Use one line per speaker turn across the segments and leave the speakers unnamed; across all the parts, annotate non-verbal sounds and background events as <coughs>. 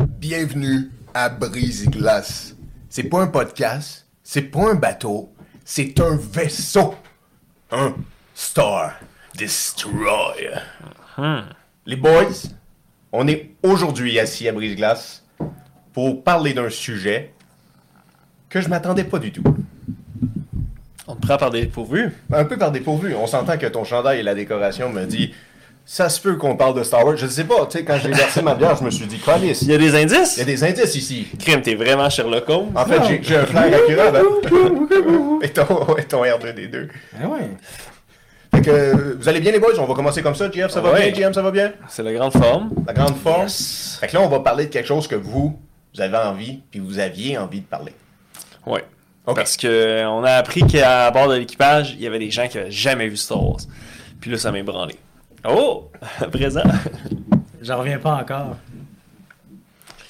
bienvenue à Brise-Glace. C'est pas un podcast, c'est pas un bateau, c'est un vaisseau. Un Star Destroyer. Les boys, on est aujourd'hui assis à Brise-Glace pour parler d'un sujet que je m'attendais pas du tout.
On te prend par dépourvu.
Un peu par dépourvu. On s'entend que ton chandail et la décoration me dit ça se peut qu'on parle de Star Wars. Je sais pas, tu sais, quand j'ai versé ma bière, je me suis dit, Colis,
Il
il
y a des indices?
y a des indices ici.
Crime, t'es vraiment Sherlock Holmes.
En fait, j'ai- j'ai un flair accurate. hein. et, ton, et ton R2D2.
Ah ouais.
Fait que, euh, vous allez bien, les boys? On va commencer comme ça. JF, ça va
Ouais.
bien? JM, ça va bien?
C'est la grande forme.
La grande forme. Fait que là, on va parler de quelque chose que vous, vous avez envie, puis vous aviez envie de parler.
Ouais.
Ok.
Parce que euh, on a appris qu'à bord de l'équipage, il y avait des gens qui avaient jamais vu Star Wars. Puis là, ça m'a ébranlé. Oh! <laughs> À présent.
J'en reviens pas encore.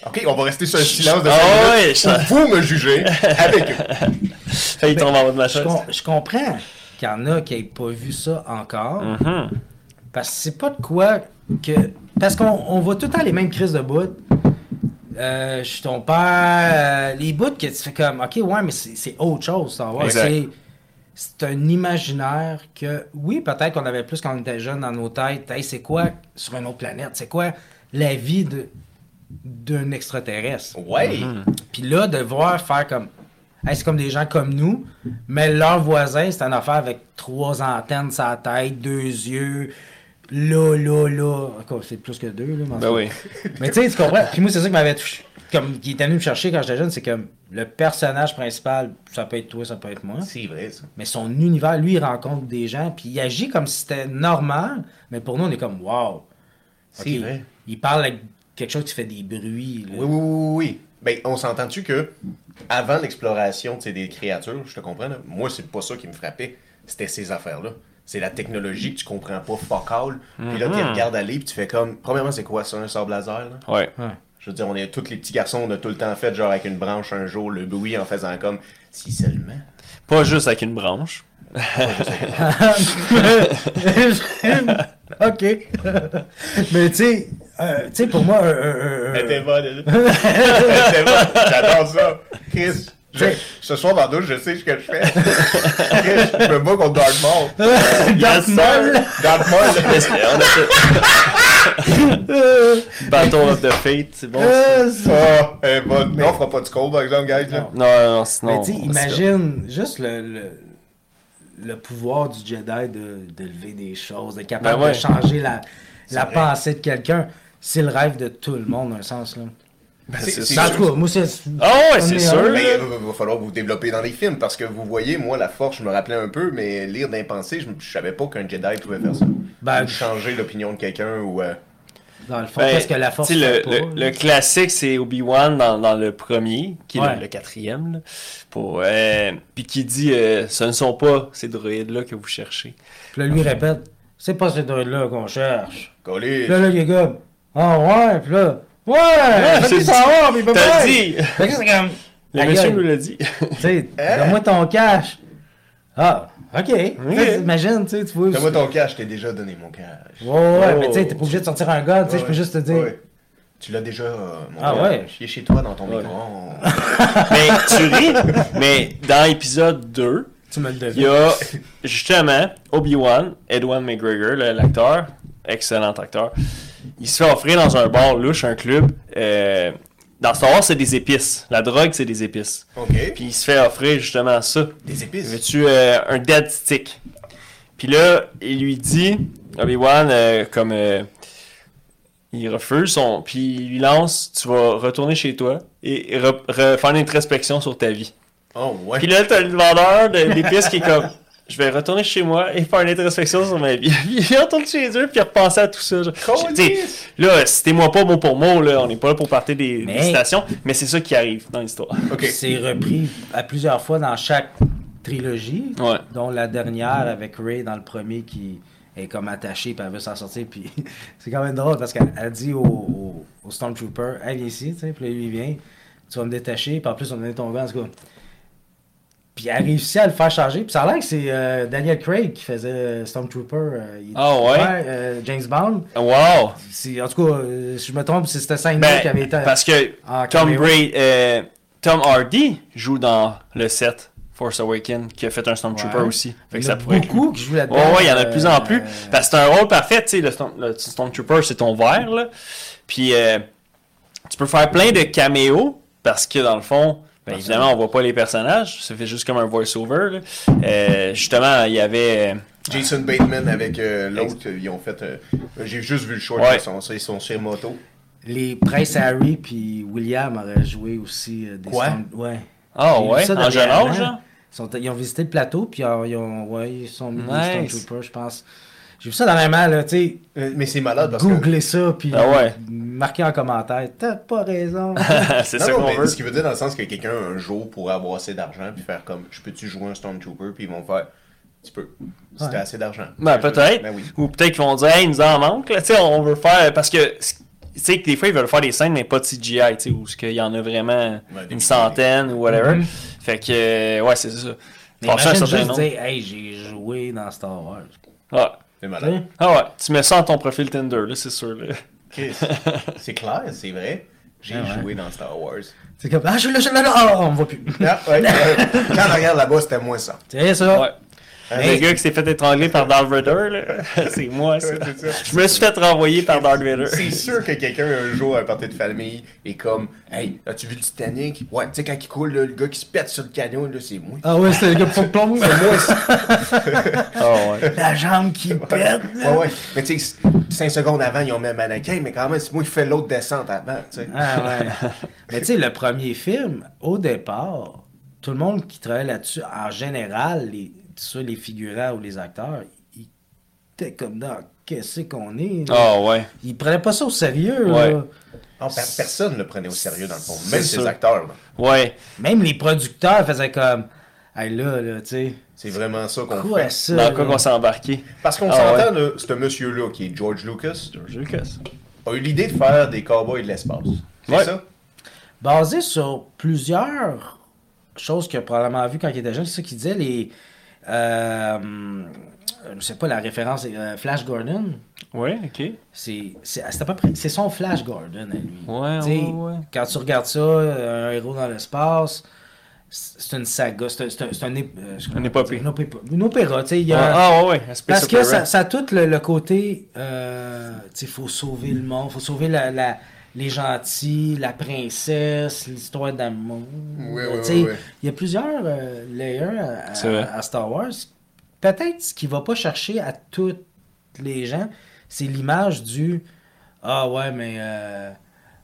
OK, on va rester sur un silence de
Ah
cinq minutes
ouais, je-
où Vous me jugez avec
<laughs>
eux.
Fait, il tombe en bas de ma
Je,
chaise.
com- je comprends qu'il y en a qui n'aient pas vu ça encore.
Mhm.
Parce que c'est pas de quoi que. Parce qu'on on voit tout le temps les mêmes crises de bouts. Euh, je suis ton père. euh, les bouts que tu fais comme. Ok, ouais, mais c'est c'est autre chose, ça va.
Exact.
C'est c'est un imaginaire que. Oui, peut-être qu'on avait plus quand on était jeune dans nos têtes. Hey, c'est quoi sur une autre planète C'est quoi la vie de- d'un extraterrestre
Ouais.
Puis là, de voir faire comme. Hey, c'est comme des gens comme nous, mais leur voisin, c'est un affaire avec trois antennes sa tête, deux yeux, là, là, là. Encore, c'est plus que deux, là. mais en
Ben
tout
oui.
cas. <laughs> Mais tu sais, tu comprends. Puis moi, c'est ça qui m'avait touché. Comme qui était venu me chercher quand j'étais jeune, c'est comme le personnage principal, ça peut être toi, ça peut être moi.
C'est vrai, ça.
Mais son univers, lui, il rencontre des gens, puis il agit comme si c'était normal, mais pour nous, on est comme, wow.
C'est
Ok,
vrai.
Il parle avec quelque chose qui fait des bruits, là.
Oui, oui, oui, oui. Ben, on s'entend-tu que avant l'exploration tu sais, des créatures, je te comprends, là, moi, c'est pas ça qui me frappait. C'était ces affaires-là. C'est la technologie que tu comprends pas, fuck all. Puis là, tu
Mhm.
regardes aller, puis tu fais comme. Premièrement, c'est quoi ça, un sort laser, là?
Ouais.
Ouais.
Je veux dire, on est tous les petits garçons, on a tout le temps fait, genre, avec une branche un jour, le bruit en faisant comme. Si seulement.
Pas juste avec une branche.
<laughs> ok. Mais tu sais, euh, tu sais, pour moi, euh, euh, euh,
Elle était bonne, <laughs> elle. Elle était bonne. J'adore ça. Chris, je- ce soir dans la douche, je sais ce que je fais. <laughs> Chris, je me bats contre Dark Maul.
Yes,
Maul.
Dark Maul.
<laughs> Yes, on a fait
euh,
Battle of the Fate, c'est bon. ça.
euh, c'est-
Ah, eh, bonne. Non, on fera pas du cold, par exemple, guys. là.
Non,
Non.
non, non, sinon.
Mais tu sais,
on-
imagine juste le, le, le pouvoir du Jedi de, de lever des choses, d'être capable
Ben ouais.
de changer la, la
vrai.
pensée de quelqu'un. C'est le rêve de tout le monde, dans un sens. Là.
c'est-
c'est
En
sûr.
tout cas, moi, c'est.
Ah ouais, c'est
Mais,
sûr.
euh,
Mais il va va falloir vous développer dans les films parce que vous voyez, moi, la force, je me rappelais un peu, mais lire d'impensé, je, je savais pas qu'un Jedi pouvait faire ça.
Ben,
Ou changer l'opinion de quelqu'un ou. euh,
Dans le fond,
Ben,
parce que la force.
tu sais,
fait
le,
pas,
le-
là.
le classique, c'est Obi-Wan dans, dans le premier, qui est le-
Ouais.
le, quatrième, là, pour, euh, puis qui dit euh, Ce ne sont pas ces droïdes-là que vous cherchez.
Puis là, lui répète C'est pas ce droïde-là qu'on cherche.
coller.
Puis là, là, il est comme Ah ouais, puis là,
<laughs>
Ouais, ouais
c'est
c'est ça,
dit.
va, Ah, mais il peut
T'as
pas.
dit
Fait que c'est comme.
Le
La
monsieur
gueule.
nous l'a dit.
Tu sais,
Hein?
donne-moi ton cash. Ah, ok. Tu sais, Imagine, tu sais, tu vois.
Donne-moi ton cash, je t'ai déjà donné mon cash.
Ouais, ouais,
Oh.
mais tu sais, t'es pas obligé de sortir un gars, tu sais, je peux juste te dire.
Ouais. Tu l'as déjà, euh, mon
Ah
gars.
ouais.
Il est chez toi dans ton
Ouais.
micro.
mais tu ris, mais dans l'épisode 2,
Tu me le
il y a justement Obi-Wan, Edwin McGregor, le- l'acteur, excellent acteur. Il se fait offrir dans un bar louche, un club. euh, dans Star Wars, c'est des épices. La drogue, c'est des épices.
<laughs>
OK.
Puis il se fait offrir justement ça.
Des épices.
Veux-tu euh, un dead stick? Puis là, il lui dit, Obi-Wan, euh, comme euh, il refuse son. Puis il lui lance, tu vas retourner chez toi et re- re- faire une introspection sur ta vie.
Oh, ouais.
Puis là, t'as le vendeur de- d'épices qui est comme, je vais retourner chez moi et faire une introspection sur ma vie. <laughs> il retourne chez eux puis il repense à tout ça. genre.
Colisse!
T'sais, Là, citez-moi pas mot pour mot, là, on n'est pas là pour partir des, des
Mais-
citations, mais c'est ça qui arrive dans l'histoire.
OK.
C'est repris à plusieurs fois dans chaque trilogie,
Ouais.
dont la dernière avec Ray dans le premier qui est comme attachée puis elle veut s'en sortir. Puis <laughs> c'est quand même drôle parce qu'elle elle dit au, au, au Stormtrooper Hey, viens ici, tu sais, puis là, lui il vient, tu vas me détacher, puis en plus on a donné ton gars, en tout cas. Puis elle a réussi à le faire changer. Puis ça a l'air que c'est euh, Daniel Craig qui faisait euh, Stormtrooper. euh, il-
Ah ouais?
euh, James Bond.
Wow!
C'est- En tout cas, euh, si je me trompe, c'est cette scène-là qui avait
Ben,
été.
parce que
en
Tom
caméo.
Brady, euh, Tom Hardy joue dans le set Force Awakens, qui a fait un Stormtrooper
Ouais.
aussi. Fait
il
que
y en
ça
a
pourrait être
beaucoup qui jouent là-dedans.
Ouais, ouais, il y en a de plus en
euh,
plus. Parce que c'est un rôle parfait, tu sais, le, Storm- le Stormtrooper, c'est ton verre, là. Puis, euh, tu peux faire plein de caméos, parce que dans le fond, ben, évidemment, on voit pas les personnages, ça fait juste comme un voice-over, là. Euh, justement, il y avait... euh,
Jason Bateman avec euh, l'autre, euh, ils ont fait. euh, J'ai juste vu le short,
Ouais.
ils, sont, ils sont sur moto.
Les Prince Harry puis William auraient joué aussi euh, des
Quoi?
Storm- Ouais.
Ah
J'ai vu
ouais,
ça
en jeune
dernièrement.
âge, hein. là?
Ils, sont- ils ont visité le plateau, puis euh, ils ont, ouais, ils sont mis des
Nice.
Stormtroopers, je pense. J'ai vu ça dans la main, là, tu sais.
Euh, Mais c'est malade parce que.
Googlez ça, puis
Ah ouais.
marquez en commentaire. T'as
<laughs>
pas raison.
<laughs> c'est
Non,
ça
non,
qu'on
mais
veut.
ce qui veut dire dans le sens que quelqu'un un jour pourrait avoir assez d'argent puis faire comme je peux-tu jouer un Stormtrooper puis ils vont faire tu peux si
Ouais.
t'as assez d'argent.
Ben, peut-être.
Ben oui.
Ou peut-être qu'ils vont dire, hey, il nous en manque, là, tu sais, on veut faire. Parce que, c- tu sais, que des fois, ils veulent faire des scènes, mais pas de CGI, tu sais, où ce qu'il y en a vraiment
Ouais, des
une
milliers.
centaine ou whatever.
Mhm.
Fait que, euh, ouais, c'est ça. Passer un
Mais imagine
certain
juste
nombre.
dire, hey, j'ai joué dans Star Wars.
Ouais.
C'est malade.
Ah ouais, tu mets ça dans ton profil Tinder, là, c'est sûr. Là.
Chris, c'est clair, c'est vrai. J'ai
Ah ouais.
joué dans Star Wars.
C'est comme, ah, je suis là, je suis là, là, ah, on me voit plus. tu
Ah,
<laughs>
ouais, ouais. Quand on regarde là-bas, c'était moins ça.
sais,
<laughs>
ça.
Ouais.
Hey.
Le gars qui s'est fait étrangler par Darth Vader, là, <laughs> c'est moi, ça.
Ouais, c'est ça.
Je me suis fait renvoyer par Darth Vader.
C'est sûr que quelqu'un un jour à un party de famille est comme Hey, as-tu vu le Titanic? Ouais, tu sais quand il coule, là, le gars qui se pète sur le canyon, là, c'est moi.
Ah ouais, c'est le gars pour plomb.
<laughs> Ah ouais.
La jambe qui pète.
Ouais, ouais. Mais tu sais, 5 secondes avant, ils ont mis un mannequin, mais quand même, c'est moi qui fais l'autre descente avant, tu sais.
Ah ouais.
<laughs>
Mais tu sais, le premier film, au départ, tout le monde qui travaille là-dessus, en général, les, sur les figurants ou les acteurs, ils étaient comme dans qu'est-ce qu'on est. là?
Ah ouais.
Ils prenaient pas ça au sérieux.
Ouais.
là.
<laughs> Non, per- personne ne le prenait au sérieux dans le fond,
C'est
même ses
sûr.
acteurs. là.
Ouais.
Même les producteurs faisaient comme Hey là, là, tu sais.
C'est vraiment ça qu'on
Quoi
fait.
ça?
Dans quoi
là?
qu'on s'est embarqué?
Parce qu'on
Ah
s'entend, là, ce monsieur-là, qui est George Lucas,
Je le casse.
a eu l'idée de faire des cowboys de l'espace. C'est
Ouais.
ça?
basé sur plusieurs choses qu'il a probablement vu quand il était jeune. C'est ça qu'il disait, les. euh, je sais pas la référence, euh, Flash Gordon.
Ouais, ok.
C'est c'est- c'est à peu près- c'est son Flash Gordon à lui.
Ouais,
Tu sais,
ouais, ouais.
Quand tu regardes ça, euh, un héros dans l'espace, c'est c'est une saga, c'est un, c'est un, c'est un ép- euh, je sais pas
Une
comment
épopée.
dire, Une opéra. Une opéra, tu sais. il y a-
Ah ouais, ouais.
parce que ça, ça a tout le, le côté, euh, il faut sauver le monde, faut sauver la, la- les gentils, la princesse, l'histoire d'amour. Euh,
Oui, oui,
Tu sais,
oui, oui.
Il y a plusieurs euh, layers à-
C'est vrai.
à, à Star Wars. Peut-être ce qu'il va pas chercher à toutes les gens, c'est l'image du Ah ouais, mais euh,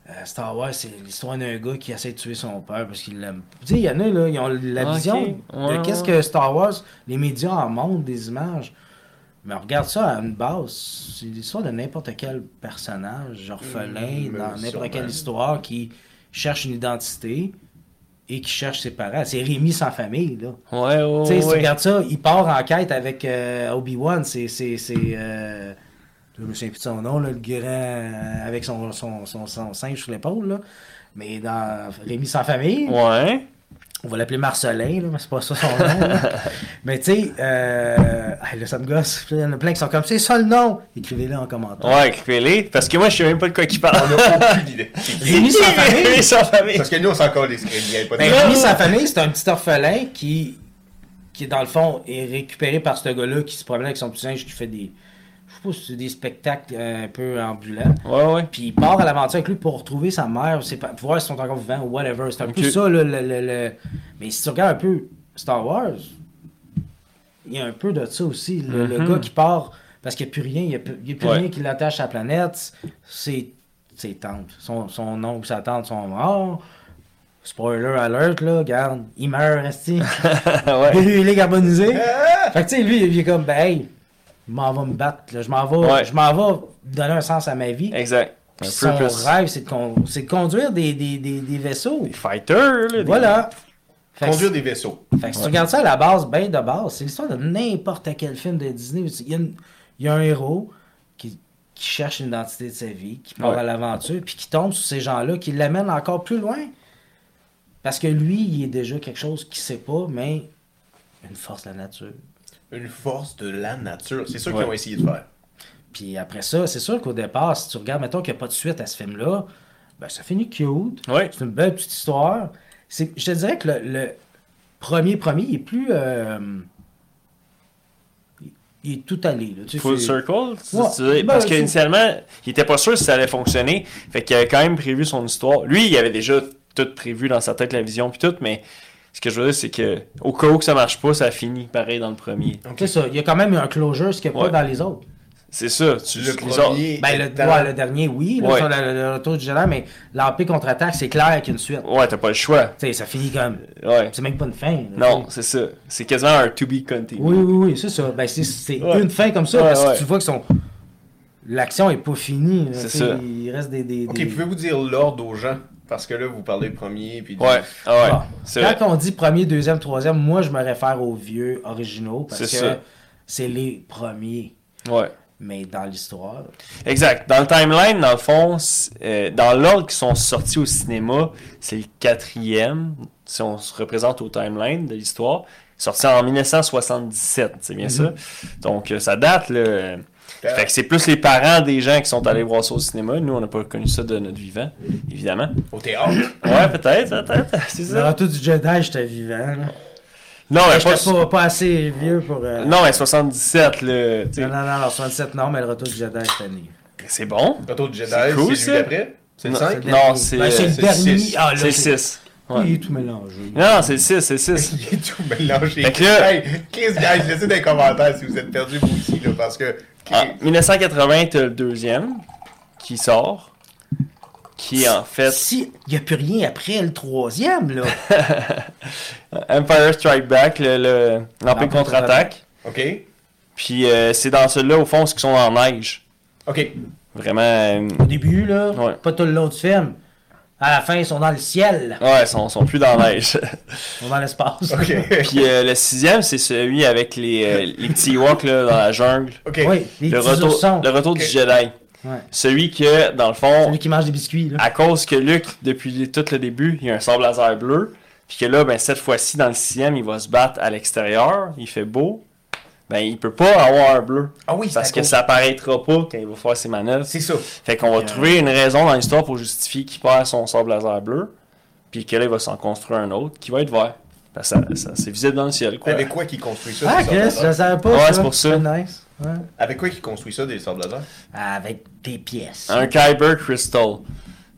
euh, Star Wars, c'est l'histoire d'un gars qui essaie de tuer son père parce qu'il l'aime. Tu sais, il y en a, là, ils ont la
Ok.
vision
Ouais,
de qu'est-ce
ouais.
que Star Wars, les médias en montrent des images. Mais on regarde ça à une base, c'est l'histoire de n'importe quel personnage, orphelin,
Mmh,
dans
mais
n'importe quelle
sûrement.
histoire, qui cherche une identité et qui cherche ses parents. C'est Rémi sans famille, là.
Ouais, ouais,
Tu sais,
ouais.
si tu regardes ça, il part en quête avec euh, Obi-Wan, c'est... c'est, c'est euh, Je me souviens plus de son nom, là, le grand euh, avec son, son, son, son singe sur l'épaule. Là. Mais dans Rémi sans famille,
Ouais.
on va l'appeler Marcelin, là, mais c'est pas ça son nom. là. mais tu sais, euh... ah, là, ça me gosse. Il y en a plein qui sont comme c'est ça le nom. Écrivez-le en commentaire.
Ouais, écrivez-les. Parce que moi, je sais même pas de quoi qu'il
On
parle. <laughs>
n'a aucune idée. C'est qui?
Rémi sans famille.
Rémi sans
<laughs>
famille.
Parce que nous, on s'en colle les screens. il y avait pas de-
Ben, Rémi sans famille, c'est un petit orphelin qui, qui dans le fond, est récupéré par ce gars-là qui se promène avec son petit singe qui fait des. Je sais pas si c'est des spectacles euh, un peu ambulants.
Ouais, ouais. <laughs>
Puis il part à l'aventure avec lui pour retrouver sa mère, c'est pas, pour voir s'ils sont encore vivants ou whatever. C'est un
Ok.
peu ça, là, le, le- le- Mais si tu regardes un peu Star Wars, il y a un peu de ça aussi. Le, le gars qui part parce qu'il n'y a plus rien, il n'y a, plus- il y a plus
Mhm. Ouais.
rien qui l'attache à la planète, c'est ses tantes. Son, son oncle, sa tante sont morts. Spoiler alert, là, regarde, il meurt, resti.
ouais.
Il est carbonisé.
Ah!
Fait que tu sais, lui, il est comme, ben, hey, je m'en vais me battre, là. je m'en vais,
Ouais.
je m'en vais donner un sens à ma vie.
Exact.
Puis
Un
Son
purpose.
rêve, c'est de, con- c'est de conduire des, des, des, des vaisseaux.
Des fighters, là. des-
Voilà. Fait que,
Conduire des vaisseaux.
fait que si tu regardes ça à la base, ben de base, c'est l'histoire de n'importe quel film de Disney. Il y a, une- il y a un héros qui, qui cherche une identité de sa vie, qui part
Ouais.
à l'aventure, puis qui tombe sur ces gens-là, qui l'amènent encore plus loin. Parce que lui, il est déjà quelque chose qu'il sait pas, mais une force de la nature.
Une force de la nature. C'est ça
Ouais.
qu'ils ont essayé de faire.
Puis après ça, c'est sûr qu'au départ, si tu regardes, mettons qu'il n'y a pas de suite à ce film-là, ben ça finit cute.
Ouais.
C'est une belle petite histoire. C'est, je te dirais que le, le premier premier, il est plus. euh, il- il est tout allé. Là. Tu sais,
Full
c'est-
circle, tu-
Ouais.
tu dis?
Ben,
parce
c'est-
qu'initialement, il était pas sûr si ça allait fonctionner. Fait qu'il avait quand même prévu son histoire. Lui, il avait déjà tout prévu dans sa tête, la vision puis tout, mais ce que je veux dire, c'est que au cas où que ça marche pas, ça finit pareil dans le premier.
C'est ça. Il y a quand même eu un closure, ce qu'il n'y a
Ouais.
pas dans les autres.
C'est ça. Tu
Le
les autres-
premier.
Ben, le,
étant-
ouais, le dernier, oui, là,
Ouais.
sur le, le retour du géant, mais l'Empire contre-attaque, c'est clair qu'il y a une suite.
Ouais, t'as pas le choix.
Tu sais, ça finit comme.
Ouais.
C'est même pas une fin. là,
Non,
tu sais.
c'est ça. C'est quasiment un to be continued.
Oui, oui, oui, c'est ça. Ben, c'est, c'est
Ouais.
une fin comme ça,
Ouais,
parce que
ouais.
tu vois que son. L'action est pas finie. là,
C'est
tu sais,
ça.
Il reste des. des, des-
Ok, pouvez-vous dire l'ordre aux gens Parce que là, vous parlez premier. Puis
Ouais, ah ouais.
Bon.
C'est vrai.
Quand on dit premier, deuxième, troisième, moi, je me réfère aux vieux originaux parce que
C'est ça.
c'est les premiers.
Ouais.
Mais dans l'histoire,
Exact. Dans le timeline, dans le fond, c'est- euh, dans l'ordre qui sont sortis au cinéma, c'est le quatrième, si on se représente au timeline de l'histoire, sorti en 1977, c'est bien ça.
Mm-hmm.
Donc, euh, ça date, là. Fait que c'est plus les parents des gens qui sont allés voir ça au cinéma. Nous, on n'a pas connu ça de notre vivant, évidemment.
Au théâtre.
Ouais, peut-être, peut-être, c'est
le
ça.
retour du Jedi, j'étais vivant. là.
Non, mais
J'étais
pas...
pas, pas assez vieux pour. euh,
Non, mais 77, là. tu sais,
Non, non, non, en 67, non, mais le retour du Jedi, j'étais né.
C'est bon.
Retour du Jedi,
C'est
c'est
cool,
lui
ça.
d'après C'est le
Non,
5
c'est- Non, c'est
Ben, c'est
euh,
le
c'est
dernier.
six.
Ah, là,
c'est le 6.
Il est tout mélangé.
Non, c'est le 6, c'est
<laughs>
le 6.
Il est tout mélangé.
Fait que là-
Hey, Chris, guys, laissez des commentaires si vous êtes perdus vous aussi, là, parce que.
En 1980, t'as le deuxième qui sort, qui en fait
Si, il n'y a plus rien après le troisième, là.
Empire Strike Back, le- le- l'Empire
L'Empire
contre-attaque.
Ok.
Puis euh, c'est dans celui-là, au fond, ceux qui sont en neige.
Ok.
Vraiment. euh,
Au début, là,
Ouais.
pas tout le long du film. À la fin, ils sont dans le ciel.
Ouais, ils sont, sont plus dans la
<laughs>
neige.
Ils sont dans l'espace.
Ok.
Puis euh, le sixième, c'est celui avec les, euh, les petits Ewoks là, dans la jungle.
<laughs> Ok.
<laughs> Oui, les
Le
petits
retour,
oursons.
le retour du
Ok.
Jedi.
Ouais.
Celui que, dans le fond,
Celui qui mange des biscuits, là.
à cause que Luke, depuis tout le début, il y a un sable laser bleu, puis que là, ben, cette fois-ci, dans le sixième, il va se battre à l'extérieur, il fait beau, ben, il peut pas avoir un bleu,
Ah oui, c'est
parce
à
que
cause-
ça apparaîtra pas quand il va faire ses manœuvres.
C'est ça.
Fait qu'on va
Euh.
trouver une raison dans l'histoire pour justifier qu'il perd son sable laser bleu, puis que là, il va s'en construire un autre qui va être vert. Parce que ça, ça- c'est visible dans le ciel, quoi.
Avec quoi qu'ils construit ça
Ah,
des
Chris,
sables
je le
laser?
savais pas.
Ouais, c'est pour ça.
C'est nice. Ouais.
Avec quoi qu'ils construit ça des sables
<laughs>
laser
Avec des pièces.
Un Kyber Crystal.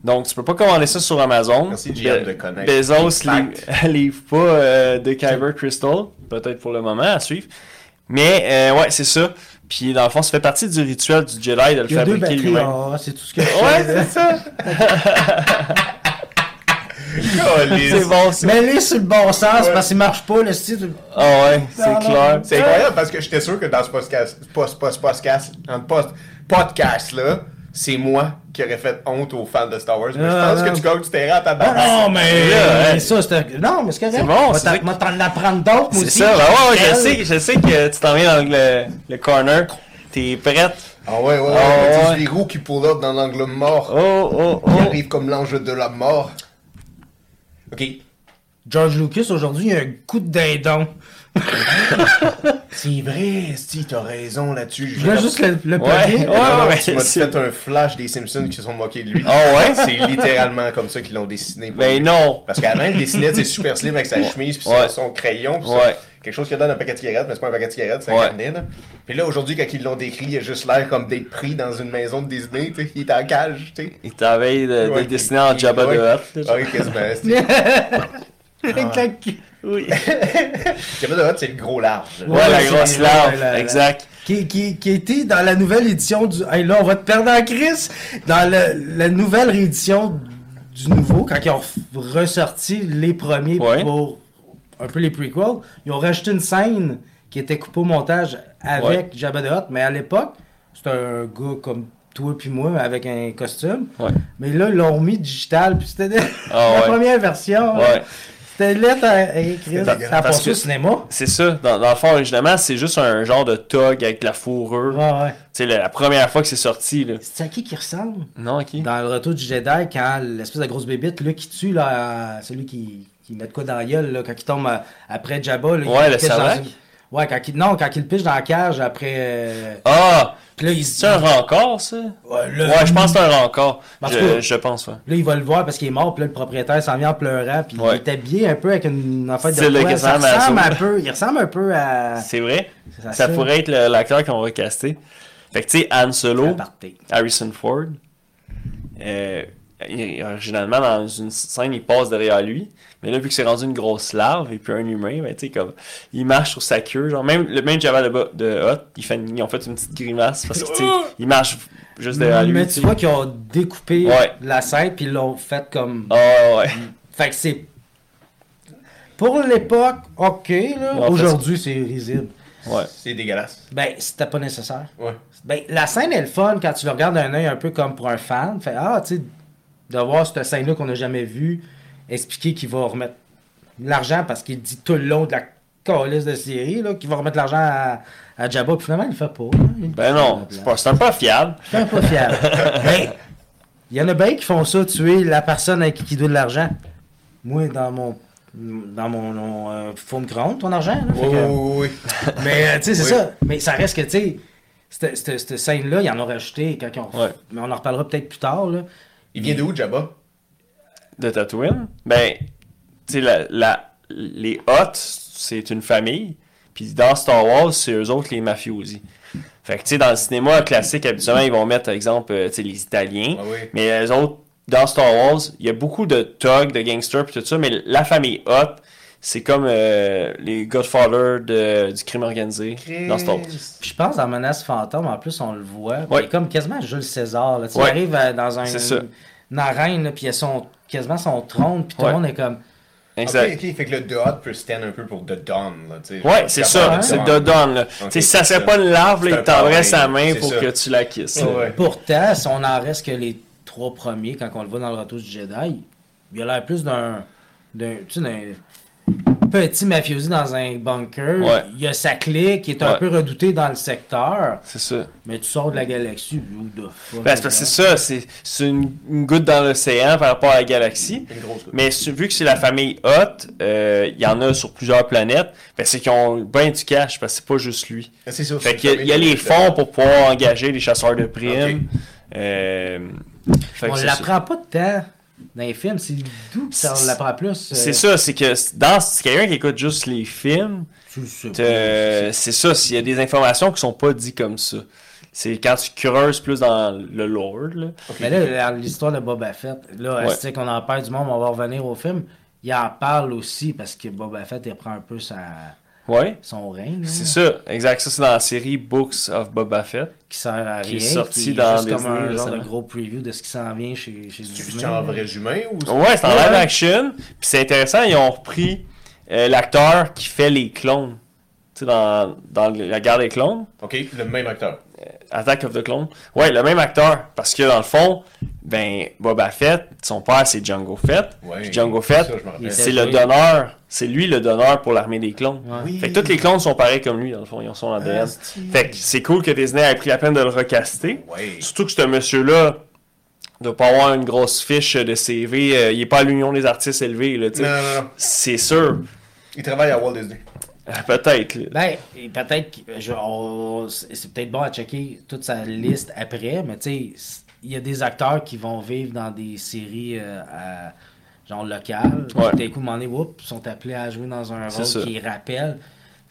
Donc, tu peux pas commander ça sur Amazon. Euh,
Merci, JM, de connaître.
Bezos
Fact.
<laughs> livre, livre pas euh, de Kyber Crystal. Peut-être pour le moment, à suivre. Mais, euh, ouais, c'est ça. Puis, dans le fond, ça fait partie du rituel du Jedi de le
Il y a deux
fabriquer
batteries.
lui-même.
Ah, c'est tout ce que je
Ouais,
fais, là.
c'est ça. C'est
Calice.
bon, ça.
Mais les sur le bon sens
Ouais.
parce qu'il marche pas, le style. de-
Ah ouais,
Non, non,
c'est clair.
C'est incroyable parce que j'étais sûr que dans ce podcast, post, post, podcast, en post, podcast là, c'est moi qui aurais fait honte aux fans de Star Wars. Mais
Ah,
je pense
non.
que tu gagnes du terrain à ta barre.
Ah, mais.
Là, ouais.
Ça, c'est un- Non, mais c'est correct.
C'est bon,
Moi,
c'est ça
t'en-
que-
moi, t'en apprendre d'autres, moi
C'est
aussi.
ça. Ben ouais, ouais, je
Elle.
sais, je sais que tu t'en viens dans le, le corner. T'es prête.
Ah ouais, ouais, ouais.
Ah,
on
ouais.
dit Les roues qui pull up dans l'angle mort.
Oh, oh,
Ils
oh.
arrivent comme l'ange de la mort. Ok.
George Lucas, aujourd'hui, il a un coup de dindon.
C'est vrai, si t'as raison là-dessus.
Je veux juste le, le plugger.
Ouais, ouais,
Non, non,
ouais.
tu m'as
c'est-
fait un flash des Simpsons qui se sont moqués de lui.
Ah ouais?
C'est littéralement comme ça qu'ils l'ont dessiné.
Ben non.
Parce qu'avant, il dessinait c'est super slim avec sa chemise puis
Ouais.
son crayon. puis
Ouais.
ça, quelque chose qu'il y a dans un paquet de cigarettes, mais c'est pas un paquet de cigarettes, c'est un
Ouais.
carnet. Là. Puis là, aujourd'hui, quand ils l'ont décrit, il a juste l'air comme d'être pris dans une maison de Disney. tu sais, Il est en cage. tu sais.
Il t'avait de, de
Ouais,
dessiner Euh, en
il-
Jabba
ouais.
de
Ah,
Hutt. là.
Ouais, quasiment.
<laughs>
c'est-
Ah Quelqu'un
Oui.
Jabba the Hutt, c'est le gros large.
Ouais, la
c'est-
grosse
ouais,
larve,
la- la-
exact.
qui, qui, qui était dans la nouvelle édition du. Hey, là, on va te perdre en crise! Dans le- la nouvelle réédition du nouveau, quand ils ont ressorti les premiers
Ouais.
pour un peu les prequels, ils ont rajouté une scène qui était coupée au montage avec Jabba the Hutt, mais à l'époque, c'était un gars comme toi puis moi avec un costume.
Ouais.
Mais là, ils l'ont remis digital, puis c'était
Ah
<laughs> la
ouais.
première version.
Ouais.
C'était lettre à écrire.
C'était
Ça a
parce
passé
que-
au cinéma.
C'est ça, dans, dans le fond, originellement, c'est juste un genre de tog avec de la fourrure.
Ouais, ouais.
Tu sais, la, la première fois que c'est sorti, là.
C'est à qui qui ressemble?
Non, ok.
Dans le retour du Jedi, quand l'espèce de grosse bébite, là, qui tue là, celui qui, qui il met de quoi dans la gueule, là, quand il tombe euh, après Jabba. Là, il
Ouais, le
pitch dans
sabre.
une- Ouais, quand il... non, quand il le piche dans la cage après. euh,
Ah!
Puis là, il se
C'est un rencard, ça?
Ouais, le-
Ouais, je pense que Bah, c'est un rencard.
Parce
Je,
que-
je pense, ouais.
Là, il va le voir parce qu'il est mort, puis là, le propriétaire s'en vient en pleurant, puis
Ouais.
il est habillé un peu avec une affaire
Style
de
de
quoi. Ça
Kazam à
ressemble
Azul.
un peu, il ressemble un peu à...
Ah. C'est vrai?
Ça
Ça,
fait-
pourrait être le- l'acteur qu'on va caster. Fait que, tu sais, Han Solo,
Aparté.
Harrison Ford, euh, il- originalement, dans une scène, il passe derrière lui. Mais là, vu que c'est rendu une grosse larve et puis un humain, ben, tu sais, comme, il marche sur sa queue. Genre, même le même Java de, Bo- de Hot, ils, fait, une- ils ont fait une petite grimace parce que, tu sais, il marche juste derrière lui.
Mais
tu sais.
tu vois qu'ils ont découpé
Ouais.
la scène, puis ils l'ont fait comme...
Ah, ouais.
Fait que c'est... Pour l'époque, OK, là.
Ouais, en fait,
Aujourd'hui, c'est risible.
ouais.
C'est dégueulasse.
Ben, c'était pas nécessaire.
Ouais.
Ben, la scène est le fun quand tu le regardes d'un œil un peu comme pour un fan. Fait, ah, tu sais, de voir cette scène-là qu'on n'a jamais vue, expliquer qu'il va remettre l'argent parce qu'il dit tout le long de la calice de série, là, qu'il va remettre l'argent à, à Jabba, puis finalement, il le fait pas. hein. Il-
Ben non, c'est pas- c'est un peu fiable.
Je suis
<laughs>
pas fiable. Mais il y en a bien qui font ça, tuer la personne à qui qui doit de l'argent. Moi, dans mon. Dans mon. mon euh, faut me prendre ton argent. là. Fait
Oui,
que-
Oh.
oui, oui.
mais euh, tu sais, c'est
Oui.
ça. Mais ça reste que, tu sais, cette- cette cette scène-là, ils en ont rajouté quand on.
Ouais.
Mais on en reparlera peut-être plus tard, là.
Il vient de où, Jabba?
De Tatooine, ben, tu sais, la, la- les Hutt, c'est une famille. Puis dans Star Wars, c'est eux autres les mafiosi. Fait que, tu sais, dans le cinéma classique, habituellement, ils vont mettre, par exemple, euh, tu sais, les Italiens.
Ah oui.
Mais eux autres, dans Star Wars, il y a beaucoup de thugs, de gangsters, puis tout ça. Mais la famille Hutt, c'est comme euh, les Godfather de- du crime organisé dans Star Wars.
Puis je pense dans Menace Fantôme, en plus, on le voit.
Ouais.
C'est comme quasiment Jules César, là. Tu
Ouais.
arrives euh, dans un.
C'est ça.
Une arène, là, puis il y a son, quasiment son trône, puis tout
Ouais.
le monde est comme.
Exact.
Ok, ok, fait que le The Hot peut stand un peu pour The Dawn, là, tu sais.
Ouais, c'est ça,
hein?
c'est de Don, là. Tu sais, si ça serait pas une larve, là,
C'est
il
un
t'embrasse sa
parrain,
main
c'est
pour
ça.
que tu la kisses.
Ouais.
Pourtant, si on en reste que les trois premiers, quand on le voit dans le retour du Jedi, il a l'air plus d'un. d'un. tu sais, d'un petit mafiosi dans un bunker.
Ouais.
Il a sa clé qui est un
Ouais.
peu redoutée dans le secteur.
C'est ça.
Mais tu sors de la galaxie, ou de fuck.
Ben, c'est parce que c'est ça, c'est c'est une, une goutte dans l'océan par rapport à la galaxie.
Une grosse goutte.
Mais su- vu que c'est la famille Hot, euh, il y en a sur plusieurs planètes, ben, c'est qu'ils ont bien du cash, parce que c'est pas juste lui.
Ah, C'est ça.
Fait qu'il y a- il y a les fonds pour pouvoir engager les chasseurs de primes. Euh, fait que
On
c'est ça.
l'apprend pas de temps dans les films, c'est d'où que ça on
C'est-
l'apprend plus. euh,
C'est ça, c'est que c- dans si quelqu'un qui écoute juste les films,
tu le sais pas.
euh, c'est ça, s'il y a des informations qui sont pas dites comme ça. C'est quand tu creuses plus dans le lore, là.
Mais là, l'histoire de Boba Fett, là,
Ouais.
c'est qu'on en perd du monde, on va revenir au film. Il en parle aussi parce que Boba Fett, il prend un peu sa-
Ouais.
son règne.
C'est
hein.
ça, exact. Ça, c'est dans la série Books of Boba Fett.
qui sert à rien.
Qui est sorti
est
dans
juste comme
Disney,
un genre
récemment.
de gros preview de ce qui s'en vient chez, chez
C'est
Disney.
juste en vrai humain ou
Ouais, c'est en
Ouais,
live
ouais.
action. Puis c'est intéressant, ils ont repris euh, l'acteur qui fait les clones. Tu sais, dans, dans la guerre des clones,
Ok, le même acteur.
Attack of the Clones. Ouais, le même acteur. Parce que dans le fond, ben, Boba Fett, son père, c'est Django Fett.
Ouais,
Puis Django
c'est
Fett,
ça, je me rappelle.
Il
c'est
était
le
joué.
donneur. C'est lui le donneur pour l'armée des clones.
Ouais.
Oui.
Fait que tous les clones sont pareils comme lui, dans le fond, ils ont son ADN.
Asti.
Fait que c'est cool que Disney ait pris la peine de le recaster.
Ouais.
Surtout que ce monsieur-là doit pas avoir une grosse fiche de CV. euh, il est pas à l'Union des artistes élevés, là, tu sais.
Non, non, non.
C'est sûr.
Il travaille à Walt Disney.
Ah, Peut-être. là.
Ben, et peut-être que je- on- c'est c'est peut-être bon à checker toute sa liste après, mais tu sais, c- il y a des acteurs qui vont vivre dans des séries euh, à- genre locales.
Ouais.
Puis D'un coup, m'en est, whoop, ils sont appelés à jouer dans un
C'est
rôle
ça.
qui rappelle.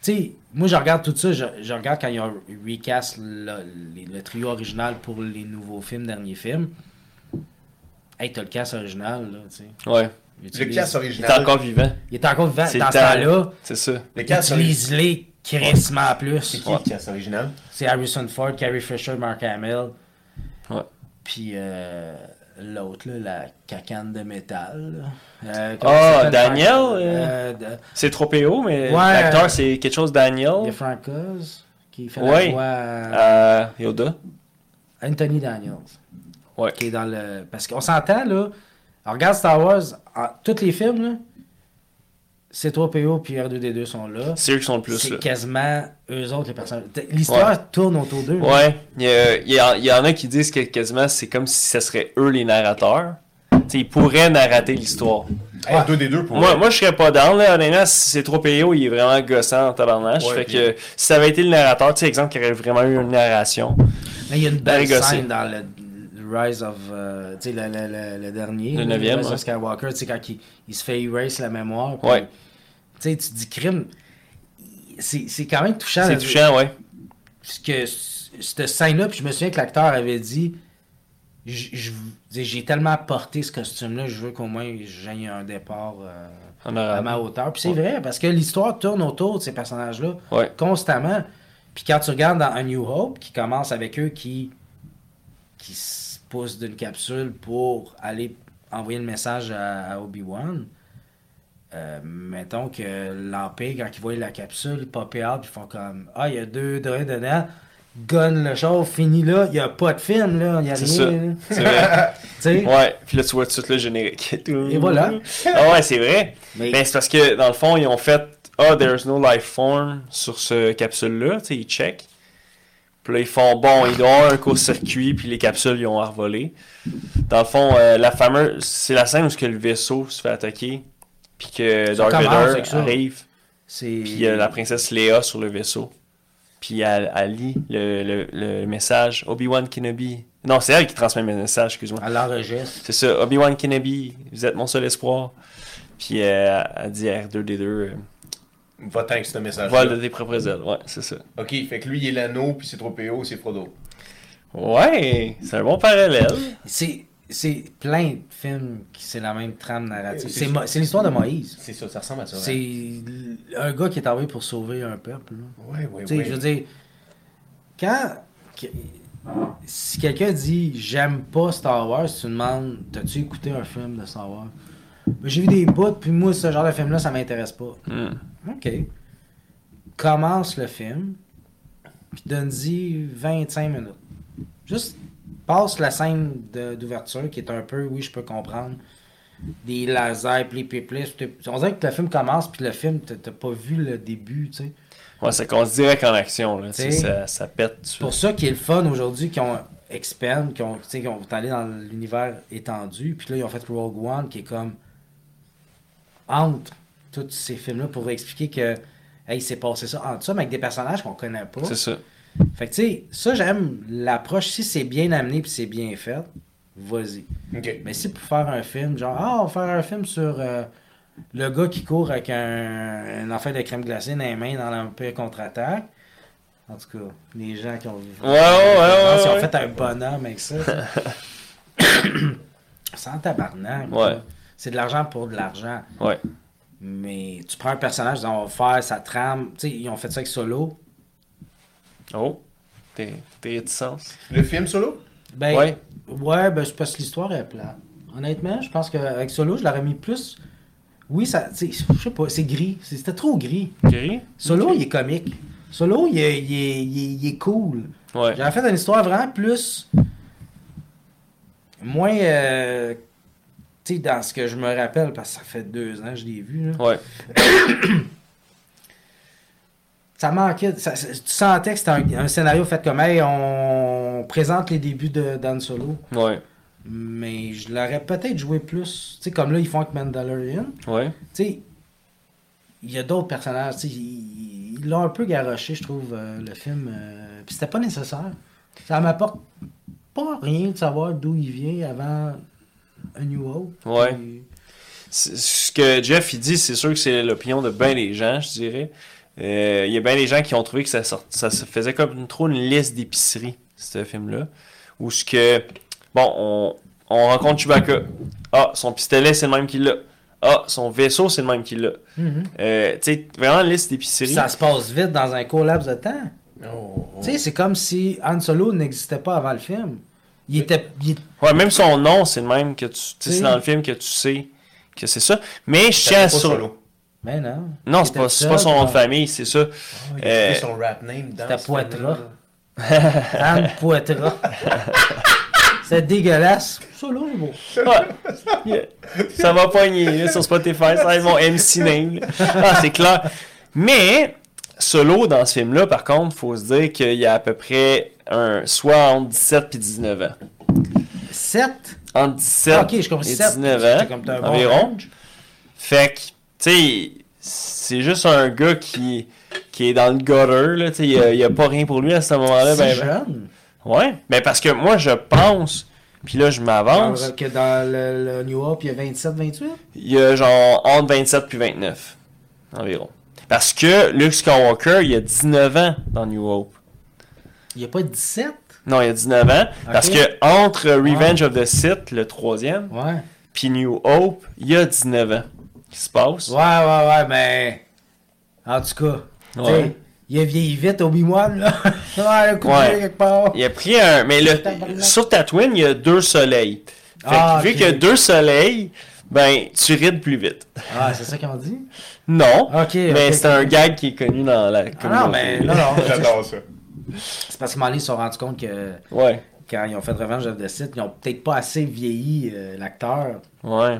Tu sais, moi, je regarde tout ça, je, je regarde quand ils ont recast le, le- le trio original pour les nouveaux films, derniers films. Hey, t'as le cast original, là, tu sais.
Ouais.
Le
Utilise-
cast
Il est
original.
encore vivant.
Il est encore vivant
C'est
dans
le
ce
temps.
temps-là.
C'est ça.
Le cast original.
Utilise-les crissement plus.
C'est qui le cast original
C'est Harrison Ford, Carrie Fisher, Mark Hamill,
Ouais.
puis euh, l'autre, là, la cacane de métal. là. Euh, comment
Ah,
il s'appelle,
Daniel,
Frank-
euh,
euh, de-
C'est trop PO, mais
Ouais.
l'acteur, c'est quelque chose
de
Daniel.
Frank Oz, qui fait
Ouais.
la voix à
Euh, Yoda.
Anthony Daniels.
Ouais.
Qui est dans le... Parce qu'on s'entend, là, on regarde Star Wars, en- tous les films, là, C3PO puis R2D2 sont là.
C'est eux qui sont le plus
C'est
là.
quasiment eux autres, les personnages. L'histoire tourne autour d'eux.
Ouais, il y, a- il y a- il y en a qui disent que quasiment c'est comme si ce serait eux les narrateurs. T'sais, ils pourraient narrater l'histoire.
Hey,
Ouais.
Deux des deux pour
Moi, moi, je serais pas down, là. Honnêtement, si c'est trop PO, il est vraiment gossant en tabarnage.
Ouais,
fait
puis-
que si ça avait été le narrateur, tu sais, exemple, qui aurait vraiment eu une narration.
Mais il y a une belle
Barry Gosselin.
scène dans le le Rise of. euh, tu sais, le, le- le- le dernier.
Le
là,
neuvième,
Rise of
ouais.
Skywalker, tu sais, quand il, il se fait erase la mémoire. puis,
Ouais.
Tu sais, tu te dis crime. C'est c'est quand même touchant.
C'est
là,
touchant, ouais.
Parce que c- cette scène-là, puis je me souviens que l'acteur avait dit J- je- tu sais, j'ai tellement porté ce costume-là, je veux qu'au moins j'aille un départ euh,
Honorable.
à ma hauteur. Puis c'est vrai, parce que l'histoire tourne autour de ces personnages-là
Ouais.
constamment. Puis quand tu regardes dans A New Hope, qui commence avec eux qui, qui se poussent d'une capsule pour aller envoyer le message à, à Obi-Wan, euh, mettons que l'Empire, quand ils voient la capsule, popper out, puis ils font comme Ah, il y a deux droïdes dedans, gonne le show, fini là, il n'y a pas de film, là, il n'y a
C'est ça.
rien. hein. là.
C'est
<laughs>
vrai.
Tu sais?
Ouais. Puis là, tu vois tout de suite le générique.
Et voilà.
Ah ouais, c'est vrai.
Mais-
Mais Ben, c'est parce que, dans le fond, ils ont fait Ah, there's no life form sur ce capsule-là. Tu sais, ils check. Puis là, ils font Bon, ils ont un court-circuit, puis les capsules, ils ont envolé. Dans le fond, euh, la fameuse. C'est la scène où ce que le vaisseau se fait attaquer. Puis que
Ça
Dark
commence
Vader
avec ça.
arrive.
C'est.
Puis euh, la princesse Léa sur le vaisseau. Puis elle, elle lit le, le- le message Obi-Wan Kenobi. Non, c'est elle qui transmet le message, excuse-moi.
À l'enregistre.
C'est ça, Obi-Wan Kenobi, vous êtes mon seul espoir. Puis euh, elle dit à R2D2, euh,
Va-t'en avec ce message.
vole de tes propres ailes. Ouais, c'est ça.
Ok, fait que lui, il est l'anneau, puis c'est trop PO, c'est Frodo.
Ouais, c'est un bon parallèle.
C'est. C'est plein de films qui c'est la même trame narrative.
C'est-
C'est Mo- C'est l'histoire de Moïse.
C'est ça, ça ressemble à ça.
C'est l- un gars qui est envoyé pour sauver un peuple. là.
hein. Ouais, ouais,
Ben
Tu sais,
ouais.
Je veux dire, quand. que- Si quelqu'un dit j'aime pas Star Wars, tu demandes t'as-tu écouté un film de Star Wars Ben, J'ai vu des bouts, puis moi, ce genre de film-là, ça m'intéresse pas.
Hmm.
Ok. Commence le film, puis donne-y 25 minutes. Juste passe la scène de- d'ouverture qui est un peu, oui, je peux comprendre, des lasers, pli, pli, pli. C'était- On dirait que le film commence, puis le film, t'as t'as pas vu le début, tu sais.
Ouais, ça commence direct en action. Là, tu sais,
T'sais,
ça, ça pète. tout de
C'est
suite.
pour ça qu'il est le fun aujourd'hui, qu'ils ont expand, qu'ils ont, tu sais, qu'ils ont allé dans l'univers étendu, puis là, ils ont fait Rogue One, qui est comme entre tous ces films-là pour expliquer que, hey, il s'est passé ça entre ça, mais avec des personnages qu'on connaît pas.
C'est ça.
Fait que, tu sais, ça, j'aime l'approche. Si c'est bien amené puis c'est bien fait, vas-y.
Ok.
Mais si pour faire un film, genre, ah, on va faire un film sur euh, le gars qui court avec un, un enfant de crème glacée dans les mains dans l'Empire contre-attaque. En tout cas, les gens qui ont vu.
Ouais, ouais, ouais,
Ils ont
ouais.
fait un bonhomme
<laughs>
avec ça. Sans tabarnak.
Ouais.
là. C'est de l'argent pour de l'argent.
Ouais.
Mais tu prends un personnage, disons, on va faire sa trame. Tu sais, ils ont fait ça avec Solo.
Oh, t'es t'es réticence.
Le film solo
Ben,
Ouais.
ouais. ben c'est parce que l'histoire est plate. Honnêtement, je pense qu'avec Solo, je l'aurais mis plus. Oui, ça. tu sais, Je sais pas, c'est gris. C'est- C'était trop gris.
Gris?
Solo, il est comique. Solo, il est, il est- il est- il est cool.
Ouais.
J'aurais fait une histoire vraiment plus. Moins. euh, tu sais, dans ce que je me rappelle, parce que ça fait deux ans que je l'ai vu. là.
Ouais.
Ça manquait. ça- ça- tu sentais que c'était un, un scénario fait comme, hey, on présente les débuts de Dan Solo.
Ouais.
Mais je l'aurais peut-être joué plus. Tu sais, comme là, ils font avec Mandalorian.
Ouais.
Tu sais, il y a d'autres personnages. Tu sais, ils ils l'ont un peu garoché, je trouve, euh, le film. euh, Puis c'était pas nécessaire. Ça m'apporte pas rien de savoir d'où il vient avant A New Hope.
Ouais.
Puis-
C'est- ce que Jeff il dit, c'est sûr que c'est l'opinion de bien des gens, je dirais. Euh, Il y a bien des gens qui ont trouvé que ça, sort- ça se faisait comme une- trop une liste d'épicerie, ce film-là. Où ce que. Bon, on, on rencontre Chewbacca. Ah, son pistolet, c'est le même qu'il l'a. Ah, son vaisseau, c'est le même qu'il l'a.
Mhm.
Euh, tu sais, vraiment liste
Puis
d'épicerie.
ça se passe vite dans un court laps de temps.
Oh, oh.
Tu sais, c'est comme si Han Solo n'existait pas avant le film. Il était. il-
Ouais, même son nom, c'est le même que tu. tu sais, c'est
Oui.
dans le film que tu sais que c'est ça. Mais je
Ça
tiens à
fait pas
sur-
solo.
Mais ben non.
Non,
Il
c'est
était
pas, c'est
seul,
pas son nom de
puis-
famille, c'est ça.
Oh, il a
Euh,
trouvé son rap name dans
c'était
ce film-là.
Poitras. Anne Poitras. C'est dégueulasse. Ça, là, c'est beau.
Ouais. Ah, Yeah. Ça va pogner là, sur Spotify, ça va être mon MC name. là. Ah, c'est clair. Mais, solo dans ce film-là, par contre, faut se dire qu'il y a à peu près un, soit entre 17 et 19 ans.
7.
Entre 17
Ah, ok, je comprends.
et
7.
19
J'étais
ans
comme t'as un bon
environ.
range.
Fait que, tu sais, c'est juste un gars qui, qui est dans le gutter, là, tu sais, il y a- il y a, pas rien pour lui à ce moment-là.
C'est
Ben, ben.
jeune.
Ouais, mais parce que moi, je pense, puis là, je m'avance,
Alors que dans le, le New Hope, il y a 27, 28.
il y a genre entre 27 puis 29, environ. Parce que Luke Skywalker, il a 19 ans dans New Hope.
Il n'y a pas 17.
Non, il a 19 ans, parce
Ok. Ah.
que entre Revenge of the Sith, le troisième,
Ouais. Ouais,
puis New Hope, il y a 19 ans qui se passe.
ouais, ouais, mais. En tout cas. tu sais,
Ouais.
Il a vieilli vite, Obi-Wan, là. <laughs> ouais, le coup de
Ouais.
pied quelque part.
Il a pris un. Mais le,
Tabarnak.
sur Tatooine, il y a deux soleils. Fait que
Ah,
vu
ok.
qu'il y a deux soleils, ben, tu rides plus vite. <laughs>
Ah, c'est ça qu'on dit?
Non.
Ok,
mais
ok,
c'est
ok.
un gag qui est connu dans la communauté.
Ah, non, mais. Non, non.
<laughs> J'adore ça.
c'est parce que Manly se sont rendus compte que
Ouais.
quand ils ont fait Revenge of the Sith, ils ont peut-être pas assez vieilli euh, l'acteur.
Ouais.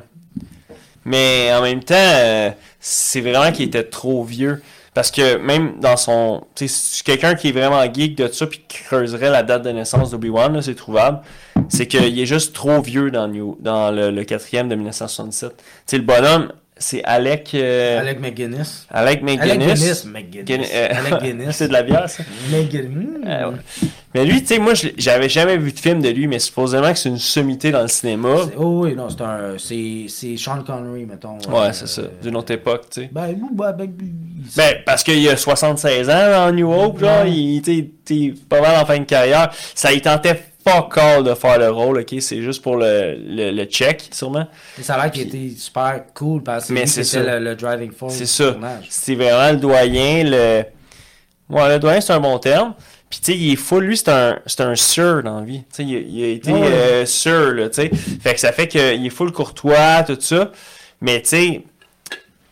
Mais en même temps, euh, c'est vraiment qu'il était trop vieux. Parce que même dans son. Tu sais, si tu- quelqu'un qui est vraiment geek de ça puis qui creuserait la date de naissance d'Obi-Wan, là, c'est trouvable. C'est qu'il est juste trop vieux dans, New- dans le, le quatrième de 1967. Tu sais, le bonhomme, c'est Alec. euh,
Alec McGuinness.
Alec
Alec
McGuinness.
Guinness. McGuinness.
Guin- euh, <laughs>
Alec Guinness.
c'est de la bière, ça.
McGuinness.
Ah ouais. Mais lui, tu sais, moi, je l'ai- j'avais jamais vu de film de lui, mais supposément que c'est une sommité dans le cinéma.
C'est- Oh oui, non, c'est un. C'est c'est Sean Connery, mettons.
Ouais,
Euh,
c'est ça. D'une autre époque, tu sais.
Ben, oui, ben, ben, il-
Ben, parce qu'il a 76 ans en New Hope, là,
Ouais.
il était pas mal en fin de carrière. Ça il tentait fuck all de faire le rôle, ok? C'est juste pour le, le, le check, sûrement.
ça a l'air qu'il était super cool parce que
Mais
lui,
c'est
c'était
ça.
le, le driving force
C'est
du
ça.
tournage.
C'est vraiment le doyen, le. Ouais, le doyen, c'est un bon terme. Puis, tu sais, il est full. Lui, c'est un, c'est un sûr dans la vie. Tu sais, il, il a été
Ouais.
euh, sûr, là, tu sais. Fait que ça fait qu'il est full courtois, tout ça. Mais, tu sais,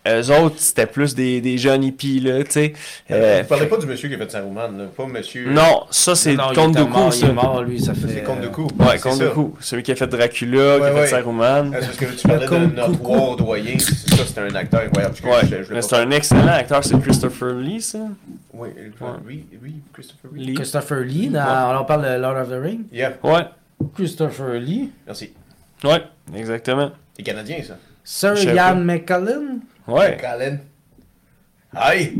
eux autres, c'était plus des, des jeunes hippies, là, tu sais. Euh,
Vous parlez pas du monsieur qui a fait Saruman, là. Pas monsieur.
non, ça, c'est
Non, Euh, non, il
compte
était
de coup,
mort, Il
ça.
est mort, lui, ça fait.
C'est compte de coup.
Ouais,
c'est
compte de
ça.
coup. Celui qui a fait Dracula, qui a
Ouais,
fait
ouais.
Saruman.
Ah, c'est parce que tu parlais de
Compte
notre
coucou.
roi doyen. c'est- Ça, c'était un acteur incroyable. Je-
Ouais,
je- je l'ai
mais
pas-
c'est un excellent acteur, c'est Christopher Lee, ça?
Oui, euh, oui, oui, Christopher Lee.
Lee.
Christopher Lee, dans-
Ouais.
on parle de Lord of the Ring.
Yeah,
Ouais,
Christopher Lee.
merci.
ouais, exactement.
C'est canadien, ça.
Sir
Je sais
Ian
pas.
McCullen.
Ouais.
Colin. Aïe!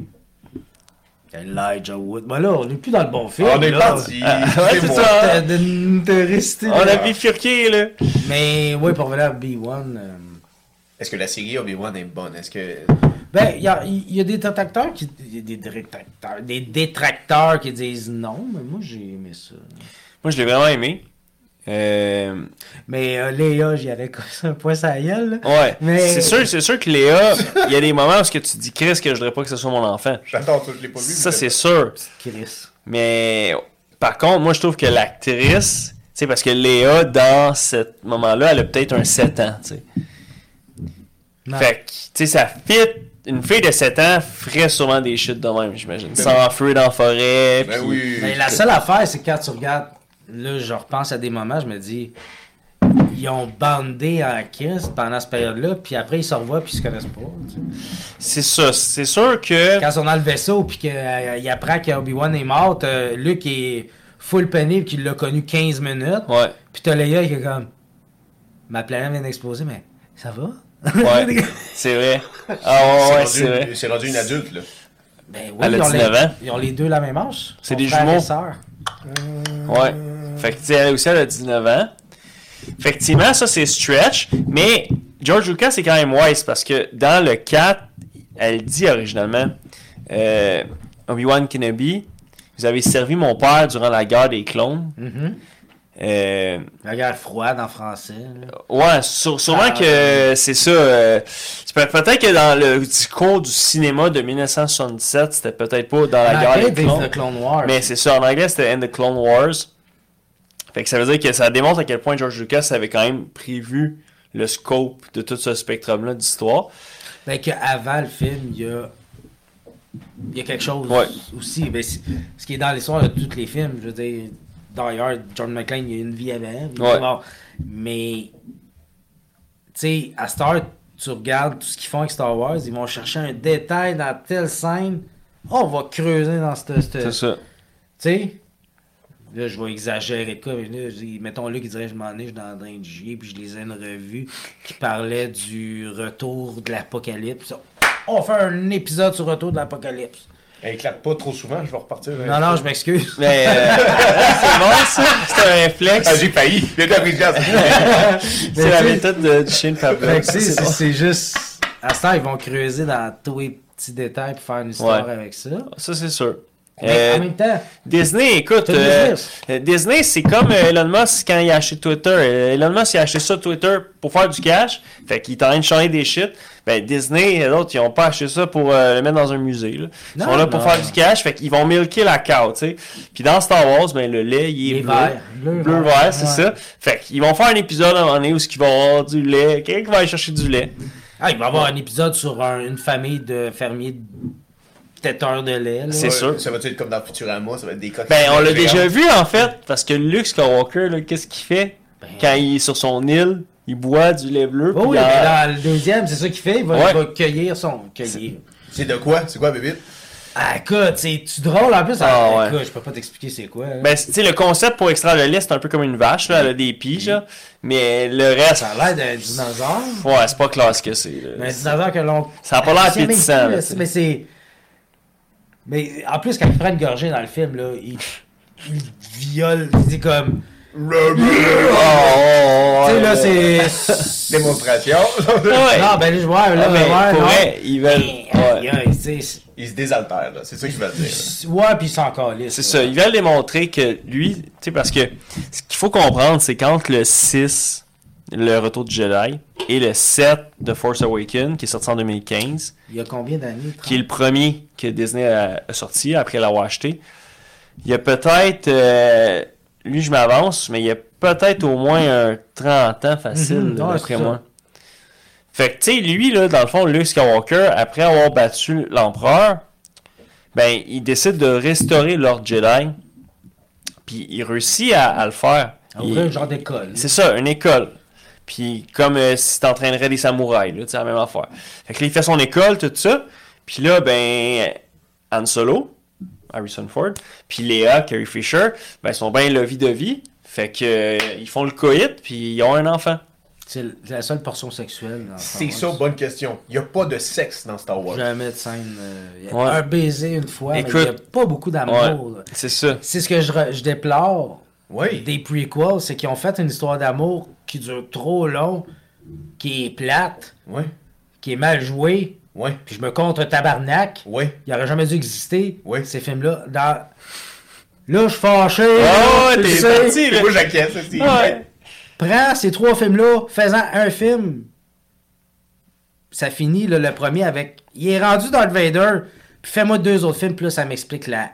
Elijah Wood. Ben là, on n'est plus dans le bon film.
On est
là.
parti!
Ah, ouais, c'est
moi.
ça.
T'as- de- de rester
On
là.
a bifurqué, là.
Mais oui, pour revenir à B1. euh,
Est-ce que la série Obi-Wan est bonne? Est-ce que.
Ben, il y a, il y a des détracteurs qui. il y a des détracteurs. Des détracteurs qui disent non, mais moi j'ai aimé ça.
Moi, je l'ai vraiment aimé. Euh,
Mais euh, Léa, j'y avais comme ça un point sur la gueule, là.
ouais.
Mais-
C'est sûr, c'est sûr que Léa, il y a des moments où ce que tu dis, Chris, que je voudrais pas que ce soit mon enfant.
J'attends ça, je l'ai pas vu.
Ça,
mais-
c'est sûr.
Chris.
Mais par contre, moi je trouve que l'actrice, tu sais, parce que Léa, dans ce moment-là, elle a peut-être un 7 ans, tu sais.
Non.
Fait que, tu sais, ça fit. Une fille de 7 ans ferait sûrement des chutes de même, j'imagine. S'enfuir dans la forêt.
Ben
puis-
oui.
Mais la seule affaire, c'est que quand tu regardes, là, je repense à des moments, je me dis, ils ont bandé en Christ pendant cette période-là, puis après ils se revoient, puis ils se connaissent pas. tu sais.
C'est ça. C'est sûr que.
Quand ils sont dans le vaisseau, puis qu'il apprend qu'Obi-Wan est mort, t'as Luke est full pénible, qu'il l'a connu 15 minutes,
Ouais.
puis t'as Leia qui est comme, ma planète vient d'exploser, mais ça va?
Ouais. c'est vrai. Ah
C'est rendu
ouais, ouais, c'est
une-
vrai.
C'est rendu une adulte, là.
<laughs> Ben oui,
Elle a
ils ont,
19
les,
ans.
ils ont les deux la même âge.
C'est
Son
des
frère et
jumeaux.
sœur.
Ouais. Fait que, tu sais, elle aussi, elle a 19 ans. Effectivement, ça, c'est stretch. Mais George Lucas, c'est quand même wise parce que dans le 4, elle dit originalement euh, Obi-Wan Kenobi, vous avez servi mon père durant la guerre des clones.
Mhm.
Euh,
La guerre froide en français. là.
ouais, sur- sûrement
Ah.
que c'est ça. euh, c'est peut- peut-être que dans le discours du cinéma de 1977, c'était peut-être pas dans la
En
guerre
anglais,
des
ils disent
clones.
le Clone Wars.
Mais c'est ça, en anglais, c'était End the Clone Wars. Fait que ça veut dire que ça démontre à quel point George Lucas avait quand même prévu le scope de tout ce spectrum-là d'histoire.
Ben qu'avant le film, il y a. Il y a quelque chose
Ouais.
aussi. Ben, c'est- ce qui est dans l'histoire de tous les films, je veux dire, Die Hard, John McClane, il y a une vie avant. puis
Ouais.
bon. Mais. Tu sais, à Star, tu regardes tout ce qu'ils font avec Star Wars, ils vont chercher un détail dans telle scène. Oh, on va creuser dans cette. cette-
C'est
Tu
ça.
sais. Là, je vais exagérer de quoi, mais là, je dis, mettons là qui dirait je m'en ai, je suis dans un gier, puis je lisais une revue qui parlait du retour de l'apocalypse. On fait un épisode sur le retour de l'apocalypse.
Elle éclate pas trop souvent, je vais repartir.
Non, non, je <laughs> m'excuse.
Mais euh, <laughs> c'est bon, ça. C'est un réflexe.
Ah, j'ai failli. J'ai de la
ah,
brigade.
<laughs>
C'est la méthode de, du chien de Pablo.
Fait que tu sais,
C'est
c'est
bon.
c'est juste. À ce temps, ils vont creuser dans tous les petits détails pour faire une histoire
Ouais.
avec ça.
Ça, c'est sûr.
Mais
Euh,
en même temps,
Disney, écoute,
C'est une
euh,
business.
euh, Disney, c'est comme euh, Elon Musk quand il a acheté Twitter. Euh, Elon Musk, il a acheté ça Twitter pour faire du cash. Fait qu'il est en train de changer des shit. Ben, Disney et d'autres, ils ont pas acheté ça pour euh, le mettre dans un musée. là. Ils sont
Non,
là pour
non.
faire du cash. Fait qu'ils vont milquer la cow, tu sais. Puis dans Star Wars, ben, le lait, il est
Il est
bleu.
vert. Bleu,
Bleu,
vert.
vert, c'est
Ouais.
ça. Fait qu'ils vont faire un épisode à un moment donné où ce qu'ils vont avoir du lait. Quelqu'un va aller chercher du lait.
ah, il va y avoir un épisode sur un- une famille de fermiers de têteurs de lait. là.
C'est sûr.
Ça va-tu être comme dans Futurama, ça va être des coques.
Ben, on l'a déjà vu, en fait, parce que Luke Skywalker, là, qu'est-ce qu'il fait quand il est sur son île? Il boit du lait bleu.
Oh,
puis
oui,
il en-
mais dans le deuxième, c'est ça qu'il fait. Il va,
Ouais.
il va cueillir son. Cueillir.
C'est de quoi C'est quoi, bébé
Ah, écoute, c'est-tu drôle en plus?
Ah, ouais.
écoute, je peux pas t'expliquer c'est quoi. hein.
Ben, c'est- tu sais, le concept pour extraire le lait, c'est un peu comme une vache, là, elle a des piges, là, mais le reste,
Ça a l'air d'un dinosaure.
ouais, c'est pas classe que c'est. là.
Mais un dinosaure que l'on.
Ça a pas l'air
C'est
appétissant,
même plus,
là,
là,
c'est-
Mais c'est. Mais en plus, quand il prend une gorgée dans le film, là, il, il viole. Il dit comme.
Oh, oh, oh,
tu sais,
ouais,
là,
là. <laughs>
c'est.
Démonstration. <laughs>
Ouais.
<laughs> Non, ben, les joueurs, là,
Ah, mais
ouais,
pour
non.
vrai, ils veulent. ouais.
Aïe, aïe, tu sais,
Il se désaltère, là. C'est ça que je veux dire. là.
c'est- Ouais, puis il s'en calisse.
C'est
là.
ça, ils veulent démontrer que lui, tu sais, parce que ce qu'il faut comprendre, c'est qu'entre le 6, le retour du Jedi, et le 7 de Force Awakens, qui est sorti en 2015,
Il y a combien d'années?
qui est le premier que Disney a, a sorti après l'avoir acheté. Il y a peut-être, euh, lui je m'avance, mais il y a peut-être au moins un 30 ans facile,
Mhm,
là,
ouais,
d'après
c'est
moi.
ça.
Fait que, tu sais, lui, là, dans le fond, Luke Skywalker, après avoir battu l'empereur, ben, il décide de restaurer l'ordre Jedi, puis il réussit à, à le faire.
On
Il-
dirait un genre d'école.
c'est ça, une école. Puis comme euh, si t'entraînerais des samouraïs, là, tu sais, la même affaire. Fait que là, il fait son école, tout ça. Puis là, ben, Han Solo, Harrison Ford, puis Léa, Carrie Fisher, ben, ils sont bien lovey de vie. Fait que euh, ils font le coït, puis ils ont un enfant.
C'est l- la seule portion sexuelle. dans hein. Star
C'est
Wars.
ça, bonne question. Il n'y a pas de sexe dans Star Wars.
Jamais de scène. euh, y a
bah, Ouais.
Un baiser une fois, mais il n'y a
Écoute.
pas beaucoup d'amour. là.
c'est ça.
C'est ce que je, re- je déplore
Oui.
des prequels, c'est qu'ils ont fait une histoire d'amour qui dure trop long, qui est plate,
Oui.
qui est mal jouée,
Oui.
puis je me contre tabarnak.
Oui.
Il aurait jamais dû exister,
Oui.
ces films-là. Dans... Là, je suis fâché.
Oh,
là, tu
t'es
sais.
parti, là.
Moi, j'acquiesce. c'est-
Ouais.
Prends ces trois films-là, fais-en un film. Ça finit, là, le premier, avec... Il est rendu Darth Vader, puis fais-moi deux autres films, puis là, ça m'explique la...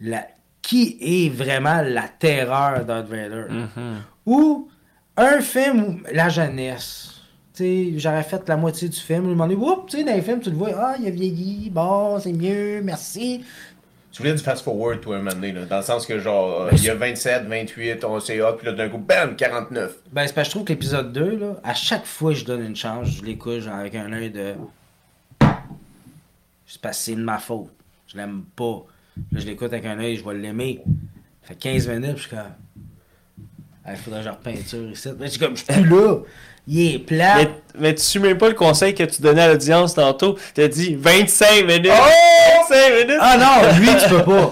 la... Qui est vraiment la terreur Darth Vader? Ou un film, où- la jeunesse. Tu sais, j'aurais fait la moitié du film, je m'en ai, oups, tu sais, dans les films, tu le vois, ah, il a vieilli, bon, c'est mieux, merci.
Tu voulais du fast-forward, toi, un moment donné, là, dans le sens que, genre, euh, il y a 27, 28, on sait, hop, puis là, d'un coup, bam, 49.
Ben, c'est parce que je trouve que l'épisode 2, là, à chaque fois que je donne une chance, je l'écoute genre, avec un œil de. C'est parce que c'est de ma faute. Je l'aime pas. Là, je l'écoute avec un œil, je vais l'aimer. Ça fait 15 minutes, puis je suis comme. Ah, Il faudrait que je repeinture ici. Mais je suis comme, je suis plus là. Il est plat.
Mais, mais tu suis même pas le conseil que tu donnais à l'audience tantôt. T'as dit 25 minutes. 25 minutes.
Ah non, lui, tu peux pas.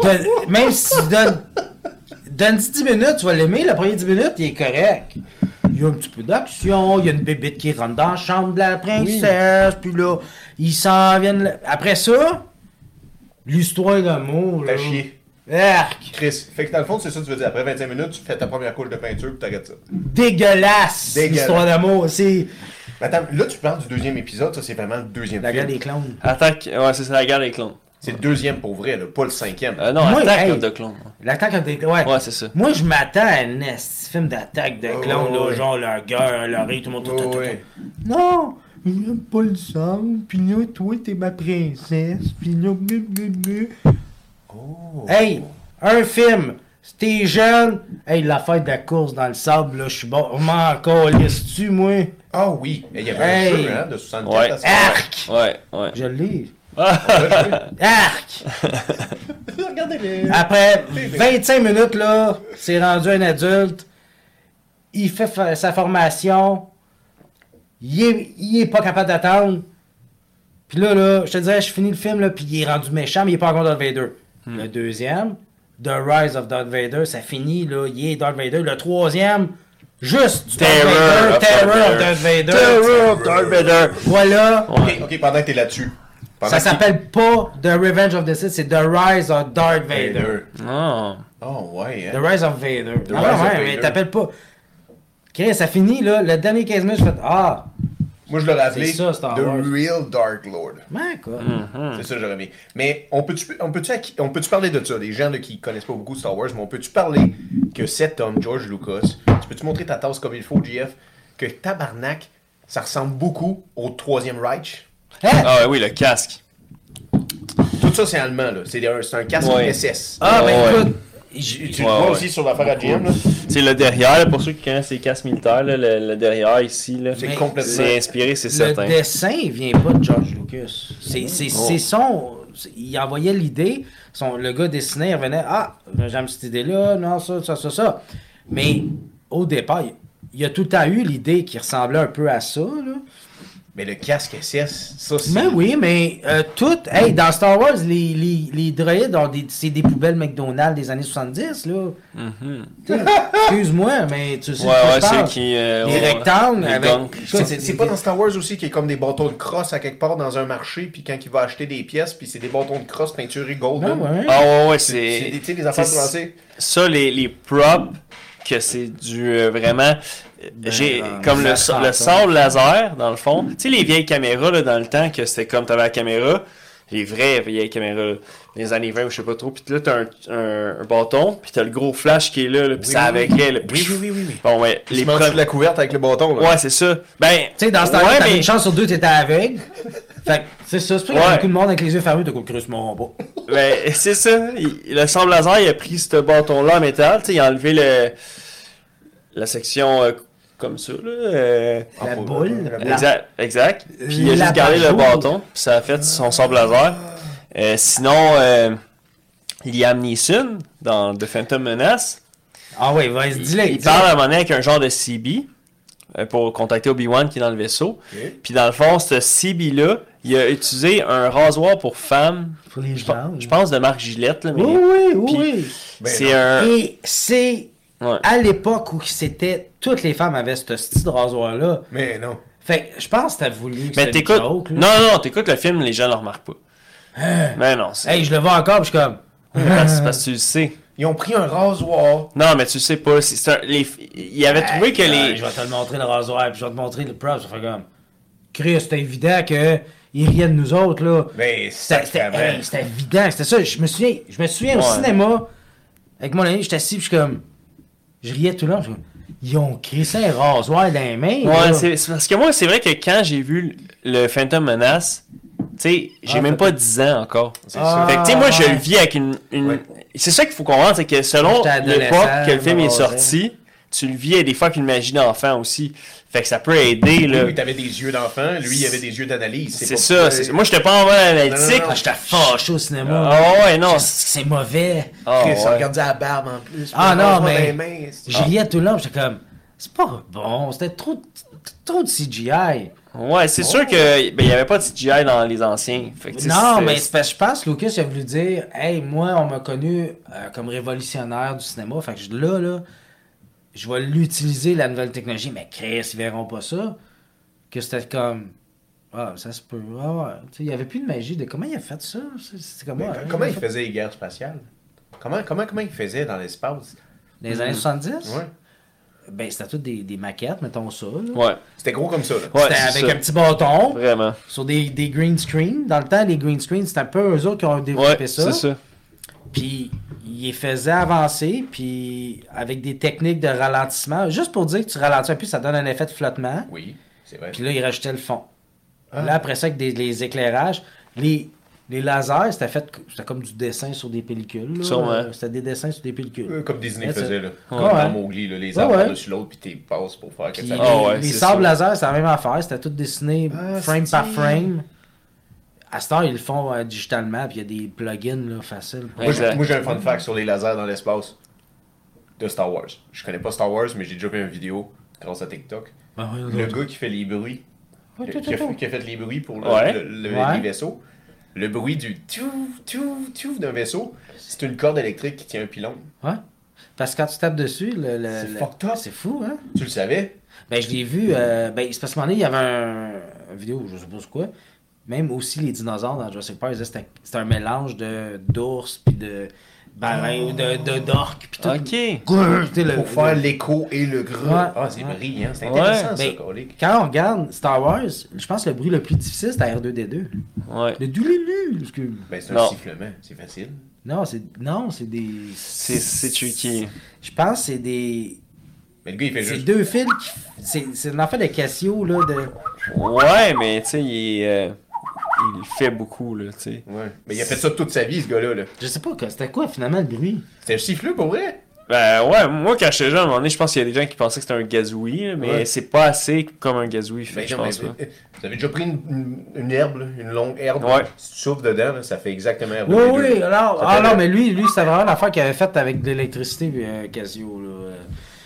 Donne- Même si tu donnes. donne 10 minutes, tu vas l'aimer. Le premier 10 minutes, il est correct. Il y a un petit peu d'action, il y a une bébête qui rentre dans la chambre de la princesse, puis là, ils s'en viennent. là- Après ça, l'histoire d'amour.
T'as
là.
chié.
Arc,
Chris. Fait que, dans le fond, c'est ça que tu veux dire. Après 25 minutes, tu fais ta première couche de peinture, puis t'arrêtes ça.
dégueulasse,
Dégueulasse.
l'histoire d'amour. C'est
Mais attends, là, tu parles du deuxième épisode, ça, c'est vraiment le deuxième.
la guerre
film.
des clones.
Attaque. Ouais, c'est ça, la guerre des clones.
C'est le deuxième pour vrai, là, pas le cinquième.
Euh, non,
Moi,
attaque
hey.
of the clones.
L'attaque des ouais.
Ouais, c'est ça.
Moi, je m'attends à un esti film d'attaque de clones,
Oh,
là,
oui.
genre leur gueule, leur rire, tout le monde. tout,
Oh, Ouais,
tout, tout,
ouais.
Non, j'aime pas le sang, pis là, toi, t'es ma princesse, pis là, bu, bu, bu.
Oh.
Hey, un film, si t'es jeune, hey, la fête de la course dans le sable, là, je suis bon, Oh, m'en calisse-tu, moi?
Ah oui, il y avait un
Hey.
jeu hein, de 64 Ah.
Ouais.
à 100.
Arc!
Ouais, ouais.
Je l'ai.
On l'a joué.
Arc!
Regardez-les.
Après 25 minutes, là, c'est rendu un adulte. Il fait fa- sa formation. Il est, il est pas capable d'attendre. Puis là, là, je te dirais, je finis le film, là, puis il est rendu méchant, mais il est pas encore Darth Vader.
Hmm.
Le deuxième, The Rise of Darth Vader, ça finit, là, il est Darth Vader. Le troisième, juste du Darth
Terror
Vader,
of
Terror of Darth
Darth
Vader.
Terror of Darth Vader.
Voilà.
Ok, ok, pendant que t'es là-dessus. Pendant
Ça
que-
s'appelle pas The Revenge of the Sith, c'est The Rise of Darth Vader.
Non.
Oh, Eh, ouais,
The
hein.
Rise of Vader.
The
ah
Rise
ouais,
of
mais
Vader.
t'appelles pas. Chris, ça finit là, le dernier 15 minutes, je fais Ah,
Moi, je l'aurais appelé
C'est ça, Star
The
Wars.
Real Dark Lord.
man, quoi.
C'est ça, j'aurais mis. Mais on peut-tu on peut on peut parler de ça, des gens là, qui connaissent pas beaucoup Star Wars, mais on peut-tu parler que cet homme, George Lucas, tu peux-tu montrer ta tasse comme il faut, JF, que tabarnak, ça ressemble beaucoup au Troisième Reich?
Hein?
Ah oui, le casque.
Tout ça, c'est allemand, là. C'est un, c'est un casque
Ouais.
SS.
Ah, ben
ouais.
écoute,
tu
j-
le
ouais,
vois
ouais.
aussi sur l'affaire à GM, là?
C'est le derrière, pour ceux qui connaissent les casques militaires, là, le, le derrière ici, là,
C'est
Mais-
complètement...
c'est inspiré, c'est
le
certain.
dessin il vient pas de George Lucas. C'est c'est- c'est son. c'est- Il envoyait l'idée, son, le gars dessinait, il revenait Ah, j'aime cette idée-là, non, ça, ça, ça, ça. Mais au départ, il- il y a tout le temps eu l'idée qui ressemblait un peu à ça, là.
Mais le casque SS, ça, c'est...
Ben
Mais oui, mais euh, tout. Hey, dans Star Wars, les, les, les droïdes, ont des- c'est des poubelles McDonald's des années 70, là. T'sais, Excuse-moi, mais tu sais.
Mm-hmm. Ouais,
de quoi
ouais,
je
ceux
parle.
qui. euh,
Les
ont-
rectangles
les
avec-
gonks.
Ça, C'est c'est pas dans Star Wars aussi qu'il y a comme des bâtons de crosse à quelque part dans un marché, puis quand il va acheter des pièces, puis c'est des bâtons de crosse peinturés golden.
Non, ouais.
Ah ouais, ouais,
C'est
c'est.
des- tu sais, des affaires
c'est-
lancées.
Ça, les, les props, que c'est du euh, vraiment. euh, J'ai
ben,
comme le,
ça
so-
ressemble,
le
ça.
sable laser, dans le fond. Tu sais, les vieilles caméras, là, dans le temps, que c'était comme t'avais la caméra, les vraies vieilles caméras, là, des années 20 ou je sais pas trop. Puis là, t'as un, un, un bâton, puis t'as le gros flash qui est là, là, puis
Oui,
ça
oui,
avec
oui.
elle. là,
Oui, oui, oui, oui, oui.
Bon, ouais,
Les
les
prend
premiers.
la couverte avec le bâton. Là.
Ouais, c'est ça. Ben,
Tu sais, dans Star Wars,
ouais,
t'avais
mais-
une chance sur deux, t'étais aveugle. Fait que, c'est ça, c'est pour ça qu'il y a
Ouais.
beaucoup de monde avec les yeux fermés, t'as compris ce moment pas.
Ben, <laughs> c'est ça. Il- le sable laser, il a pris ce bâton-là en métal. tu sais, Il a enlevé le, la section euh, comme ça. Là, euh,
La
Ah,
boule.
la-
La-
exact, exact. Puis il a
La
juste gardé le
bajoule.
bâton. Puis ça a fait son sable laser. Euh, sinon, euh, Liam Neeson, dans The Phantom Menace,
Ah ouais, vas-y, dis-le.
il
dis-le.
parle à un moment donné avec un genre de CB euh, pour contacter Obi-Wan qui est dans le vaisseau.
Ok.
Puis dans le fond, ce CB-là, il a utilisé un rasoir pour femmes,
Pour les
je pe-
gens.
je pense de marque Gillette. Là, mais...
Oui, oui, oui,
Puis-
oui.
Ben
c'est
non.
un.
Et c'est
Ouais.
à l'époque où c'était. Toutes les femmes avaient ce style de rasoir-là.
Mais non.
Fait que je pense que t'as voulu. que
Mais
c'était une
t'écoutes. Non,
joke, là. Hein.
non, t'écoutes le film, les gens le remarquent pas. Mais non, c'est.
Hey, je le vois encore, puis je suis comme.
<laughs> Parce, parce que tu le sais.
Ils ont pris un rasoir.
Non, mais tu le sais pas. c'est- c'est un- les... Il avait trouvé que
Ah,
les.
Je vais te le montrer le rasoir, puis je vais te montrer le prop. Je fais comme. Chris, c'était évident que ils riaient de nous autres, là.
Ben,
Mais
C'était- C'était
Ben, sacrément.
hey, c'était évident, c'était ça. Je me souviens, je me souviens au
Ouais.
cinéma, avec mon ami, j'étais assis, puis je suis comme. Je riais tout le long. je suis comme, Ils ont crissé un rasoir dans les mains.
Ouais,
là.
c'est c'est parce que moi, c'est vrai que quand j'ai vu le Phantom Menace, tu sais, j'ai
Ah,
même
fait-
pas 10 ans encore.
Ah,
fait que, tu sais, moi, je
ouais.
le vis avec une. une-
Ouais.
C'est ça qu'il faut comprendre, c'est que selon
Quand j'étais
l'époque
adolescent,
que le film est
ouais.
sorti, tu le vis et des fois avec une magie d'enfant aussi. Fait que ça peut aider, là.
Lui, t'avais des yeux d'enfant. Lui, il avait des yeux d'analyse.
C'est
pas-
ça. c'est- Moi, j'étais pas en mode analytique.
Non, non,
Ah, j'étais fâché au cinéma.
Ah ouais, non. c'est-
C'est mauvais.
Ah,
Chris, on
ouais.
regardait la barbe en plus.
Ah,
Le rasoir
non, mais-
dans les mains, c'est-
Je riais tout le long, puis j'étais comme. C'est pas bon, c'était trop, trop de CGI.
Ouais, c'est sûr que ben, il y avait pas de CGI dans les anciens. Fait que, tu sais,
Non,
c'est-
mais c'est parce que je pense que Lucas il a voulu dire Hey, moi, on m'a connu euh, comme révolutionnaire du cinéma. Fait que je- là, là, je vais l'utiliser, la nouvelle technologie. Mais Chris, ils verront pas ça. Que c'était comme. Ah, ça se peut. Ah, ouais. Tu sais, Il n'y avait plus de magie. De... Comment il a fait ça C'est- C'était comme
Mais
ah,
co-
hein,
Comment il
fait-
faisait les guerres spatiales? Comment, comment, comment il faisait dans l'espace?
Dans les années 70
Ouais.
Ben, c'était toutes des, des maquettes, mettons ça. là.
Ouais.
C'était gros comme ça. Là.
Ouais,
C'était
c'est
avec
ça.
un petit bâton
Vraiment.
sur des, des green screens. Dans le temps, les green screens, c'était un peu eux autres qui ont développé
Ouais, c'est ça.
Puis il les faisait avancer, puis avec des techniques de ralentissement, juste pour dire que tu ralentis un peu, ça donne un effet de flottement.
Oui, c'est vrai.
Puis là, il rajoutait le fond.
Ah.
Là, après ça, avec des, les éclairages, les, les lasers, c'était fait c'était comme du dessin sur des pellicules. là.
Sûrement.
Euh, C'était des dessins sur des pellicules.
Euh, Comme Disney
That's it.
faisait, là. Comme
Ouais.
dans Mowgli, là, les
Ouais,
arbres
ouais.
dessus l'autre, puis t'es passes pour faire que
Puis
ça...
les,
Ah ouais,
les
c'est
sables
ça.
lasers, c'était la même affaire, c'était tout dessiné
Ah,
frame
c'est-tu.
par frame. À cette heure, ils le font euh, digitalement, puis il y a des plugins là, faciles. pour-
Moi, j'ai-
Exact.
moi, j'ai un fun fact sur les lasers dans l'espace de Star Wars. Je connais pas Star Wars, mais j'ai déjà vu une vidéo grâce à TikTok.
Ben oui,
Le
là.
gars qui fait les bruits,
Oh,
le- qui, a, fait- qui a fait les bruits pour le-
Ouais.
le- le-
Ouais.
les vaisseaux, le bruit du tout, tout, tout d'un vaisseau, c'est une corde électrique qui tient un pilon.
Ouais. Parce que quand tu tapes dessus, le. le-
C'est
le-
fucked up.
C'est fou, hein?
Tu le savais?
Ben, je l'ai vu. euh, ben, c'est parce qu'à un moment donné, il y avait un, une vidéo, je sais pas c'est quoi. Même aussi les dinosaures dans Jurassic Park, ils disaient que c'était c'était un mélange de d'ours puis de baleines ou de de- d'orques puis tout.
Ok.
Grrr, tu sais, le-
Ah. Pour faire l'écho et le gras.
Ouais.
Ah, c'est brillant, c'est
Ouais.
intéressant
Ben,
ça, colique.
quand on regarde Star Wars, je pense que le bruit le plus difficile c'est R2D2.
Ouais.
Le doululu, parce que-
Ben, c'est un
Non.
sifflement, c'est facile.
Non, c'est non, c'est des
C'est, c'est tricky.
Je pense que c'est des
Mais le gars, il fait
c'est
juste.
deux fils qui c'est c'est une affaire de Casio là de
Ouais, mais tu sais, il, est, euh, il le fait beaucoup, là, tu sais.
Ouais. Mais il a fait ça toute sa vie, ce gars-là. là.
je sais pas quoi, c'était quoi finalement le bruit
C'était un siffleux pour vrai?
Ben ouais, moi quand j'étais jeune, à un moment donné, je pense qu'il y a des gens qui pensaient que c'était un gazouille, là, mais
Ouais.
c'est pas assez comme un gazouille fait,
Ben,
je
non,
pense.
mais-
là.
vous avez déjà pris une, une- une herbe, là, une longue herbe.
Ouais.
Si tu souffles dedans, là, ça fait exactement herbe.
Oui
des
oui,
deux.
alors
Ça
ah
fait-
non mais lui lui c'était vraiment l'affaire qu'il avait faite avec de l'électricité puis, euh, Casio là. euh,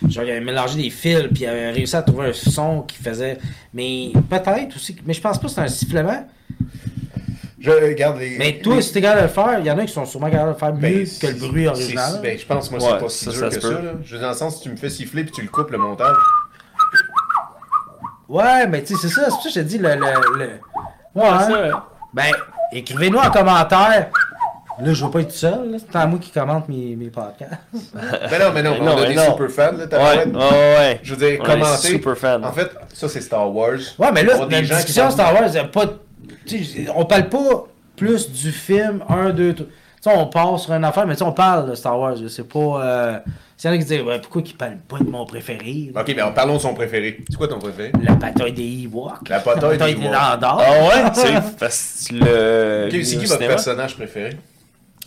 Genre il avait mélangé des fils puis il avait réussi à trouver un son qui faisait mais peut-être aussi mais je pense pas que c'est un sifflement.
Je regarde les.
Mais toi
les-
si t'es capable de le faire, il y en a qui sont sûrement capables de le faire
ben,
mieux que
c'est-
le bruit original.
c'est- Ben, je pense, moi,
Ouais,
c'est pas si
ça,
dur
ça
que
se
ça.
peut.
Là. Je veux dire, dans le sens, si tu me fais siffler puis tu le coupes le
<laughs>
montage.
Ouais, mais tu sais, c'est ça, c'est pour ça que je te dis le. le, le... Ouais, hein?
C'est ça, hein.
Ben, écrivez-nous en commentaire. Là, je veux pas être tout seul, là. c'est tant moi qui commente mes, mes podcasts.
Ben non, mais non,
Mais
on
non,
a
mais
des
non.
super fans, là, t'as
Ouais, ouais, ouais.
Je veux dire,
On est
commenter.
super fans.
En fait, ça, c'est Star Wars.
<laughs> Ouais, mais là,
On a
la
gens qui
discussion
vont-
Star Wars, y a pas. de- tu sais, on parle pas plus du film 1, 2, 3. Tu sais, on passe sur une affaire, mais tu sais, on parle de Star Wars, là. c'est pas. Euh... S'il y en a qui disent, ouais, pourquoi qu'ils parlent pas de mon préféré là?
Ok, mais alors, parlons de son préféré. C'est quoi ton préféré?
Euh,
La bataille des Ewoks.
La bataille des Ewoks.
Landors.
Ah ouais, c'est parce que le.
Ok, c'est
le
qui votre
cinéma?
personnage préféré?
<laughs>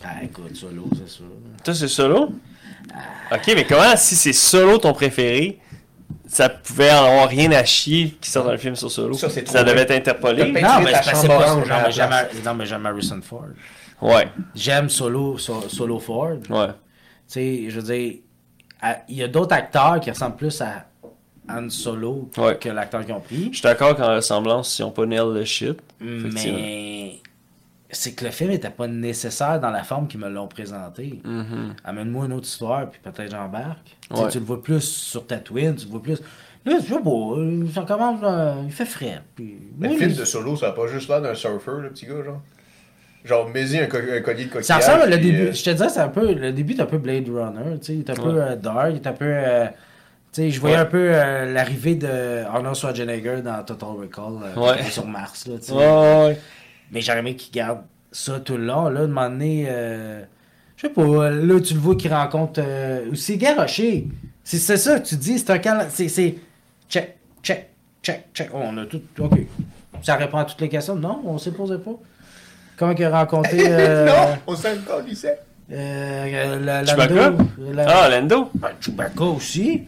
Ah, écoute, solo, c'est sûr.
Toi, c'est solo? Ok, mais comment, si c'est solo ton préféré, ça pouvait en avoir rien à chier qui sort d'un film sur solo?
Ça, c'est trop
Ça devait
bien.
être interpolé?
T'as
Non,
Peindre
mais
ta
c'est parce que c'est
chambre
pas.
orange à
Non,
la
mais j'aime
place.
Har- non, mais j'aime Harrison Ford.
Ouais,
J'aime Solo, so- Solo Ford. Tu
ouais.
sais, je veux dire, à- il y a d'autres acteurs qui ressemblent plus à Han Solo que-
Ouais.
que l'acteur qu'ils ont
Je
pris.
suis d'accord qu'en ressemblance, ils ont pas nail le shit. effectivement.
Mais c'est que le film n'était pas nécessaire dans la forme qu'ils me l'ont présenté. Amène-moi une autre histoire, puis peut-être j'embarque. Tu sais,
Mm-hmm. Ouais.
Tu le vois plus sur Tatooine, tu le vois plus. Là, je sais pas, euh, ça commence, euh, il fait frais. Puis,
Mais
oui,
le film
mais-
de solo, ça a pas juste l'air d'un surfeur, le petit gars, genre. Genre, mets-y un, co- un collier de coquillage.
Ça ressemble, le
puis,
début,
euh, <laughs>
je te disais, c'est un peu, le début est un peu Blade Runner, tu sais, il est un peu
Ouais.
euh, dark, il est un peu, euh, tu sais, je voyais
Ouais.
un peu euh, l'arrivée de Arnold Schwarzenegger dans Total Recall, euh, quand
Ouais.
il est <laughs> sur Mars, là, tu sais.
Ouais, ouais.
Mais j'aurais aimé qu'il garde ça tout le long, là, de un moment donné, euh, je sais pas, là, tu le vois qu'il rencontre, euh, ou c'est garoché, c'est c'est ça que tu dis, c'est un cal... c'est, c'est, check, check, check, check, Oh, on a tout, ok, ça répond à toutes les questions, non, on s'est posé pas. Comment qu'il a
<laughs>
rencontré... euh,
non, on s'en colissait.
euh, la,
Chewbacca?
Lando, euh, la,
Ah, Lando?
Ben, Chewbacca aussi.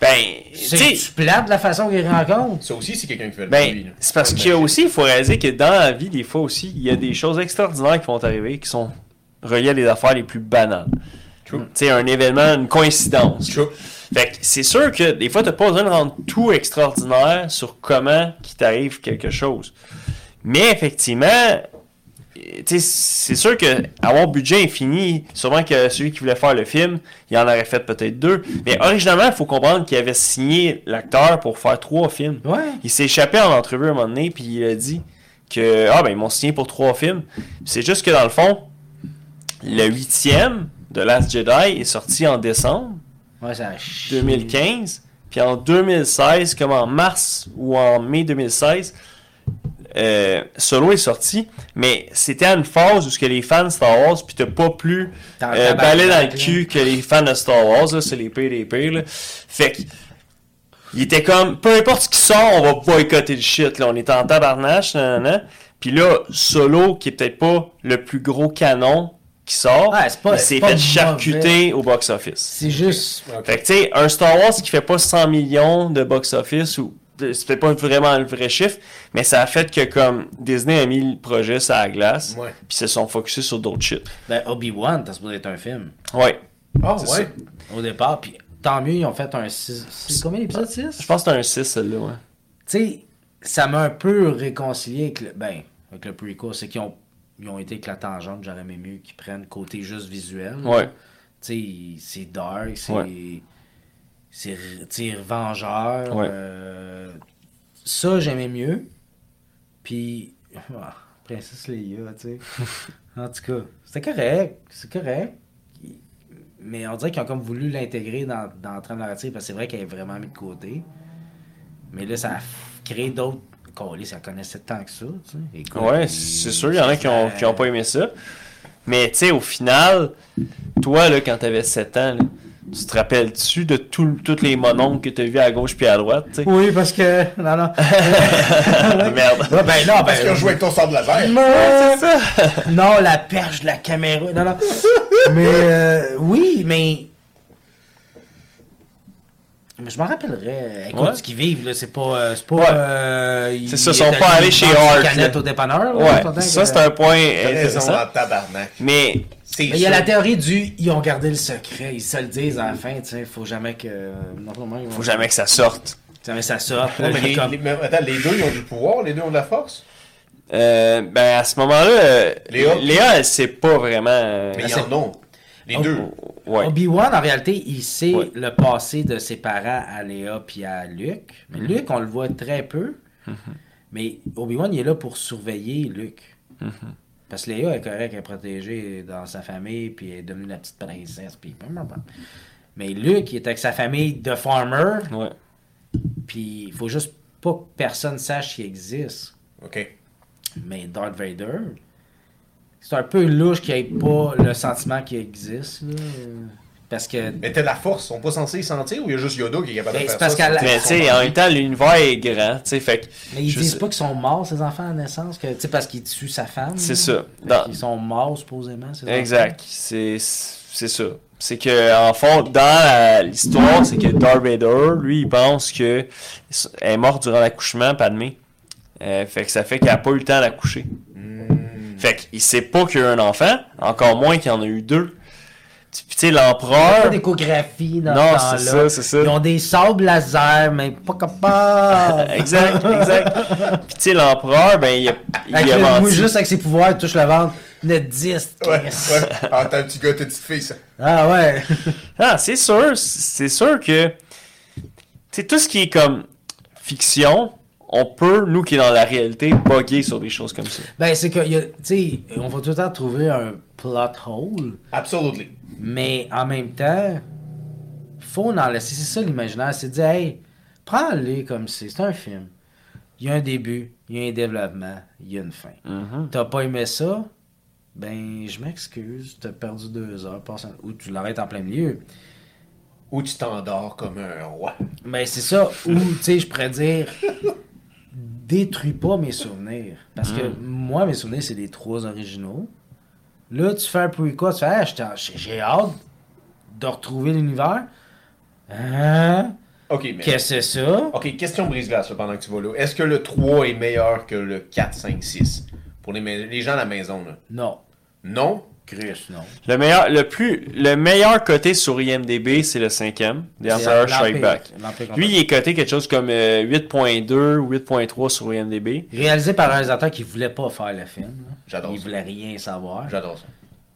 Ben, tu sais,
C'est plate la façon qu'il rencontre.
Ça aussi, c'est quelqu'un qui fait le bruit, là.
ben, c'est parce
Ouais,
qu'il y a
mais-
aussi, il faut réaliser que dans la vie, des fois aussi, il y a des choses extraordinaires qui vont arriver qui sont reliées à des affaires les plus banales. Tu sais, un événement, une coïncidence.
True.
Fait que c'est sûr que des fois, t'as pas besoin de rendre tout extraordinaire sur comment qu'il t'arrive quelque chose. Mais effectivement, euh, tu sais, c'est sûr que avoir budget infini, sûrement que celui qui voulait faire le film, il en aurait fait peut-être deux. Mais originalement, il faut comprendre qu'il avait signé l'acteur pour faire trois films.
Ouais.
Il s'est échappé en entrevue un moment donné, puis il a dit que ah ben ils m'ont signé pour trois films. C'est juste que dans le fond, le huitième de Last Jedi est sorti en décembre.
Ouais, ça a chié.
2015. Puis en 2016, comme en mars ou en mai 2016, euh, Solo est sorti. Mais c'était à une phase où ce que les fans de Star Wars, puis t'as pas plus
T'as
euh,
un
balai dans
tabarnak,
le cul que les fans de Star Wars. là, C'est les pires des pires. là. Fait que, il était comme, peu importe ce qui sort, on va boycotter le shit. Là. On est en tabarnache. nan, nan, nan. Puis là, Solo, qui est peut-être pas le plus gros canon qui sort,
Ouais, c'est pas-
il
c'est
s'est
pas
fait
mauvais.
charcuter au box-office.
C'est juste.
Ok.
Fait que, tu sais, un Star Wars qui fait pas 100 millions de box-office ou de- c'est peut-être pas vraiment le vrai chiffre, mais ça a fait que comme Disney a mis le projet sur la glace,
Ouais.
puis se sont focusés sur d'autres shit.
Ben, Obi-Wan, t'as supposé être un film
Ouais.
Ah,
C'est
ouais.
ça.
au départ, puis tant mieux, ils ont fait un 6. Combien d'épisodes 6
Je pense que c'est un 6 celle-là, ouais.
tu sais, ça m'a un peu réconcilié avec le, ben, avec le prequel. C'est qu'ils ont, ils ont été avec la tangente. J'aurais aimé mieux qu'ils prennent côté juste visuel.
Ouais.
Tu sais, c'est dark, c'est.
Ouais.
C'est r- tu sais, vengeur.
Ouais.
euh, ça, j'aimais mieux. Puis. <laughs> ah, Princesse Leia,
<laughs>
tu sais. en tout cas, c'était correct. C'est correct. Mais on dirait qu'ils ont comme voulu l'intégrer dans, dans le train narratif parce que c'est vrai qu'elle est vraiment mise de côté. Mais là, ça a f- créé d'autres. Collé, ça connaissait tant que ça, tu sais. Écoute,
Ouais,
il-
c'est sûr, il y en a qui ont, qui ont pas aimé ça. Mais tu sais, au final, toi, là, quand t'avais 7 ans, là, tu te rappelles-tu de tout- tous les mononcles que t'as vus à gauche puis à droite, tu sais?
Oui, parce que. <laughs> Non, non.
<laughs> Merde.
Ouais, ben
Ah,
non,
Parce
ben.
qu'on
<laughs>
jouait avec ton sort de laser.
Non,
ça. <laughs>
non, la perche de la caméra. Non, non. Mais euh, oui, mais. Mais je m'en rappellerai. Écoute,
Ouais.
ce qu'ils vivent, là, c'est pas. euh, c'est pas.
Ouais.
euh, ils-
C'est ça,
ils
sont
étaient
pas
allés
allés chez
prendre des
Hart,
canettes
là.
au dépanneur. là, on s'entend
Ouais,
que-
ça, c'est un point
T'as raison
intéressant.
en tabarnak.
Mais
C'est
Mais il y a la
sûr.
théorie du. Ils ont gardé le secret. Ils se le disent à la fin, tu sais. Faut jamais que. Normalement, ils vont-
faut jamais que ça sorte.
Jamais ça sorte.
Ouais, mais
mais
les-
comme-
les- mais attends, les deux, ils ont du pouvoir, les deux ont de la force.
Ben,
Euh, ben, à ce moment-là, euh,
Léa.
Léa, elle sait pas vraiment. euh,
Mais
Ah,
ils
c'est-
en ont. Les
Oh.
deux.
Ouais.
Obi-Wan, en réalité, il sait
Ouais.
le passé de ses parents à Léa puis à Luke.
Mhm.
Mais Luke, on le voit très peu. Mais Obi-Wan, il est là pour surveiller Luke.
Mhm.
Parce que Léa est correcte, elle est protégée dans sa famille, puis elle est devenue la petite princesse. Puis... Mais Luke, il est avec sa famille de farmer,
Ouais.
puis il faut juste pas que personne sache qu'il existe.
OK.
Mais Darth Vader, c'est un peu louche qu'il n'y ait pas le sentiment qu'il existe. là. Parce que
Mais t'as la force, ils sont pas censés sentir ou il y a juste Yoda qui est capable
Ben,
de
c'est
faire
parce
ça?
qu'à la-
Mais tu sais, en même temps, l'univers est grand, tu sais, fait que.
Mais ils
je
disent
sais-
pas qu'ils sont morts, ces enfants, à naissance, que, tu sais, parce qu'ils tuent sa femme.
C'est
là.
ça.
Fait
Dans-
Ils sont morts, supposément. ces
Exact. C'est c'est ça. C'est que en fond, dans la- l'histoire, c'est que Darth Vader, lui, il pense que elle est morte durant l'accouchement, Padmé. Euh, fait que ça fait qu'il a pas eu le temps d'accoucher.
Hmm.
Fait qu'il sait pas qu'il y a eu un enfant, encore moins qu'il y en a eu deux. Puis tu sais,
enfants. Ils ont
l'empereur.
Pas d'échographie dans
Non,
ce
c'est ça,
temps-là.
c'est ça.
Ils ont des sables laser, mais pas capables.
ah, Exact, exact. Puis tu sais, l'empereur, ben, il a, <laughs>
Avec
il a
le- moi,
menti.
juste avec ses pouvoirs, il touche le ventre. Net 10.
Ouais,
Chris.
ouais. Ah, t'as un petit gars, t'as une petite fille, ça.
Ah ouais. <laughs>
Ah, c'est sûr, c'est sûr que c'est tout ce qui est comme fiction, on peut nous qui est dans la réalité bugger sur des choses comme ça.
Ben, c'est que, il y a- tu sais, on va tout le temps trouver un plot hole.
Absolutely.
Mais en même temps, faut en laisser. C'est ça l'imaginaire. C'est de dire, hey, prends-les comme c'est. C'est un film. Il y a un début, il y a un développement, il y a une fin.
Mm-hmm.
T'as pas aimé ça? Ben, je m'excuse, t'as perdu deux heures. passe un- Ou tu l'arrêtes en plein milieu.
Ou tu t'endors comme un roi.
Ben, c'est ça. Ou, tu sais, je pourrais dire, détruis pas mes souvenirs. Parce que moi, mes souvenirs, c'est les trois originaux. Là, tu fais un prequel, tu fais, Ah, j'étais- j'ai j'ai hâte de retrouver l'univers. Hein?
OK, mais...
Qu'est-ce que c'est ça?
OK, question brise-glace là, pendant que tu vas là. Est-ce que le 3 est meilleur que le 4, 5, 6? Pour les, mais- les gens à la maison, là.
Non.
Non?
Chris, non.
Le meilleur, le plus, le meilleur côté sur IMDb, c'est le cinquième, The Emperor Strike Back. Lui, il est coté quelque chose comme euh, 8.2 ou 8.3 sur IMDb.
Réalisé par un réalisateur qui voulait pas faire le film. là.
J'adore
Il
ça.
voulait rien savoir.
J'adore ça.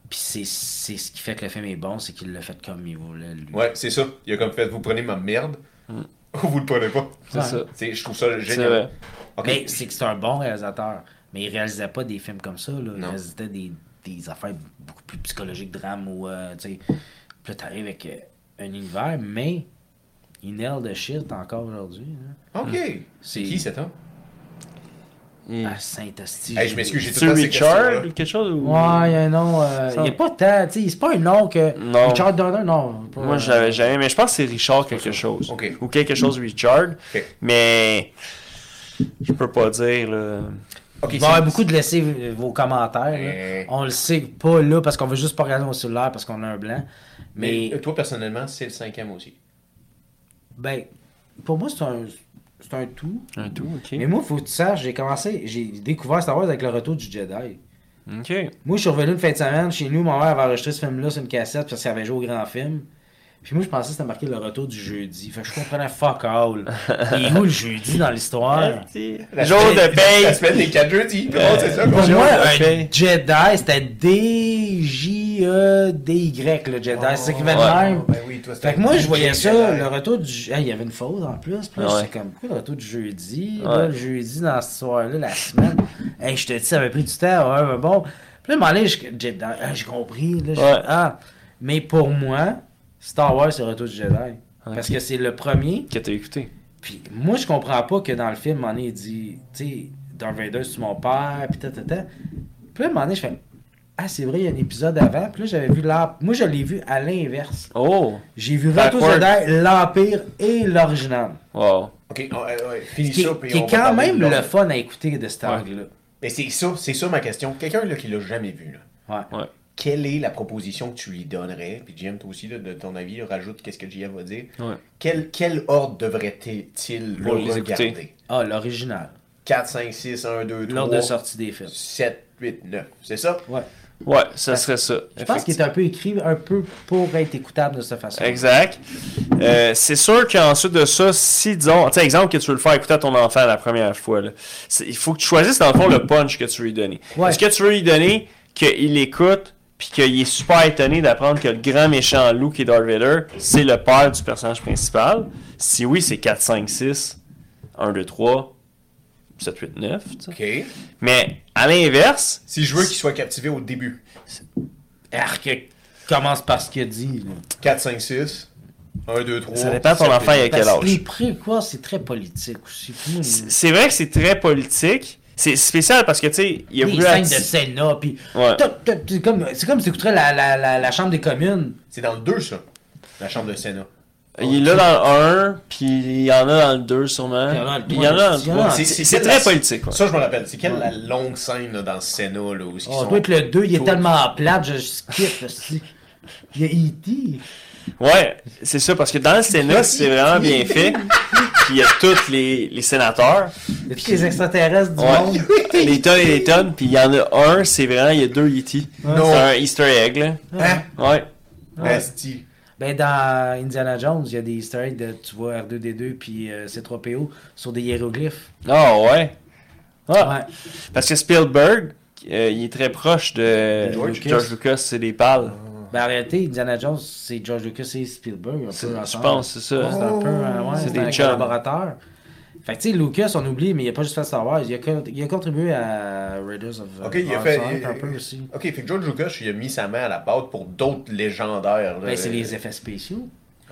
Puis c'est c'est ce qui fait que le film est bon, c'est qu'il l'a fait comme il voulait. Lui.
Ouais, c'est ça. Il a comme fait, vous prenez ma merde, ou vous le prenez pas.
C'est
Ouais.
ça.
C'est- Je trouve ça
C'est euh, vrai.
génial. OK.
Mais c'est que c'est un bon réalisateur. Mais il réalisait pas des films comme ça. Là. Il
Non.
réalisait des, des affaires beaucoup plus psychologiques, drames ou. euh, tu sais. Puis là, t'arrives avec euh, un univers, mais il nail de shit encore aujourd'hui. là.
OK.
C'est-
C'est qui, cet homme?
Mm.
Ah, Saint-Asti.
Hey, je m'excuse, j'ai tout
C'est
le temps ces
Richard
questions-là.
ou quelque chose ou...
Ouais, il y a un nom. euh,
Ça-
il n'y a pas tant. tu sais, C'est pas un nom que.
Non.
Richard Donner, non. pas- euh,
Moi, je l'avais jamais, mais je pense que c'est Richard quelque chose.
Ok.
Ou quelque chose Richard.
Ok.
Mais je peux pas dire, là.
OK,
Il va y avoir
c'est-
beaucoup de laisser euh, vos commentaires. là.
Ouais.
On le sait pas là parce qu'on veut juste pas regarder nos cellulaires parce qu'on a un blanc.
Mais
Mais,
euh, toi, personnellement, c'est le cinquième aussi.
ben, pour moi, c'est un. C'est un tout.
Un tout, ok.
Mais moi, faut que tu saches, j'ai commencé, j'ai découvert Star Wars avec le retour du Jedi.
Ok.
Moi, je suis revenu une fin de semaine chez nous. Mon mère avait enregistré ce film-là sur une cassette parce qu'elle avait joué au grand film. Puis moi, je pensais que c'était marqué le retour du jeudi. Fait que je comprenais fuck
<laughs>
all. Il est où le jeudi dans
<laughs>
l'histoire?
La
Jour
semaine-
de paye.
La semaine des 4 jeudis. Tout le monde, c'est ça.
Pour
bonjour.
moi, un
ok.
Jedi, c'était D-J-E-D-Y, le Jedi. c'est ça qui va de
ouais.
même.
Ben oui, toi, c'est
Fait que
un
moi, je
DJ
voyais ça,
Jedi.
le retour du. Ah, il y avait une faute en plus. Puis là,
Ouais.
j'étais comme, pourquoi le retour du jeudi?
Ouais.
Là, le jeudi dans cette soirée-là, la semaine. hey, je te dis, ça avait pris du temps. Ouais, mais bon. Puis là, à un moment donné, je- j'ai ah, j'ai compris. Là, j'ai-
Ouais.
ah. Mais pour moi, Star Wars, c'est le retour du Jedi. Parce
Ok.
que c'est le premier.
Que t'as écouté.
Puis moi, je comprends pas que dans le film, à un moment donné, il dit, tu sais, Darth Vader, c'est mon père, puis ta, ta, ta. Puis là, à un moment donné, je fais, ah, c'est vrai, il y a un épisode avant. Puis là, j'avais vu l'arbre. Moi, je l'ai vu à l'inverse.
Oh!
J'ai vu Retour
Backward.
Jedi, l'Empire et l'original.
Wow.
Ok, ouais, ouais, finis
Qui,
ça. puis
qui
on
est
va
quand
parler
même
de
le
l'autre.
fun à écouter de cet
Ouais.
angle-là.
Mais c'est ça, c'est ça ma question. Quelqu'un là, qui l'a jamais vu, là,
Ouais.
Ouais.
quelle est la proposition que tu lui donnerais Puis Jim, toi aussi, là, de ton avis, là, rajoute qu'est-ce que JF va dire.
Ouais.
Quel, quel ordre devrait-il le
Pour les
regarder
écouter.
Ah, l'original.
4, 5, 6, 1, 2, 3,
L'ordre de sortie des films.
7, 8, 9. C'est ça
Ouais.
Ouais, ça serait ça.
Je pense qu'il est un peu écrit un peu pour être écoutable de cette façon.
Exact. Euh, c'est sûr qu'ensuite de ça, si, disons, tu sais, exemple que tu veux le faire écouter à ton enfant la première fois, là, c'est- il faut que tu choisisses dans le fond le punch que tu veux lui donner.
Ouais.
Est-ce que tu veux lui donner qu'il écoute puis qu'il est super étonné d'apprendre que le grand méchant loup qui est Darth Vader, c'est le père du personnage principal? Si oui, c'est 4, 5, 6, 1, 2, 3, 7, 8, 9. tu sais.
Ok.
Mais à l'inverse,
Si je veux qu'il soit captivé au début,
Arc, euh, commence par ce qu'il dit. là.
4, 5, 6, 1, 2, 3.
ça dépend de ton enfant, il a quel
Parce que
âge.
les prix, quoi, c'est très politique aussi. Puis moi,
C'est
les-
c'est vrai que c'est très politique. C'est spécial parce que, tu sais, il y a
les
voulu
scènes de
atti-
Senna, puis
Ouais.
Toc, toc, c'est comme c'est comme si t'écouterais la, la, la, la Chambre des communes.
C'est dans le 2, ça. La chambre de Sénat.
Il est là dans le 1, puis il y en a dans le 2 sûrement.
Il y en a dans le
Puis Il y en a dans le
trois. Ah,
3.
C'est-
C'est
quelle
très
la-
politique. ouais.
Ça, je me rappelle. C'est quelle la longue scène là, dans le Sénat là, où ils
On
sont-
doit Oh, être le 2, il est
Tout-
tellement plate, je skip. aussi. <laughs> Il y a E.T.
Ouais, c'est ça, parce que dans le Sénat, c'est vraiment bien fait. Puis il y a tous les, les sénateurs.
Y a tous les extraterrestres du
Ouais. <laughs>
monde.
les tonnes et les tonnes. Puis il y en a un, c'est vraiment, il y a deux Yeti.
Non.
C'est un Easter egg, là.
Hein
Ouais.
Asti.
Ben, dans Indiana Jones, il y a des easter eggs de, tu vois, R2-D2 puis euh, C3PO sur des hiéroglyphes.
Ah, ouais. Ah.
Ouais.
Parce que Spielberg, euh, il est très proche de
De
George
George
Lucas, c'est des pales.
Ben, en réalité, Indiana Jones, c'est George Lucas et Spielberg. Un
C'est-
peu
Je
ensemble.
pense, c'est
C'est
ça.
un peu euh, ouais,
C'est
c'est
des
un
chums.
collaborateur. Fait que, tu sais, Lucas, on oublie, mais il a pas juste fait Star Wars. Il a, con- il a contribué à Raiders of
Ok, il a
Lost
fait.
Ark
il-
un peu aussi.
Ok, fait que George Lucas, il a mis sa main à la pâte pour d'autres légendaires. là.
Ben, c'est les effets spéciaux.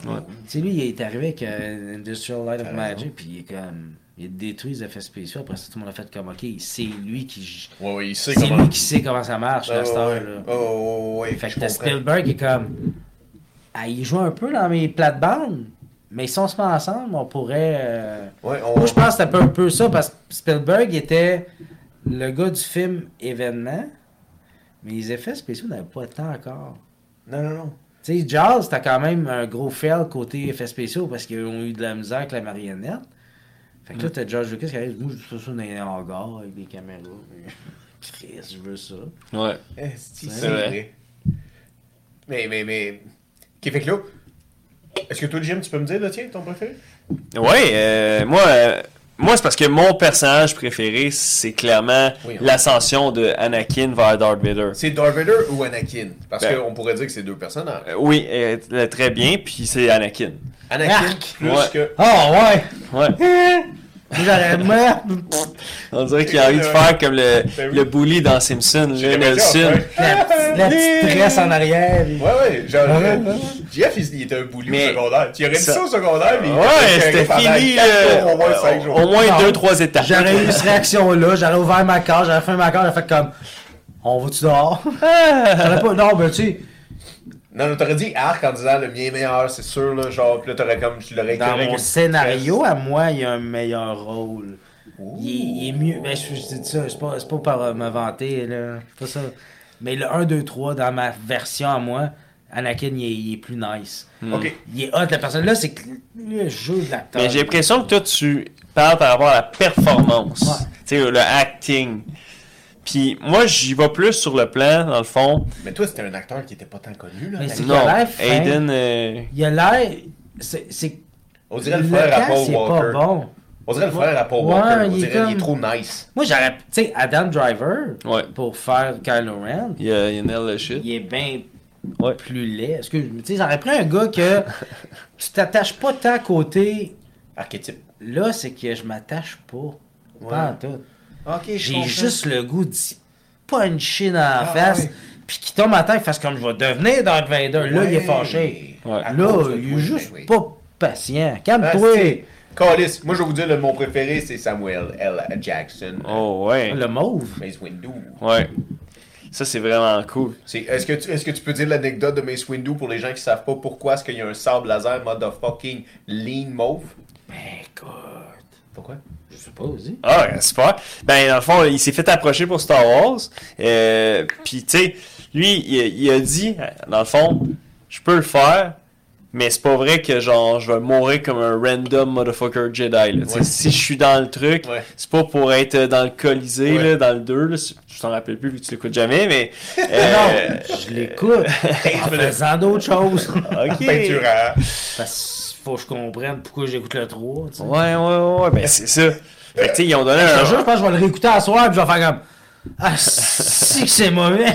Ouais.
Tu sais, lui, il est arrivé avec euh, Industrial Light of Magic, puis il est comme. Il détruit les effets spéciaux. Après ça, tout le monde a fait comme, ok, c'est lui qui.
Ouais, ouais, il sait
C'est
comment.
lui qui sait comment ça marche,
Ah,
la star,
ouais.
là.
Ah, ouais, ouais, ouais,
Fait
je
que t'as
comprends.
Spielberg est comme. Ah, il joue un peu dans mes plates-bandes, mais si on se met ensemble, on pourrait. euh,
Ouais, on-
Moi, je pense que c'est un peu, un peu ça, parce que Spielberg était le gars du film événement, mais les effets spéciaux n'avaient pas tant encore.
Non, non, non.
Tu sais, Jaws, t'as quand même un gros fail côté effets spéciaux parce qu'ils ont eu de la misère avec la marionnette. Fait que là, t'as George Lucas qui arrive, moi, je fais ça dans un hangar avec des caméras. <laughs> mais- Chris, je veux ça.
Ouais.
Asti,
C'est
Eh, c'est
vrai.
vrai. Mais, mais, mais. Ok, fait que là. Est-ce que toi, Jim, tu peux me dire, là, tiens, ton préféré
Ouais, euh, moi, euh, moi c'est parce que mon personnage préféré, c'est clairement
Oui, hein.
l'ascension de Anakin vers Darth Vader.
C'est Darth Vader ou Anakin Parce
Ben.
qu'on pourrait dire que c'est deux personnages.
Euh, oui, euh, euh, très bien, puis c'est Anakin.
Anakin,
Arc.
plus
Ouais.
que.
Oh, ouais!
Ouais.
J'aurais <laughs> moi,
<laughs> On dirait qu'il a envie de faire comme le,
Ben oui.
le bully dans Simpson,
J'ai
là, Nelson.
l'impression,
la, petite- la petite tresse en arrière. puis-
Ouais, ouais, genre.
Ouais, ouais.
Jeff, il, il était un bully
Mais-
au secondaire. Tu aurais dit
ça-
ça au secondaire, mais. il
Ouais,
était
c'était
pendant
fini
quatre
euh,
jours, au moins cinq
au
jours.
moins
Non.
deux, trois étapes.
J'aurais eu cette
<laughs>
réaction-là, j'aurais ouvert ma carte, j'aurais fait ma carte, j'aurais fait comme On va-tu dehors?
Ah!
j'aurais pas. Non, ben tu sais,
Non, non, t'aurais dit arc en disant le mien est meilleur, c'est sûr, là, genre, pis là, t'aurais comme, tu l'aurais
dans
éclairé
mon
avec-
scénario, à moi, il y a un meilleur rôle. Il, est- il est mieux. Ben, je, je dis ça, c'est pas, c'est pas par euh, me vanter, là. C'est pas ça. Mais le 1, 2, 3, dans ma version à moi, Anakin, il est, il est plus nice.
Ok.
Il est hot, la personne. Là, c'est que le jeu de l'acteur.
Mais j'ai l'impression que toi, tu parles par rapport à la performance,
Ouais.
tu sais, le acting. Puis moi, j'y vais plus sur le plan, dans le fond.
Mais toi, c'était un acteur qui était pas tant connu, là.
Mais
la-
c'est- qu'il
Non,
a l'air fin.
Aiden, euh,
Il a l'air. C'est. c'est-
On dirait le frère à
temps,
Paul
c'est
Walker.
pas bon.
On dirait le frère à Paul
Ouais,
Walker. On
il est
dirait qu'il est trop
comme-
nice.
Moi, j'aurais. Tu sais, Adam Driver,
Ouais.
pour faire Kylo Ren,
il y a, il y a Nell le shit.
il est bien
Ouais.
plus laid. Excuse-moi. Tu sais, j'aurais pris un
<laughs>
gars que tu t'attaches pas tant à côté.
Archétype.
Là, c'est que je m'attache pas. Pas en tout.
Ok, je
J'ai
comprends.
juste le goût d'y puncher dans la
Ah,
face.
ouais.
Puis qu'il tombe à terre, il fasse comme je vais devenir Darth Vader. Là, il est
Ouais.
fâché.
Ouais.
À
Là,
cause de
il
toi,
est juste
ben oui.
pas patient.
Ah,
Calme-toi.
c'est- Calisse. moi je vais vous dire, le, mon préféré c'est Samuel L. Jackson.
Oh ouais.
Le mauve.
Mace Windu.
Ouais. Ça, c'est vraiment cool.
C'est- Est-ce que, tu- est-ce que tu peux dire l'anecdote de Mace Windu pour les gens qui savent pas pourquoi est-ce qu'il y a un sable laser motherfucking lean mauve
Ben, écoute.
Pourquoi
Je sais pas, aussi.
Ah, super. Ben, dans le fond, il s'est fait approcher pour Star Wars. Euh, Puis, tu sais, lui, il, il a dit, dans le fond, je peux le faire, mais c'est pas vrai que, genre, je vais mourir comme un random motherfucker Jedi. là. Tu sais,
Ouais.
Si je suis dans le truc,
Ouais.
c'est pas pour être dans le Colisée,
Ouais.
là, dans le 2. Là, C'est- je t'en rappelle plus vu que tu l'écoutes jamais, mais...
<laughs>
Euh.
euh,
Non, <laughs>
<laughs>
je l'écoute en faisant d'autres choses.
Ah,
non. OK.
ben, Peinturant.
Parce que faut que je comprenne pourquoi j'écoute le 3. tu sais.
Ouais, ouais, ouais, ouais, ben c'est ça. Fait que, tu sais, ils ont donné
Je
un...
te jure, je pense que je vais le réécouter à soir et je vais faire comme. Ah, si que c'est mauvais.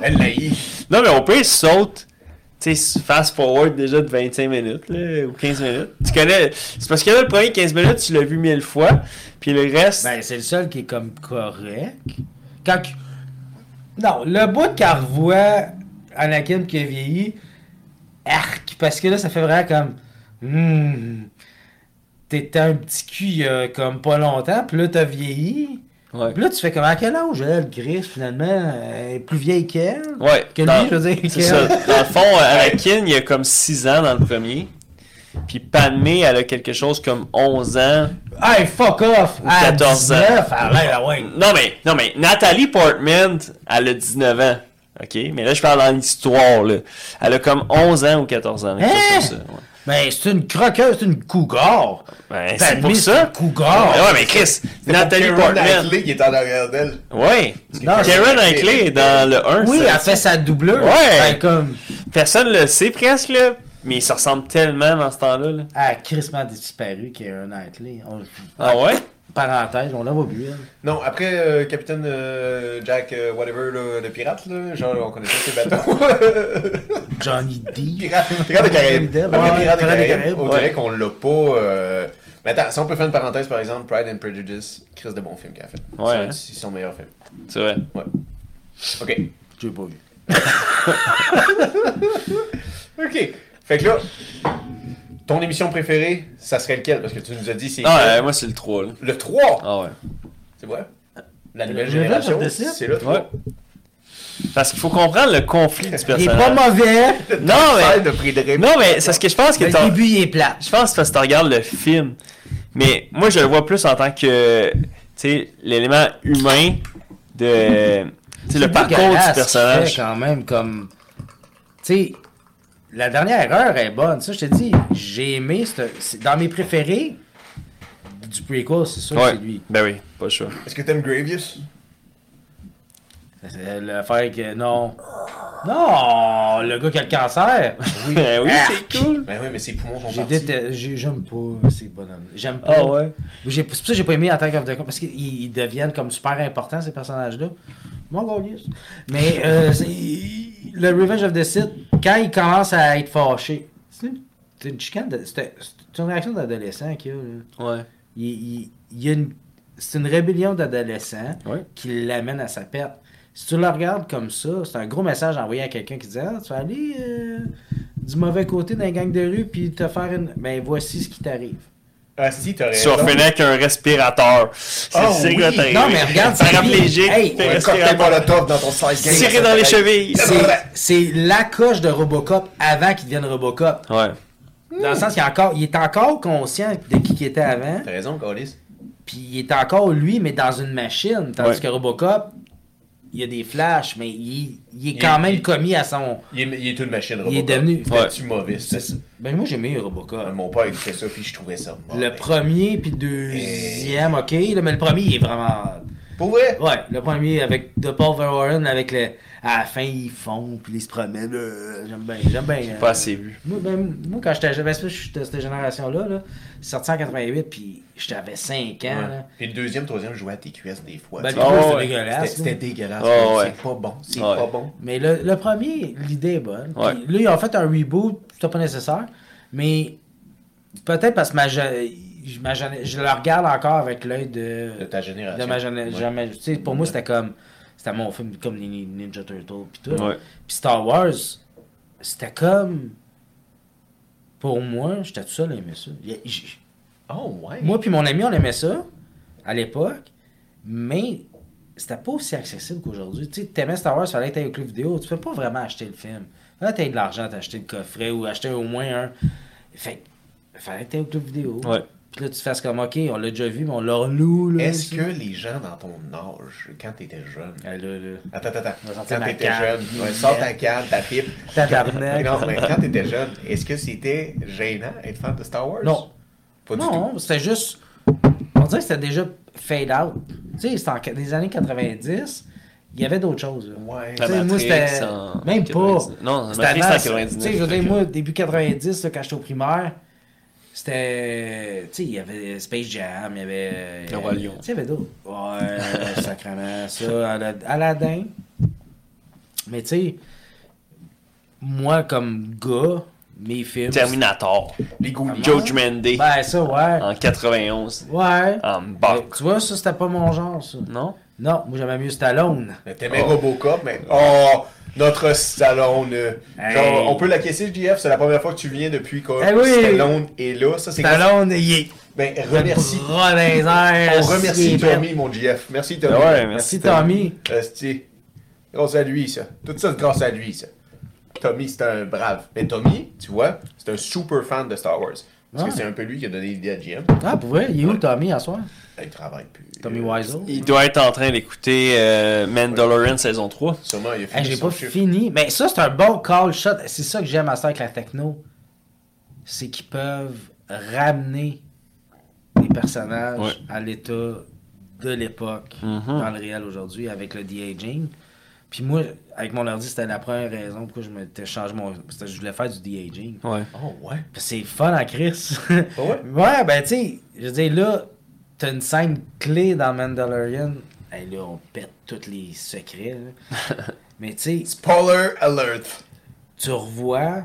Elle l'a eu.
Non, mais on peut saute. Tu sais, fast forward déjà de 25 minutes, là, ou 15 minutes. Tu connais. C'est parce que là, le premier 15 minutes, tu l'as vu mille fois. Puis le reste.
<laughs> Ben, c'est le seul qui est comme correct. Quand. qu- Non, le bout qu'elle revoit Anakin qui a vieilli, arc, parce que là, ça fait vraiment comme. Hmm. T'étais un petit cul il y a comme pas longtemps, puis là, t'as vieilli.
Ouais.
Puis là, tu fais comme à quel âge, elle, Gris, finalement, elle est plus vieille qu'elle.
Ouais.
Que
dans-
lui, je veux dire,
C'est
que-
ça. Dans le fond, euh, Anakin, il y a comme 6 ans dans le premier. Puis Padmé, elle a quelque chose comme 11 ans.
Hey, fuck off!
Ou
À
14 ans.
19, elle a l'air, ouais.
Non, mais, non, mais Nathalie Portman, elle a 19 ans. OK? Mais là, je parle dans l'histoire, là. Elle a comme 11 ans ou 14 ans. quelque chose
Hein?
comme ça, ouais.
Mais c'est une croqueuse, c'est une cougar.
Ben,
Padmé,
c'est pour
c'est
ça. Ah
une cougar.
Ouais, mais Chris, Nathalie
Keira
Portman.
Knightley qui est en arrière d'elle.
Ouais.
Non,
Karen
c'est-
Knightley est dans le 1.
Oui,
ça.
elle fait sa doublure.
Ouais.
Fait comme.
Personne le sait presque, là. Mais ça ressemble tellement dans ce temps-là. là.
Elle a crissement disparu, qui est un athlée. On-
Ah ouais?
Parenthèse, on l'a pas vu, elle.
Non, après euh, Capitaine euh, Jack euh, whatever là, le pirate là, genre on connaît tous ses bateaux.
Johnny
<laughs>
D.
pirate, pirate des Caraïbes.
Ouais,
Après pirate des
Pirate des
Caraïbes,
Caraïbes,
on
ouais.
dirait qu'on l'a pas euh, Mais attends, si on peut faire une parenthèse par exemple Pride and Prejudice, Chris de bon film qu'elle a fait.
Ouais,
C'est un
hein.
de- C'est son meilleur film.
C'est vrai.
Ouais. OK.
J'ai pas vu.
OK. Fait que là ton émission préférée, ça serait lequel parce que tu nous as dit c'est
Ah, ouais, moi, c'est le 3, là.
le 3.
Ah ouais.
C'est vrai La
Le
nouvelle
nouvel
génération,
Pop de Cirque?
c'est le 3.
Ouais. Parce qu'il faut comprendre le conflit du
Il est pas Ah,
personnage.
mauvais.
Non,
Parle
mais.
de prix de rêve.
Non, mais c'est ce que je Ben, pense que
Le
t'as.
début, il est plat.
Je pense que c'est parce que tu regardes le film. Mais moi, je le vois plus en tant que. Tu sais, l'élément humain de. Tu sais, le parcours du
dégueulasse qu'il
personnage.
fait quand même comme. Tu sais, la dernière heure est bonne. Ça, je te dis, j'ai aimé. cette- c'est- Dans mes préférés du prequel, c'est sûr que
Ouais.
c'est lui.
Ben oui, pas le <laughs> choix.
Est-ce que t'aimes Gravius
C'est L'affaire que. Non. Non, le gars qui a
<laughs>
le cancer.
Oui, oui
Ah.
c'est cool.
Ben oui, mais ses poumons sont
J'ai
partis.
détesté- j'ai- J'aime pas ces bonhommes. J'aime pas.
Ah ouais.
J'ai- C'est pour ça que j'ai pas aimé Attack of the Clones, parce qu'ils ils deviennent comme super importants, ces personnages-là. Mon gars, Mais euh, c'est- le Revenge of the Sith, quand il commence à être fâché, c'est une, c'est une chicane, de- c'est un- c'est une réaction d'adolescent qu'il a. là.
Ouais.
Il, il- il y a une- c'est une rébellion d'adolescents
Ouais.
qui l'amène à sa perte. Si tu le regardes comme ça, c'est un gros message envoyé à quelqu'un qui dit Ah, tu vas aller euh, du mauvais côté d'un gang de rue puis te faire une. Ben voici ce qui t'arrive.
Ah si, t'aurais
Sur
raison.
avec un respirateur. C'est
Ah
c'est
oui.
quoi, t'as-
Non, mais regarde, c'est
Paraplégique,
lui.
fait
Hey,
Un cocktail
respirateur.
molotov dans ton slice game.
Tiré dans les chevilles.
C'est- C'est la coche de Robocop avant qu'il devienne Robocop.
Ouais.
Dans le sens qu'il est encore, il est encore conscient de qui qu'il était avant,
T'as raison, Calis.
puis il est encore lui, mais dans une machine. Tandis
Ouais.
que Robocop, il y a des flashs, mais il, il est quand
Il-
même
il-
commis à son.
Il est, il est une machine
Il est
Robocop.
devenu-
C'était-tu mauvais, ça? Euh,
Ben moi j'aimais Robocop.
Mon père, il fait ça, puis je trouvais ça mauvais.
Le premier puis le deuxième, ok, là, mais le premier il est vraiment.
Pour vrai?
Ouais, le premier avec de Paul Verhoeven avec le. À la fin ils font puis ils se promènent. euh, J'aime bien, j'aime bien. euh,
Pas assez vu.
Moi, ben, moi, quand j'étais jeune, ben, c'est parce que je suis de cette génération-là, là, c'est sorti en 88, puis j'avais 5 ans. là.
Puis le deuxième, troisième, je jouais à TQS des fois.
Ben,
tu
le
sais.
oh, ouais.
premier, c'était
C'était-
dégueulasse.
C'était
là.
dégueulasse.
Oh, ouais.
C'est pas bon. C'est
Ouais.
pas bon.
Mais le, le premier, l'idée est bonne. Puis
Ouais.
là, ils ont fait un reboot, c'était pas nécessaire. Mais peut-être parce que ma, je, je- ma jeune- je le regarde encore avec l'œil de,
De ta génération.
de ma jeune-
Ah, Ouais.
jamais- tu sais, Pour moi, c'était comme. C'était mon film comme les Ni- Ninja Turtles, puis tout.
Ouais.
Puis Star Wars, c'était comme. Pour moi, j'étais tout seul à aimer ça. Il y a- j-
Oh, ouais.
Moi puis mon ami, on aimait ça à l'époque, mais c'était pas aussi accessible qu'aujourd'hui. Tu sais, t'aimais Star Wars, fallait que t'ailles au club vidéo. Tu peux pas vraiment acheter le film. Fallait que t'aies de l'argent, t'acheter le coffret ou acheter au moins un. Fait que, fallait que t'ailles au club vidéo.
Ouais.
Puis là, tu fasses comme, OK, on l'a déjà vu, mais on le reloue. là,
Est-ce
tu
que les gens dans ton âge, quand t'étais jeune,
sais. Ah, là, là.
Attends, attends, attends.
Je vais sortir
Quand
ma
t'étais
canne.
jeune, ouais, sors ta canne, ta pipe.
Tabarnak.
Non, mais quand t'étais jeune, est-ce que c'était gênant être fan de Star Wars?
Non.
Pas du tout.
Non, c'était juste. On dirait que c'était déjà fade out. Tu sais, c'était en qu- des années 90. Il y avait d'autres choses. là.
Ouais.
Tu sais,
La
moi, c'était.
Matrix en
Même
90.
pas.
Non, la
C'était
Matrix,
avant,
c'était en 99.
Tu sais, je veux dire,
Fait que-
moi, début 90, là, quand j'étais au primaire, c'était. Tu sais, il y avait Space Jam, il y avait.
Le Roi Lion.
Tu sais, il y avait d'autres.
<laughs>
Ouais, sacrément, ça. Ala- Aladdin. Mais tu sais, moi, comme gars, mes films.
Terminator.
Les goûts.
Judgment Day.
Ben, ça, ouais.
En 91.
Ouais.
En
Mais
box.
tu vois, ça, c'était pas mon genre, ça.
Non?
Non, moi, j'aimais mieux Stallone.
Mais T'aimais Robocop, mais. Oh! Notre salon. euh,
Hey.
Genre, on peut la caisser, JF. C'est la première fois que tu viens depuis que
Eh oui.
Stallone est là. Ça, c'est
Stallone, il est.
Ben, remercie.
bras dans les airs,
On
il
remercie
est
Tommy, mon JF. Merci, Tommy.
Ah ouais,
Merci, Tommy.
Esti. Grâce à lui, ça. Tout ça, c'est grâce à lui, ça. Tommy, c'est un brave. Mais Tommy, tu vois, c'est un super fan de Star Wars. Parce que
Ouais.
c'est un peu lui qui a donné l'idée à JM.
Ah, pour vrai, il est où, Tommy, à soir?
Il travaille plus.
Tommy
Euh,
Wiseau.
Il doit être en train d'écouter euh, Mandalorian saison 3.
Sûrement, il a fini
Hey, Ah, j'ai
son
pas
chiffre.
fini. Mais ça, c'est un bon call shot. C'est ça que j'aime à ça avec la techno. C'est qu'ils peuvent ramener les personnages
Ouais. Mm-hmm.
à l'état de l'époque dans le réel aujourd'hui avec le de-aging. Puis moi, avec mon ordi, c'était la première raison pourquoi je m'étais changé mon. c'était que je voulais faire du de-aging.
Ouais. Ah
Oh, ouais.
Puis c'est fun
<laughs>
à Chris.
ouais?
ben tu sais, je veux dire, là, t'as une scène clé dans Mandalorian. Hey, là, on pète tous les secrets. là. Mais tu sais,
Spoiler alert.
tu revois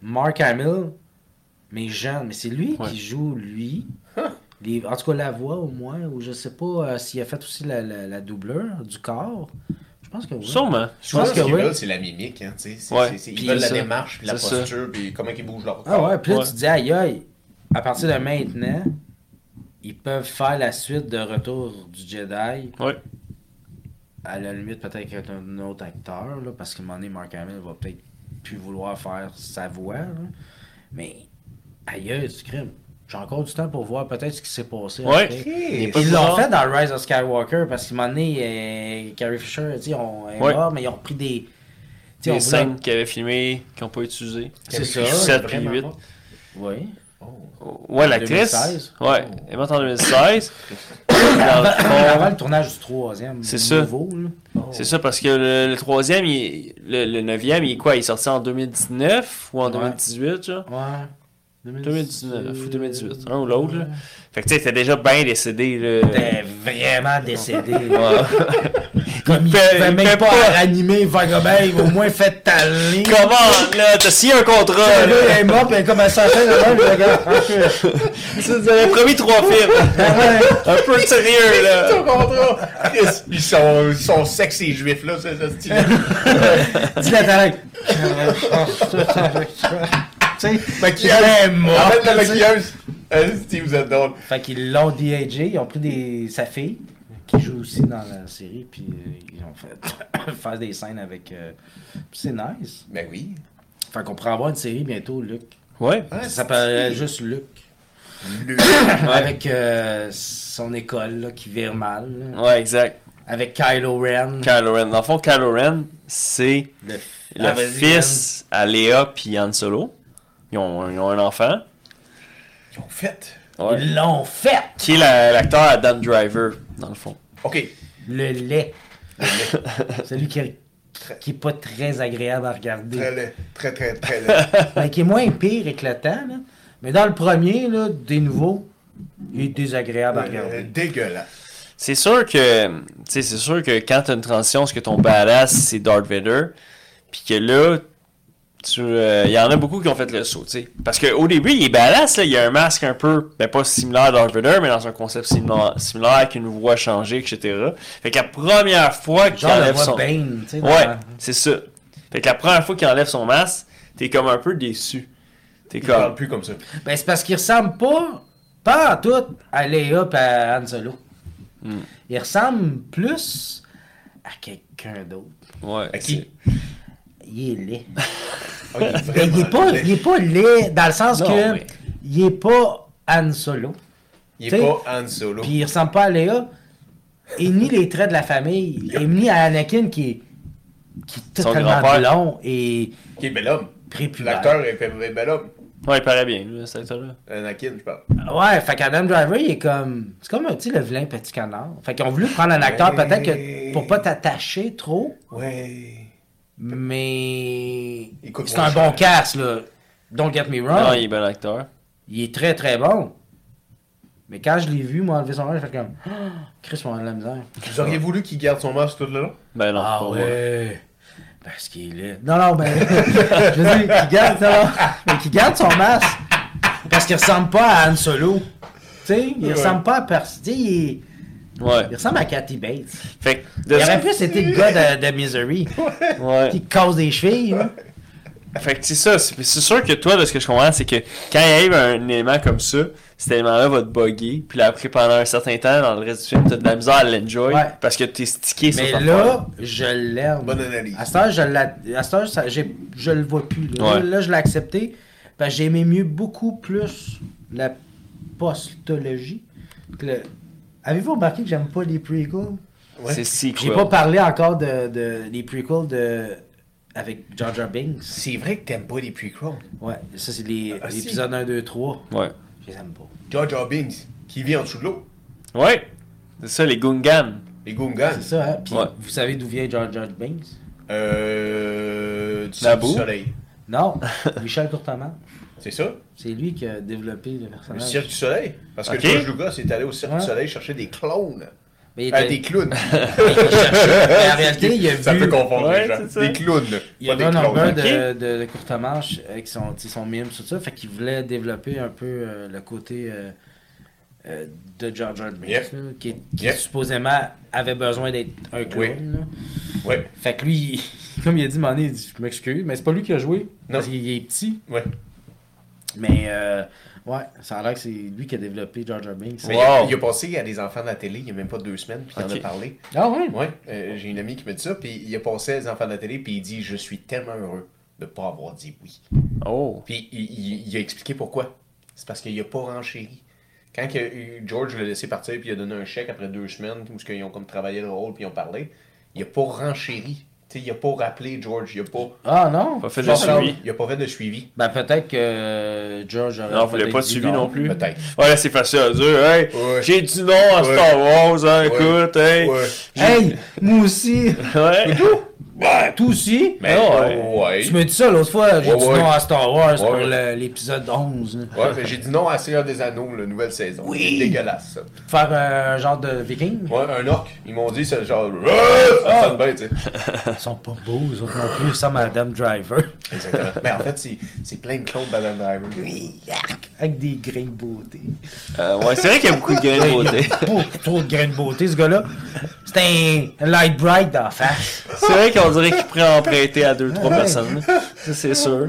Mark Hamill, mais jeune. Mais c'est lui
Ouais.
qui joue lui. Les- en tout cas, la voix au moins, ou je sais pas euh, s'il a fait aussi la, la- la doubleur du corps. Je pense que
<laughs>
oui.
Sûrement.
Je pense que
ce qu'ils
oui.
veulent, c'est la mimique. Hein, tu sais. C'est-
Ouais.
c'est- c'est-
Puis
Ils veulent la
ça.
démarche, puis la
C'est ça.
posture, puis comment ils bougent leur corps.
Ah ouais, puis là,
Ouais.
tu te dis, aïe aïe, à partir de maintenant, ils peuvent faire la suite de Retour du Jedi.
Ouais.
À la limite, peut-être qu'être un autre acteur, là, parce qu'à un moment donné, Mark Hamill va peut-être plus vouloir faire sa voix. là. Mais, aïe aïe, tu crimes. J'ai encore du temps pour voir peut-être ce qui s'est passé.
Ouais.
après.
Il est
pas
Ils
bizarre.
l'ont fait dans Rise of Skywalker parce qu'à un moment donné, euh, Carrie Fisher elle dit, on est
Ouais.
mort, mais ils ont repris des. tu sais, on
Les
voulait-
scènes qu'ils avaient filmées, qu'ils n'ont pas utilisées.
C'est ça.
Carrie Fisher,
Sept puis
vraiment
huit.
bon.
Oui.
Oh.
Ouais, l'actrice.
2016.
Ouais. Elle est morte en
<coughs>
2016. Dans le fond,
Avant le tournage du troisième.
C'est ça.
nouveau, là.
C'est ça, parce que le, le troisième, il est- le, le neuvième, il est quoi Il est sorti en 2019 ou en
Ouais.
2018, genre
Ouais.
2019 ou 2018, un ou l'autre. là. Fait que tu sais, t'es déjà bien décédé. Là.
T'es vraiment décédé.
Ouais.
Comme il
fait-
pouvait
il fait
même pas,
pas.
animer Vagabond, au moins fait ta ligne.
Comment là T'as signé un contrat.
Le gars, <laughs>
là.
il est mort, puis il commence à faire le même, le gars. Ah
Tu nous avais promis trois
<laughs>
films. un peu de sérieux
Ton
là.
contrat! Chris, Ils sont, ils sont sexy, juifs, là, c'est ça, c'est-
<laughs> Dis la talent. Tu sais,
Maquillage!
mort,
En fait, la
tu sais.
maquilleuse! Esti, vous êtes drôle.
Fait qu'ils l'ont DAJ, ils ont pris des... sa fille, qui joue aussi dans la série, puis euh, ils ont fait <coughs> faire des scènes avec. euh, C'est nice.
Ben oui.
Fait qu'on pourra avoir une série bientôt, Luc.
Ouais.
Ça s'appelle juste Luc.
Luc.
Avec euh, son école là, qui vire mal. là.
Ouais, exact.
Avec Kylo Ren.
Kylo Ren. Dans le fond, Kylo Ren, c'est
Le-
le
Ah, vas-y,
fils à Léa puis Han Solo. Ils ont, ils ont un enfant.
En fait.
Ouais.
Ils l'ont fait!
Qui est la- l'acteur à Dan Driver, dans le fond.
Ok.
Le lait.
<laughs>
Celui qui, qui est pas très agréable à regarder.
Très laid. Très, très, très laid.
Ben, qui est moins pire avec le temps, là. Mais dans le premier, là, des nouveaux, il est désagréable à
Euh,
regarder.
Dégueulasse.
C'est sûr que, tu sais, c'est sûr que quand t'as une transition, ce que ton badass c'est Darth Vader, puis que là, tu, euh, y en a beaucoup qui ont fait le saut, tu sais. Parce qu'au début, il est badass, là, il a un masque un peu, ben pas similaire à Darth Vader, mais dans un concept similaire, similaire avec une voix changée, etc. Fait que la première fois qu'il
Genre, le
enlève
voit
son,
Bane, tu sais. dans-
ouais, c'est ça. Fait que la première fois qu'il enlève son masque, t'es comme un peu déçu. T'es
Il parle
comme,
plus comme ça.
Ben, c'est parce qu'il ressemble pas, pas en tout, à Léa pis à Han Solo.
Hmm.
Il ressemble plus à quelqu'un d'autre.
ouais.
À qui
Il est laid.
Ah, il est
Mais <laughs> il est
vraiment
pas,
laid.
il est pas laid dans le sens
Non,
que
mais-
il est pas Han Solo.
Il
t'sais,
est pas Han Solo.
Puis il ressemble pas à Léa. Et ni les traits de la famille. Et ni à Anakin qui est, qui est
Son
totalement
grand-père.
blond et
Qui est bel homme.
prépubère.
L'acteur est est bel homme.
Ouais, il paraît bien, lui, cet acteur-là.
Anakin, je parle.
Ouais, fait qu'Adam Driver, il est comme. C'est comme, tu sais, le vilain petit canard. Fait qu'ils ont voulu prendre un acteur
Ouais.
peut-être que pour pas t'attacher trop.
Ouais.
Mais
Il coûte
c'est
moins
un
cher.
bon casse, là. Don't get me wrong.
Non, il
il...
est bon acteur.
est très très bon. Mais quand je l'ai vu, moi, enlever son masque, j'ai fait comme. Ah, Chris, on a de la misère.
Vous auriez voulu qu'il garde son masque tout le long?
Ben non,
Ah
pas moi.
ouais. Parce qu'il est. Non, non, ben. <laughs> je veux dire, qu'il garde, non, non, mais qu'il garde son masque. Parce qu'il ressemble pas à Han Solo. Tu sais, il ressemble pas à Percy. Tu sais, il, est-
Ouais.
il ressemble à Cathy Bates.
Fait que, de
Il
ce-
aurait plus été le gars de, de Misery.
Ouais.
Qui cause des chevilles, hein. là.
Fait que c'est ça. C'est c'est sûr que toi, de ce que je comprends, c'est que quand il arrive un élément comme ça, cet élément-là va te bugger. Puis là, après, pendant un certain temps, dans le reste du film, t'as de la misère à l'enjoy.
Ouais.
Parce que t'es stické sur
Mais
ta
là, je l'aime.
Bonne analyse.
À cette heure, je, l'a- à cette heure, ça- j'ai- je le vois plus. Là,
Ouais.
Là, je l'ai accepté. Parce que j'aimais mieux beaucoup plus la postologie. que le- Avez-vous remarqué que j'aime pas les prequels?
part. C'est si
J'ai pas parlé encore de, de- des prequels de avec Jar Jar Binks.
C'est vrai que t'aimes pas les prequels.
Ouais, ça c'est les
Ah, si.
épisodes 1, 2, 3.
Ouais.
Je les aime pas.
Jar Jar Binks, qui vit en dessous de l'eau.
Ouais. C'est ça, les Gungans.
Les Gungans.
C'est ça, hein? Puis
Ouais.
vous savez d'où vient Jar Jar Binks?
Euh... Du
Naboo.
du soleil.
<laughs>
Non, Michel Courtemanche.
C'est ça?
C'est lui qui a développé le
Le
personnage.
Cirque du Soleil. Parce que
Ok.
George Lucas est allé au Cirque
Ouais.
du Soleil chercher des clones.
Mais il
Ah,
était-
des
<laughs>
clowns. <laughs>
Mais en réalité, il a vu.
ça peut confondre
Ouais,
les gens.
c'est ça.
Des clowns.
Il y a
pas
un
des clones.
nombre de,
ok.
de, de courtemanches avec son, tu sais, son mime, tout ça. Fait qu'il voulait développer un peu euh, le côté euh, euh, de Jar Jar Binks,
Yeah.
là, qui, qui
Yeah.
supposément avait besoin d'être un clown.
Oui.
là.
Ouais,
Fait que lui, il- <laughs> comme il a dit, Mané, il dit Je m'excuse, mais c'est pas lui qui a joué.
Non.
Parce qu'il est petit.
ouais.
Mais euh, ouais, ça a l'air que c'est lui qui a développé Jar Jar Binks.
Mais il a-
Wow.
Il a passé à des enfants de la télé il y a même pas deux semaines, puis il en
Ok.
a parlé.
Ah ouais?
Ouais, euh, j'ai une amie qui me dit ça, puis il a passé à des enfants de la télé, puis il dit Je suis tellement heureux de ne pas avoir dit oui.
Oh.
Puis il, il- il a expliqué pourquoi. C'est parce qu'il a pas renchéri. Quand que, euh, George l'a laissé partir, puis il a donné un chèque après deux semaines, où ils ont comme travaillé le rôle, puis ils ont parlé, il a pas renchéri. Tu sais, il a pas rappelé George, il a pas.
Ah non?
Pas fait
Il
de
a
suivi.
pas- il a pas fait de suivi.
Ben peut-être que euh, George aurait.
Non, voulait
peut-être
pas de
dit
suivi non plus.
Peut-être.
Ouais, là, c'est facile à dire. Hey,
Ouais.
j'ai du nom à
Ouais.
Star Wars, hein,
Ouais.
écoute, hey.
Ouais.
Hey, moi aussi!
Ouais.
Ouais.
Tout aussi?
Mais
Ah Ouais.
ouais.
Tu me dis ça l'autre fois, j'ai
Ouais,
dit
ouais.
non à Star Wars
Ouais,
pour
ouais.
le- l'épisode 11. là.
Ouais, mais j'ai dit non à Seigneur des Anneaux, la nouvelle saison.
Oui.
C'est dégueulasse, ça.
Faire euh, un genre de viking.
Ouais, un orc. Ils m'ont dit, c'est genre.
Ah!
Ça sonne bien, tu sais.
Ils sont pas beaux, eux autres non plus. Ils ressemblent à Adam Driver. <laughs>
Exactement. Mais en fait, c'est- c'est plein de clones d'Adam Driver.
Avec des grains de beauté.
Euh, ouais, c'est vrai qu'il y a beaucoup de grains de beauté.
Beaucoup trop de grains de beauté, ce gars-là. C'est un light bright d'en face.
<laughs> C'est vrai qu'on dirait qu'il pourrait emprunter à deux, trois personnes. Ça, c'est sûr.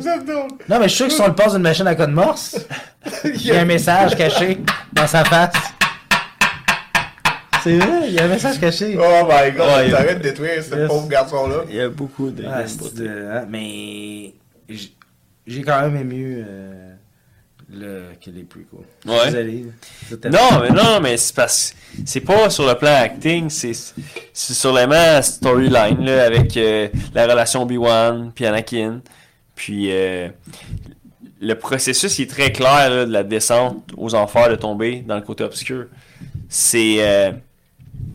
Non, mais je suis sûr que si on le passe d'une machine à code morse,
<laughs>
il y a un message caché dans sa face. C'est vrai, il y a un message caché.
Oh my god,
Ouais,
t'arrêtes de détruire ce
Yes.
pauvre garçon-là.
Il y a beaucoup de
Ah,
grains de
c'est
beauté.
de- hein, mais j'- j'ai quand même aimé euh, le, que les prequels.
Ouais.
Désolé. C'était-
Non, mais non, mais c'est parce c'est pas sur le plan acting, c'est c'est sur la main storyline là avec euh, la relation Obi-Wan puis Anakin, puis euh, le processus il est très clair là, de la descente aux enfers de tomber dans le côté obscur. C'est euh,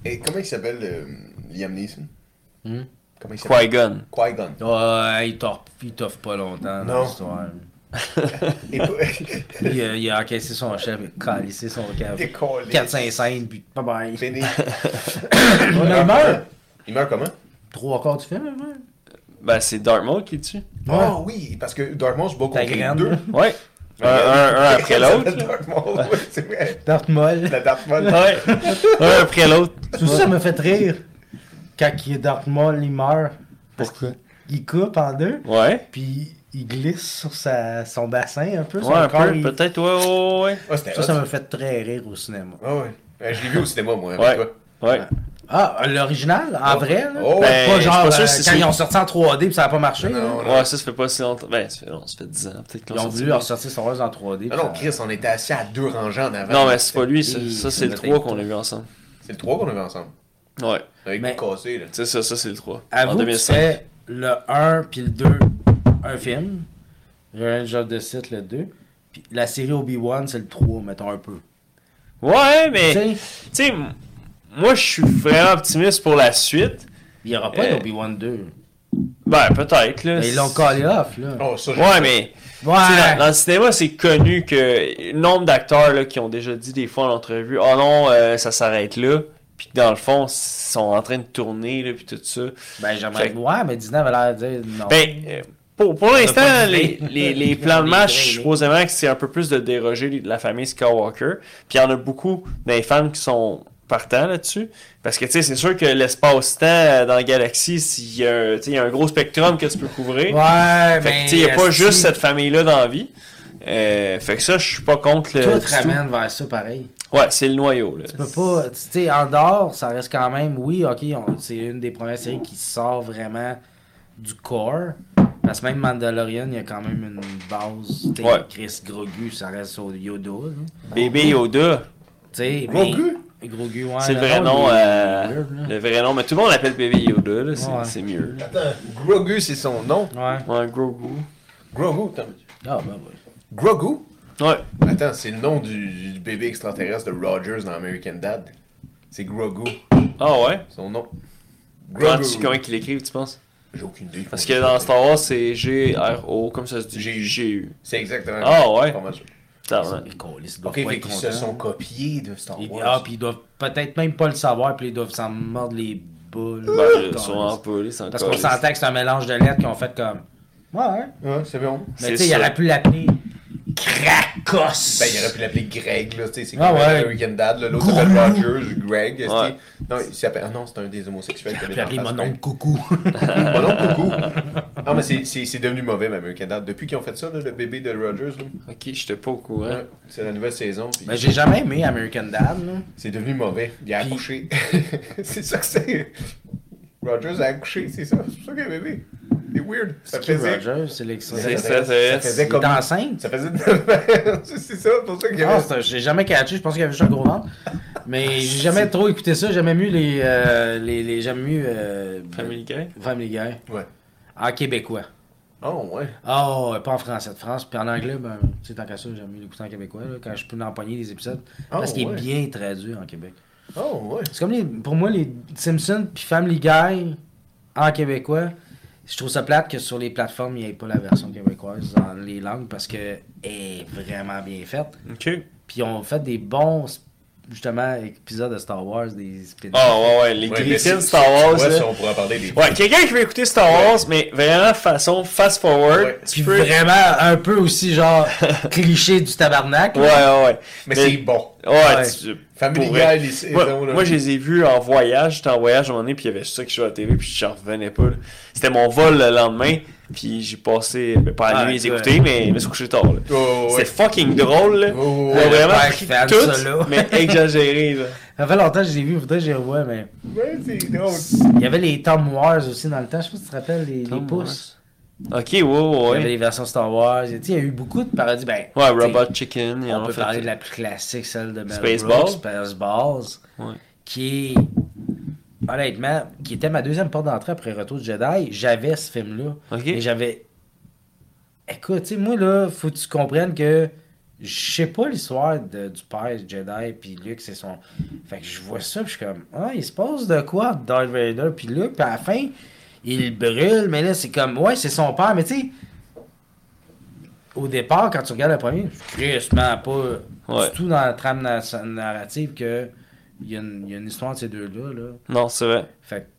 Et comment il s'appelle euh, Liam Neeson
Hmm?
Comment il s'appelle
<laughs>
Qui-Gon.
Qui-Gon.
Ouais, il t'offre il t'offre pas longtemps dans
Non.
l'histoire.
Et pas-
<laughs>
<laughs>
Il, a- il a encaissé son chef, il a calissé son cave.
Décollé.
4-5 scènes, puis bye bye. <laughs>
Fini.
il meurt.
Il meurt comment
Trois quarts du film, hein?
Ben c'est Darth Maul qui le tue.
Ah oui, parce que Darth Maul se bat contre
Ta
les
graine.
deux.
Ouais. Un, Euh, un-
<laughs>
un
<laughs>
après l'autre. là.
Darth Maul, ouais, c'est vrai.
Darth Maul.
La Darth Maul.
Ah,
Ouais. Un après l'autre.
Tout ça me fait rire. Quand il est Darth Maul, il meurt. Pourquoi? Il coupe en deux,
Ouais.
puis il glisse sur sa, son bassin un peu. son
Ouais, un
corps,
peu,
il-
peut-être, ouais, ouais, ouais,
Ah, c'était
Ça, ça
hot.
me fait très rire au cinéma.
Ah ouais. Euh, Je l'ai vu au cinéma, moi.
Ouais.
avec toi.
ouais. Ouais.
Ah, l'original, en
Oh.
vrai, là?
Oh,
Ben,
pas
je suis
genre
pas sûr
euh,
si
quand
c'est-
ils ont sorti en 3D puis ça n'a pas marché. là.
Non, non.
Ouais, ça, ça fait pas si longtemps. Ben, ça fait, non, ça fait 10 ans, peut-être.
Ils ont voulu leur sortir Star Wars en 3D.
Ah
Non,
puis
non,
ça-
Chris, on était assis à deux rangées en avant.
Non, mais c'est pas lui, ça.
Et-
Ça, c'est le
c'est
3
le
qu'on a vu ensemble.
C'est le 3 qu'on avait ensemble.
Ouais.
Avec
Mais-
cassé, là.
C'est ça, ça, c'est le 3. en
Avoue que
2005.
c'est le 1 puis le 2, un film. Revenge of the Sith, le 2. Puis la série Obi-Wan, c'est le 3, mettons un peu.
Ouais,
Tu
mais.
sais,
Tu sais, m- moi, je suis vraiment optimiste pour la suite.
il n'y aura pas
Euh,
d'Obi-Wan 2.
Ben, peut-être, là.
Mais ils l'ont callé off, là.
Oh, ça, j'ai-
Ouais, mais. Tu sais,
Ouais.
Dans, dans le cinéma, c'est connu que le nombre d'acteurs là, qui ont déjà dit des fois en entrevue, oh non, euh, ça s'arrête là, puis que dans le fond, ils sont en train de tourner, là, puis tout ça.
Ben,
Fait
j'aimerais.
que-
Ouais, mais Disney avait l'air de dire non.
Ben, euh, pour, pour l'instant,
pas
les,
<laughs> d'idée.
les, les plans de
Des idées,
match,
mais-
supposément que c'est un peu plus de déroger de la famille Skywalker. Puis il y en a beaucoup des fans qui sont partants là-dessus. Parce que, tu sais, c'est sûr que l'espace-temps euh, dans la galaxie, s'il y a un- tu sais, il y a un gros spectrum que tu peux couvrir.
ouais, ben,
Fait que,
mais.
tu sais, il n'y a pas
esti,
juste cette famille-là dans la vie. Euh, fait que ça, je suis pas contre le.
Tout
du
ramène vers ça pareil.
tout. Ouais, c'est le noyau, là.
Tu peux pas. euh, Tu sais, en dehors, ça reste quand même. Oui, ok, on- c'est une des premières séries qui sort vraiment du corps. Parce que même Mandalorian, il y a quand même une base. Tu sais,
Ouais.
Chris Grogu, ça reste au Yoda. là.
Bébé Yoda,
Tu sais,
Grogu?
mais- Grogu, ouais.
c'est le
là,
vrai
non,
nom.
il est-
euh,
il est weird, là.
le vrai nom. Mais tout le monde l'appelle Bébé Yoda, là. c'est-
Ouais.
C'est mieux. là.
Attends, Grogu, c'est son nom.
Ouais.
Ouais, gros goût.
Grogu, attends.
Ah, ben oui.
Grogu?
Ouais.
Attends, c'est le nom du, du bébé extraterrestre de Rogers dans American Dad. C'est Grogu,
Ah ouais?
son nom.
Comment, tu, comment qu'ils l'écrivent, tu penses?
J'ai aucune idée.
Ah, Parce que dans Star Wars, c'est G-R-O, comme ça se dit.
G.U.
G-U.
C'est exactement
Ah ouais? Ben,
Pas mal sûr.
Tabarnak.
Ils collent, ils doivent
Ok,
pas
fait
être
qu'ils se
contents.
sont copiés de Star
Ils- Ah,
Wars.
puis ils doivent peut-être même pas le savoir, puis ils doivent s'en mordre les boules.
Ben, là, sûrement pas, là, c'est
Parce
encore...
qu'on s'entend que c'est un mélange de lettres qu'ils ont fait comme. Ouais.
Ouais, c'est bon.
Mais
C'est
tu sais, il
ça.
aurait pu l'appeler Krakos.
Ben, il aurait pu l'appeler Greg, là, tu sais, c'est
Ah
comme
ouais.
American Dad, là, l'autre s'appelle Rogers, Greg, est-ce
Ouais.
qu'il- Non, il s'appelle... Ah non, c'est un des homosexuels qui
Il aurait pu
avait
l'appeler
dans la
mon
face,
nom de coucou.
Greg. Mon oncle, coucou. Non, mais c'est- c'est c'est devenu mauvais, mais American Dad. Depuis qu'ils ont fait ça, là, le bébé de Rogers, là,
Ok, j'étais pas au courant.
ouais, c'est la nouvelle saison, puis
Ben, j'ai jamais aimé American Dad. là.
c'est devenu mauvais. Il a
Puis-
accouché. <laughs> c'est ça que c'est... Rogers a accouché, c'est ça. C'est ça qu'il y a bébé. C'est weird. Ça
C'est qui
faisait...
Rogers, c'est l'extrait.
C'est
Il
ça,
ça
c'est...
faisait
est
comme...
enceinte.
Ça faisait... <laughs> c'est c'est ça, c'est pour ça qu'il y
Ah,
avait...
c'est un- j'ai jamais catché, je pense qu'il y avait juste un gros ventre. Mais j'ai jamais trop écouté ça, j'ai jamais mieux les, euh, les, les j'aime mieux euh,
Family Guy?
Family Guy.
Ouais.
En québécois.
Oh, ouais.
Oh, pas en français de France. Puis en anglais, ben, tu sais, tant qu'à ça, j'aime mieux l'écouter en québécois, là, quand je peux empoigner des épisodes.
Ah,
parce qu'il
ouais.
est bien traduit en Québec.
Oh, ouais.
C'est comme les, pour moi, les Simpsons puis Family Guy en québécois. Je trouve ça plate que sur les plateformes, il n'y ait pas la version québécoise dans les langues parce qu'elle est vraiment bien faite.
Ok.
Puis on fait des bons, justement, épisodes de Star Wars, des spin
Ah ouais, ouais, les
Ouais, mais c'est-
Griffins Star Wars,
Ouais,
là.
ça, on pourra parler des...
Ouais, quelqu'un qui veut écouter Star Wars, mais vraiment façon fast-forward,
Ouais.
tu
Puis
peux... Ouais,
vraiment un peu aussi, genre,
<laughs>
cliché du tabarnak. là.
ouais, ouais.
Mais c'est bon.
Ouais,
Ouais.
tu-
Family
pour vrai.
Guy, les saisons,
Moi,
là.
moi, je les ai vus en voyage. J'étais en voyage un moment donné, puis il y avait ça qui jouait à la télé, puis j'en revenais pas. là. C'était mon vol le lendemain, puis j'ai passé, ben, pas la
Ah,
nuit les
ouais.
écouter, mais je me suis couché tard. là.
Oh, ouais.
C'était fucking drôle. Là.
Oh, ouais.
On a
Le
vraiment
père
pris
qui fait
tout,
ça, là. <laughs>
mais exagéré. Là.
Ça fait longtemps que je l'ai vu, faudrait que je les revoie, mais.
Ouais, c'est drôle.
Il y avait les Tom Wars aussi dans le temps, je sais pas si tu te rappelles, les, les
Tom
pouces.
Ok, ouais, ouais,
Il y avait
ouais.
les versions Star Wars. Tu sais, Il y a eu beaucoup de parodies. Ben,
Ouais,
tu sais,
Robot Chicken. ils en
On
ont
peut
fait-
parler de la plus classique, celle de Mel
Spaceballs.
Brooks, Spaceballs,
Ouais.
qui est, honnêtement, qui était ma deuxième porte d'entrée après Retour du Jedi. J'avais ce film-là.
Ok.
Et j'avais... Écoute, tu sais, moi, là, faut que tu comprennes que je sais pas l'histoire de- du père Jedi, puis Luke, c'est son... Fait que je vois ça, puis je suis comme, ah, il se passe de quoi, Darth Vader, puis Luke, puis à la fin, il brûle, mais là, c'est comme, ouais, c'est son père, mais tu sais au départ, quand tu regardes le premier, justement pas
Ouais.
du tout dans la trame na- narrative que il y, a une il y a une histoire de ces deux-là. Là.
Non, c'est vrai.
Fait que, tu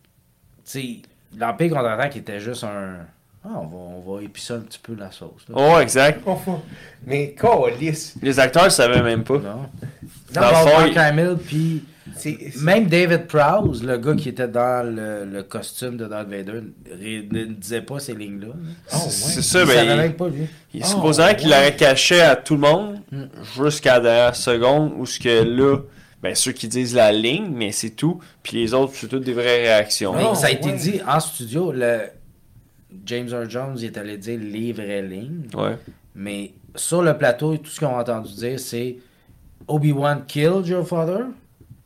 sais, l'Empire contre-attaque était juste un. Ah, on va, on va épicer un petit peu la sauce. là.
Oh, exact.
Enfin, mais calice,
Les acteurs savaient même pas.
Non.
Dans
Non,
le fond,
Mark
il-
Hamill, puis
c'est c'est-
même David Prowse, le gars qui était dans le, le costume de Darth Vader, ré- ne disait pas ces lignes-là.
Oh, ouais.
C'est
Il
ça, ben,
savait
il-
même pas, lui.
Il
Oh,
supposait qu'il
ouais.
l'aurait caché à tout le monde jusqu'à la dernière seconde où ce que là, ben ceux qui disent la ligne, mais c'est tout. Puis les autres, c'est toutes des vraies réactions.
Mais
Oh,
ça a été
ouais.
dit en studio, le James R. Jones il est allé dire les vraies lignes.
Ouais.
Mais sur le plateau, tout ce qu'on a entendu dire, c'est Obi-Wan killed your father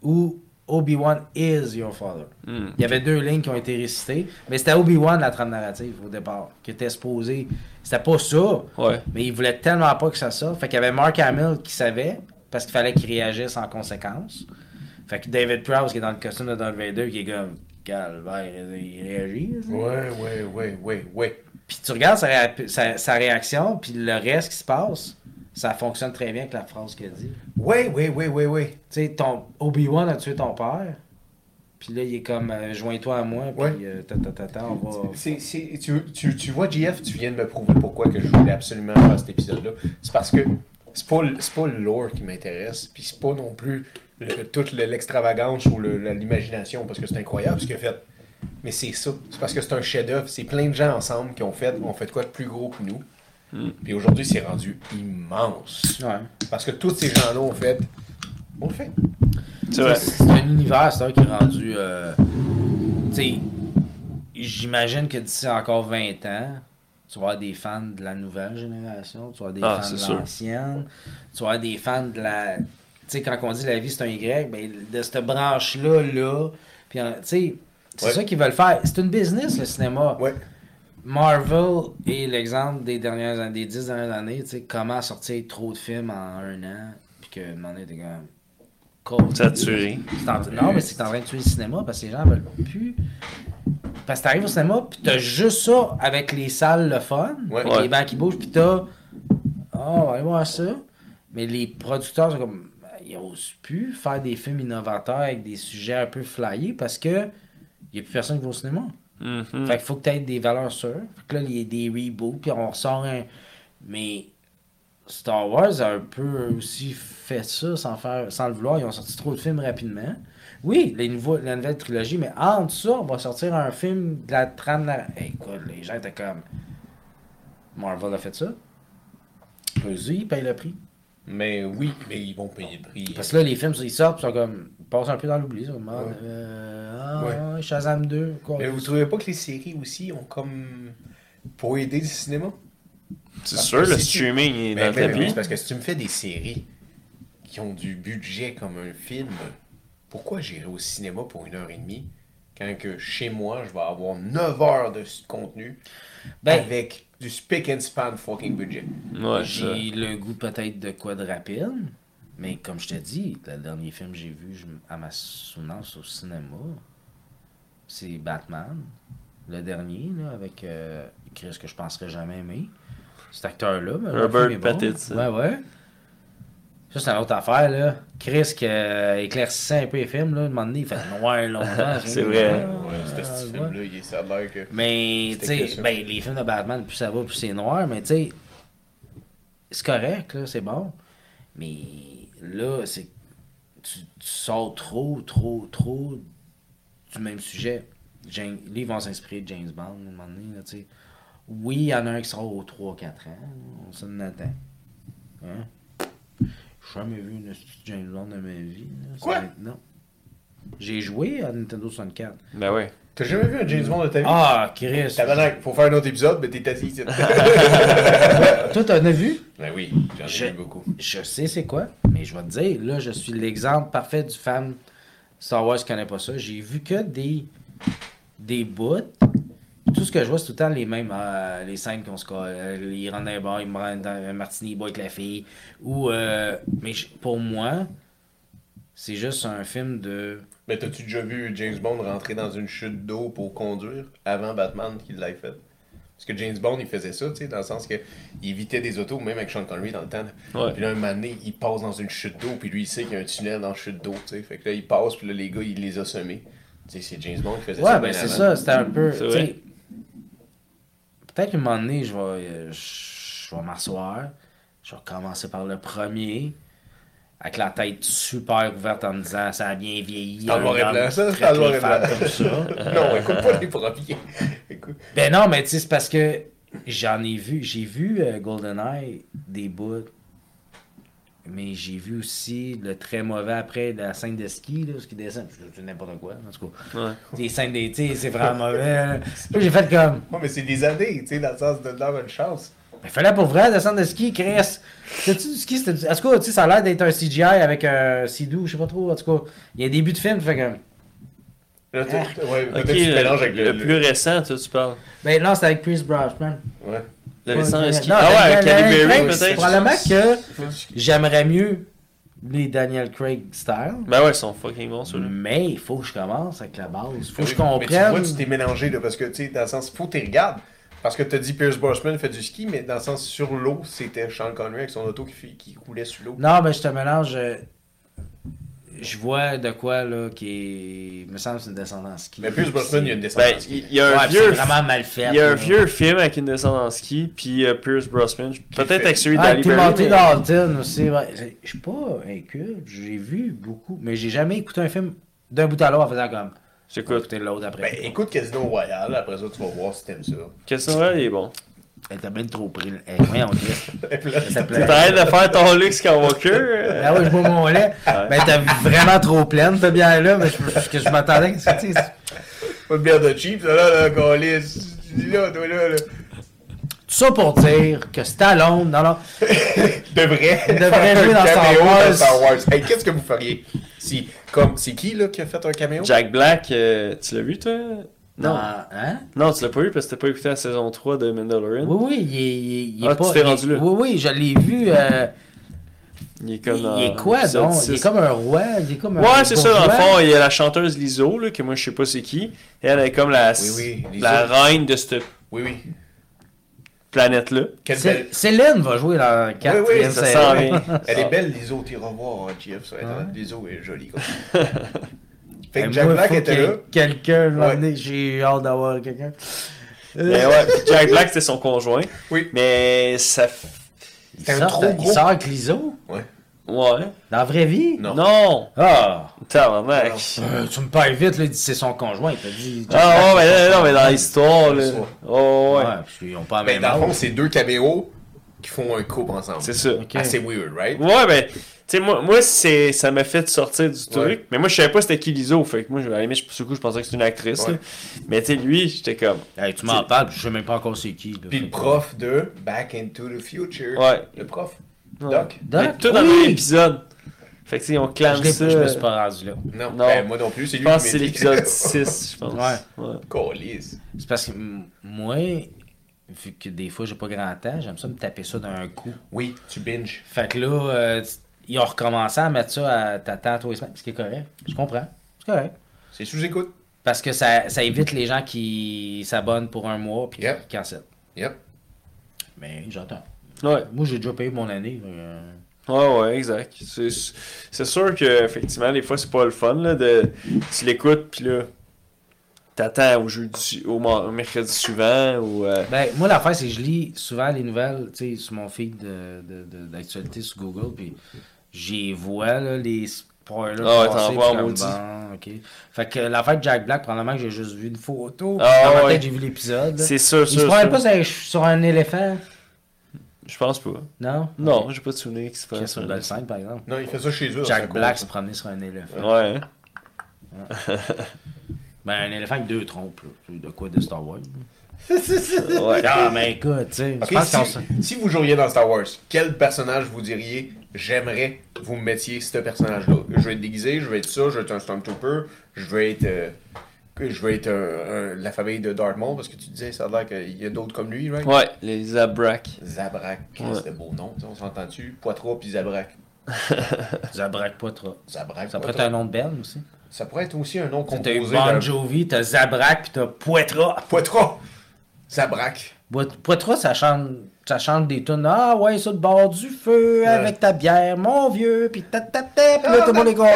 ou Obi-Wan is your father.
Hmm.
Il y avait deux lignes qui ont été récitées, mais c'était Obi-Wan la trame narrative au départ, qui était supposée. C'était pas ça,
Ouais.
mais il voulait tellement pas que ça sorte. Fait qu'il y avait Mark Hamill qui savait, parce qu'il fallait qu'il réagisse en conséquence. Fait que David Prowse, qui est dans le costume de Darth Vader, qui est comme calvaire, il réagit. là.
Ouais, ouais, ouais, ouais, ouais.
Puis tu regardes sa, réa- sa- sa réaction, puis le reste qui se passe, ça fonctionne très bien avec la phrase qu'elle dit.
Ouais, ouais, ouais, ouais, ouais.
Tu sais, ton Obi-Wan a tué ton père, puis là, il est comme euh, Joins-toi à moi,
Ouais.
puis euh, ta, ta, ta, ta, on va.
C'est- c'est- tu, tu- tu vois, JF, tu viens de me prouver pourquoi que je voulais absolument faire cet épisode-là. C'est parce que c'est pas, le- c'est pas le lore qui m'intéresse, puis c'est pas non plus le- toute le- l'extravagance ou le- la- l'imagination, parce que c'est incroyable ce qu'il a fait. Mais c'est ça. C'est parce que c'est un chef-d'œuvre. C'est plein de gens ensemble qui ont fait, ont fait quoi de plus gros que nous.
Hmm.
Puis aujourd'hui, c'est rendu immense.
Ouais.
Parce que tous ces gens-là ont fait. On le fait.
C'est vrai.
C'est un univers, c'est un qui est rendu. euh, tu sais, j'imagine que d'ici encore 20 ans, tu vas avoir des fans de la nouvelle génération, tu vas avoir des
Ah,
fans
c'est
de
sûr.
l'ancienne, tu vas avoir des fans de la. Tu sais, quand on dit la vie, c'est un Y, ben, de cette branche-là, là. Puis, en- tu sais, c'est
Ouais.
ça qu'ils veulent faire. C'est une business, le cinéma.
Ouais.
Marvel est l'exemple des dernières années, des dix dernières années, tu sais, comment sortir trop de films en un an, puis que, à un moment donné, t'es comme... Cool.
Saturé.
C'est en- Non, mais c'est en train de tuer le cinéma parce que les gens veulent plus. Parce que t'arrives au cinéma, pis t'as juste ça avec les salles, le fun,
Ouais.
avec
Ouais.
les bancs qui bougent, pis t'as. Oh, on va aller voir ça. Mais les producteurs sont comme. ben, Ils osent plus faire des films innovateurs avec des sujets un peu flyés parce que. Il n'y a plus personne qui va au cinéma.
Mm.
Mhm.
Fait qu'il faut que tu des valeurs sûres. Fait que là, il y a des reboots, puis on ressort un. Mais Star Wars a un peu aussi fait ça sans, faire, sans le vouloir. Ils ont sorti trop de films rapidement. Oui, les nouveaux, la nouvelle trilogie, mais en dessous, on va sortir un film de la trame. narra- Écoute, les gens étaient comme. Marvel a fait ça. Eux, ils payent le prix.
Mais oui, mais ils vont payer le prix.
Parce que là, les films, ils sortent, ils sont comme. Ils passent un peu dans l'oubli. Ils sont comme, Ah,
Ouais.
euh, ah, Shazam 2. Quoi,
Mais vous trouvez pas que les séries aussi ont comme. pour aider le cinéma?
C'est
Parce
sûr,
que
le
si tu-
streaming est
Ben,
dans
ben, oui,
le
c'est
tapis.
parce que si tu me fais des séries qui ont du budget comme un film, pourquoi j'irais au cinéma pour une heure et demie quand que chez moi, je vais avoir 9 heures de s- contenu
Ben-
avec du speak and span fucking budget?
Ouais, c'est
J'ai le goût peut-être de quoi de rapide, mais comme je te dis, le dernier film que j'ai vu je- à ma souvenance au cinéma, c'est Batman, le dernier, là, avec euh, Chris que je penserais jamais aimer. Cet acteur-là, mais le
Robert
film est bon.
Pattinson.
Ouais, ouais. Ça, c'est une autre affaire, là. Chris qui euh, éclaircissait un peu les films, là, un moment donné, il fait noir
<laughs>
longtemps.
C'est vrai.
Ah,
Ouais, c'était ce
ouais.
film-là, il- ça a l'air que.
Mais, tu
C'était que
sais,
ça.
ben, les films de Batman, plus ça va, plus c'est noir, mais tu sais, c'est correct, là, c'est bon. Mais là, c'est. Tu, tu sors trop, trop, trop du même sujet. Jane- Là, ils vont s'inspirer de James Bond, à un moment donné, là, tu sais. Oui, il y en a un qui sort aux 3-4 ans, là, on s'en attend. Hein? J'ai jamais vu une astuce de James Bond de ma vie. là. Ça
Quoi?
va être- Non. J'ai joué à Nintendo 64.
Ben ouais.
T'as jamais vu un James Bond de ta vie?
Ah, Chris.
Tabarnak, faut faire un autre épisode, mais t'es assis.
<laughs>
ici.
Toi, t'en as vu?
ben oui, j'en
Je-
ai vu beaucoup.
Je sais c'est quoi, mais je vais te dire, là, je suis l'exemple parfait du fan Star Wars qui connaît pas ça. J'ai vu que des, des bouts. Tout ce que je vois, c'est tout le temps les mêmes, euh, les scènes qu'on se colle. Euh, Ils rentrent dans un bar, ils me rendent dans un euh, martini, ils boivent avec la fille. Ou, euh, mais je- pour moi, c'est juste un film de...
Mais t'as-tu déjà vu James Bond rentrer dans une chute d'eau pour conduire avant Batman qu'il l'ait fait? Parce que James Bond, il faisait ça, tu sais, dans le sens que il évitait des autos, même avec Sean Connery dans le temps. là.
Ouais.
Puis là, un moment donné, il passe dans une chute d'eau, puis lui, il sait qu'il y a un tunnel dans la chute d'eau, tu sais. Fait que là, il passe, puis là, les gars, il les a semés. Tu sais, c'est James Bond qui faisait ça.
Ouais, ben
bien
c'est
avant.
ça, c'était un peu.
C'est
tu
vrai.
sais, Peut-être qu'un moment donné, je vais, euh, je je vais m'asseoir. Je vais commencer par le premier. Avec la tête super ouverte en me disant ça a bien vieilli.
En
un
noir et
homme
blanc, ça, c'est
traite
en noir
les
et
femmes
blanc.
comme ça.
<laughs> non, écoute pas les premiers. <laughs> écoute.
Ben non, mais tu sais, c'est parce que j'en ai vu. J'ai vu euh, GoldenEye des bouts. Mais j'ai vu aussi le très mauvais après de la scène de ski, là, ce qui descend. C'est n'importe quoi, en tout cas.
Ouais.
Des scènes d'été, c'est vraiment mauvais. là. Là, j'ai fait comme.
Ouais, mais c'est des années, tu sais, dans le sens de leur une chance.
Il fallait pour vrai descendre de ski, Chris. C'était-tu du ski? C'était du- En tout cas, tu sais, ça a l'air d'être un CGI avec un Sidou, je sais pas trop. En tout cas, il y a un début de film, fait que.
Là, tu-
Ah.
ouais, peut-être
Ok,
tu
le,
mélanges avec le.
le plus récent, toi, tu parles.
Ben là, c'était avec Chris Brosnan.
Ouais.
Le
Ouais,
récent,
ouais.
est-ce qu'il.
Non,
Ah ouais,
Daniel
Caliberi,
Craig, c'est
peut-être.
Probablement que j'aimerais mieux les Daniel Craig style.
Ben ouais, ils sont fucking bons, ceux-là.
Mais il faut que je commence avec la base. Faut que je
Oui, Mais tu vois,
comprenne.
tu t'es mélangé, là, parce que, tu sais, dans le sens, faut que tu regardes. Parce que tu as dit Pierce Brosnan fait du ski, mais dans le sens, sur l'eau, c'était Sean Connery avec son auto qui, fi- qui coulait sur l'eau.
Non, mais je te mélange. euh, Je vois de quoi, là, qui est. me semble que c'est une descente en ski.
Mais Pierce Brosnan, il y a une descente.
Ben, il il y a un
Ouais, puis
vieux.
C'est vraiment mal fait.
Il y a un
là.
vieux film avec une descente en ski, puis euh, Pierce Brosnan. Peut-être
fait-
avec celui
Ah,
d'Ali Berry,
Timothy
mais-
Dalton aussi, ouais. J'ai- Je suis pas inculte, j'ai vu beaucoup, mais j'ai jamais écouté un film d'un bout à l'autre en faisant comme.
J'écoute.
On va écouter l'autre après.
Ben, écoute Casino Royale, après ça, tu vas voir si t'aimes ça.
Question là, il est bon.
Elle était bien trop pris. Hey,
<laughs>
voyons, Chris.
Et puis là,
Elle s'appelait.
T'arrêtes de faire ton Luke Skywalker. euh,
Ben oui, je bois mon lait. Ben, t'es vraiment trop pleine, t'es bien là, mais je, je- que je m'attendais que tu sais, Tout
pas de bière de cheap, ça, là, là, câlisse. Tu dis là, toi, là, là.
ça pour dire que Stallone, non, non,
Devrait.
Il devrait
faire un
jouer dans Star
caméo
Wars.
dans Star Wars. Hey, qu'est-ce que vous feriez si, comme, c'est qui, là, qui a fait un caméo
Jack Black, euh, tu l'as vu, toi
non,
Non.
hein?
Non, tu l'as pas vu parce que t'as pas écouté la saison 3 de Mandalorian.
Oui, oui, il est, il est- il est
Ah, tu
pas.
t'es
il-
rendu là.
Oui, oui, je l'ai vu. euh,
Il est comme
il,
dans
il est quoi,
l'épisode
donc? Il est
six.
comme un roi, il est comme un.
Ouais, c'est ça, en
bourgeois.
fond, il y a la chanteuse Lizzo, là, que moi je sais pas c'est qui. Elle est comme la,
Oui, oui,
la
Lizzo.
reine de cette
Oui, oui.
planète-là.
Quelle belle.
Cé- Céline va jouer dans la
Oui, oui,
quatrième
ça
saison.
sent bien.
<laughs>
Elle est belle, l'ISO, t'y revoir, hein, GF sur Internet. L'ISO est jolie,
<laughs>
quoi. fait que
Ben,
Jack
moi,
Black
faut
était
qu'il y ait
là.
Quelqu'un, un moment
Ouais.
donné, j'ai hâte d'avoir quelqu'un. Euh.
Mais ouais, puis Jack Black, c'était son conjoint.
Oui.
Mais ça. f-
Il
C'est un
sort,
trop
il
gros.
sort avec Liso?
Ouais.
Dans la vraie vie?
Non.
Non!
Ah!
Tabarnak!
Euh, tu me parles vite, là, il dit c'est son conjoint, il t'a dit.
Ah, ouais, mais là, non, mais dans l'histoire, là.
l'histoire.
Oh, ouais.
Ouais, parce qu'ils ont pas la
Ben,
même
dans le fond,
âge.
c'est deux caméos qui font un couple ensemble.
C'est ça.
Ok.
Assez weird, right?
Ouais, ben, tu sais, moi, moi c'est, ça m'a fait sortir du truc.
Ouais.
Mais moi, je savais pas c'était qui l'ISO. Fait que moi, je- à la limite, je- sur le coup, je pensais que c'était une actrice.
Ouais.
là. Mais tu sais, lui, j'étais comme.
Hey, tu m'en parles, puis je sais même pas encore c'est qui. là.
Puis le prof de Back into the Future.
Ouais.
Le prof.
Ouais.
Doc.
Mais
Doc?
tout dans
Oui!
le même épisode. Fait que, tu sais, on
Je,
clame
l'ai-
ça.
je me suis pas rendu là.
Non,
Non.
Ben, moi non plus, c'est
Je
lui
pense que
qui
c'est
m'a dit. <laughs>
l'épisode 6, je pense.
Ouais.
Ouais.
Câlisse.
C'est parce que mm, moi, vu que des fois j'ai pas grand temps, j'aime ça me taper ça d'un coup.
Oui, tu binges.
Fait que là, euh, tu- ils ont recommencé à mettre ça à t'attends tous les semaines, ce qui est correct. Je comprends. C'est correct.
C'est sous-écoute.
Parce que ça, ça évite les gens qui s'abonnent pour un mois puis
Yep.
qui cancellent.
Yep.
Mais j'attends.
Ouais.
Moi, j'ai déjà payé mon année. mais, euh,
Ouais, ouais, exact. C'est c'est sûr que, effectivement, des fois, c'est pas le fun, là, de... Tu l'écoutes, puis là, t'attends au jeudi, au mar- au mercredi suivant, ou... euh,
Ben, moi, l'affaire, c'est que je lis souvent les nouvelles, tu sais, sur mon feed de- de- de- d'actualité sur Google, puis j'y vois, là, les spoilers.
Ah ouais,
passer,
t'en
puis
vois en
comme,
maudit.
bon, ok. Fait que l'affaire de Jack Black, probablement que j'ai juste vu une photo.
Ah
Dans ma
ouais.
tête, j'ai vu l'épisode. là.
C'est sûr,
Il se
sûr,
promène
sûr.
pas sur un, sur un éléphant,
Je pense pas.
non?
Non, j'ai pas de souvenir que c'est pas
Qu'est-ce sur une belle scène, par exemple.
Non, il fait ça chez eux.
Jack
c'est
Black
cool,
se promenait sur un éléphant.
Ouais. hein.
Ben, un éléphant avec deux trompes, là. C'est de quoi de Star Wars?
<laughs> Ouais.
Ah, mais écoute, tu sais.
Ok,
je pense qu'on
si,
s'en-
si vous jouiez dans Star Wars, quel personnage vous diriez j'aimerais que vous me mettiez ce personnage-là Je vais être déguisé, je vais être ça, je vais être un Stormtrooper, je vais être. euh, que je vais être un- un- la famille de Dartmouth parce que tu disais, ça a l'air qu'il y a d'autres comme lui, right
Ouais, les Abrak.
Zabrak, c'est
Ouais.
de beau nom, on s'entend-tu Poitras puis Zabrak.
Zabrak Poitras.
Zabrak,
Ça pourrait être
Poitras.
un nom de belle aussi.
ça pourrait être aussi un nom
T'as
composé.
eu Bon
d'un-
Jovi, t'as Zabrak, puis t'as Poitras.
Poitras Zabrak.
Boit- Poitras, ça chante, ça chante des tunes. Ah ouais, sur le bord du feu, avec ta bière, mon vieux, puis ta ta ta, puis là, tout le monde est content.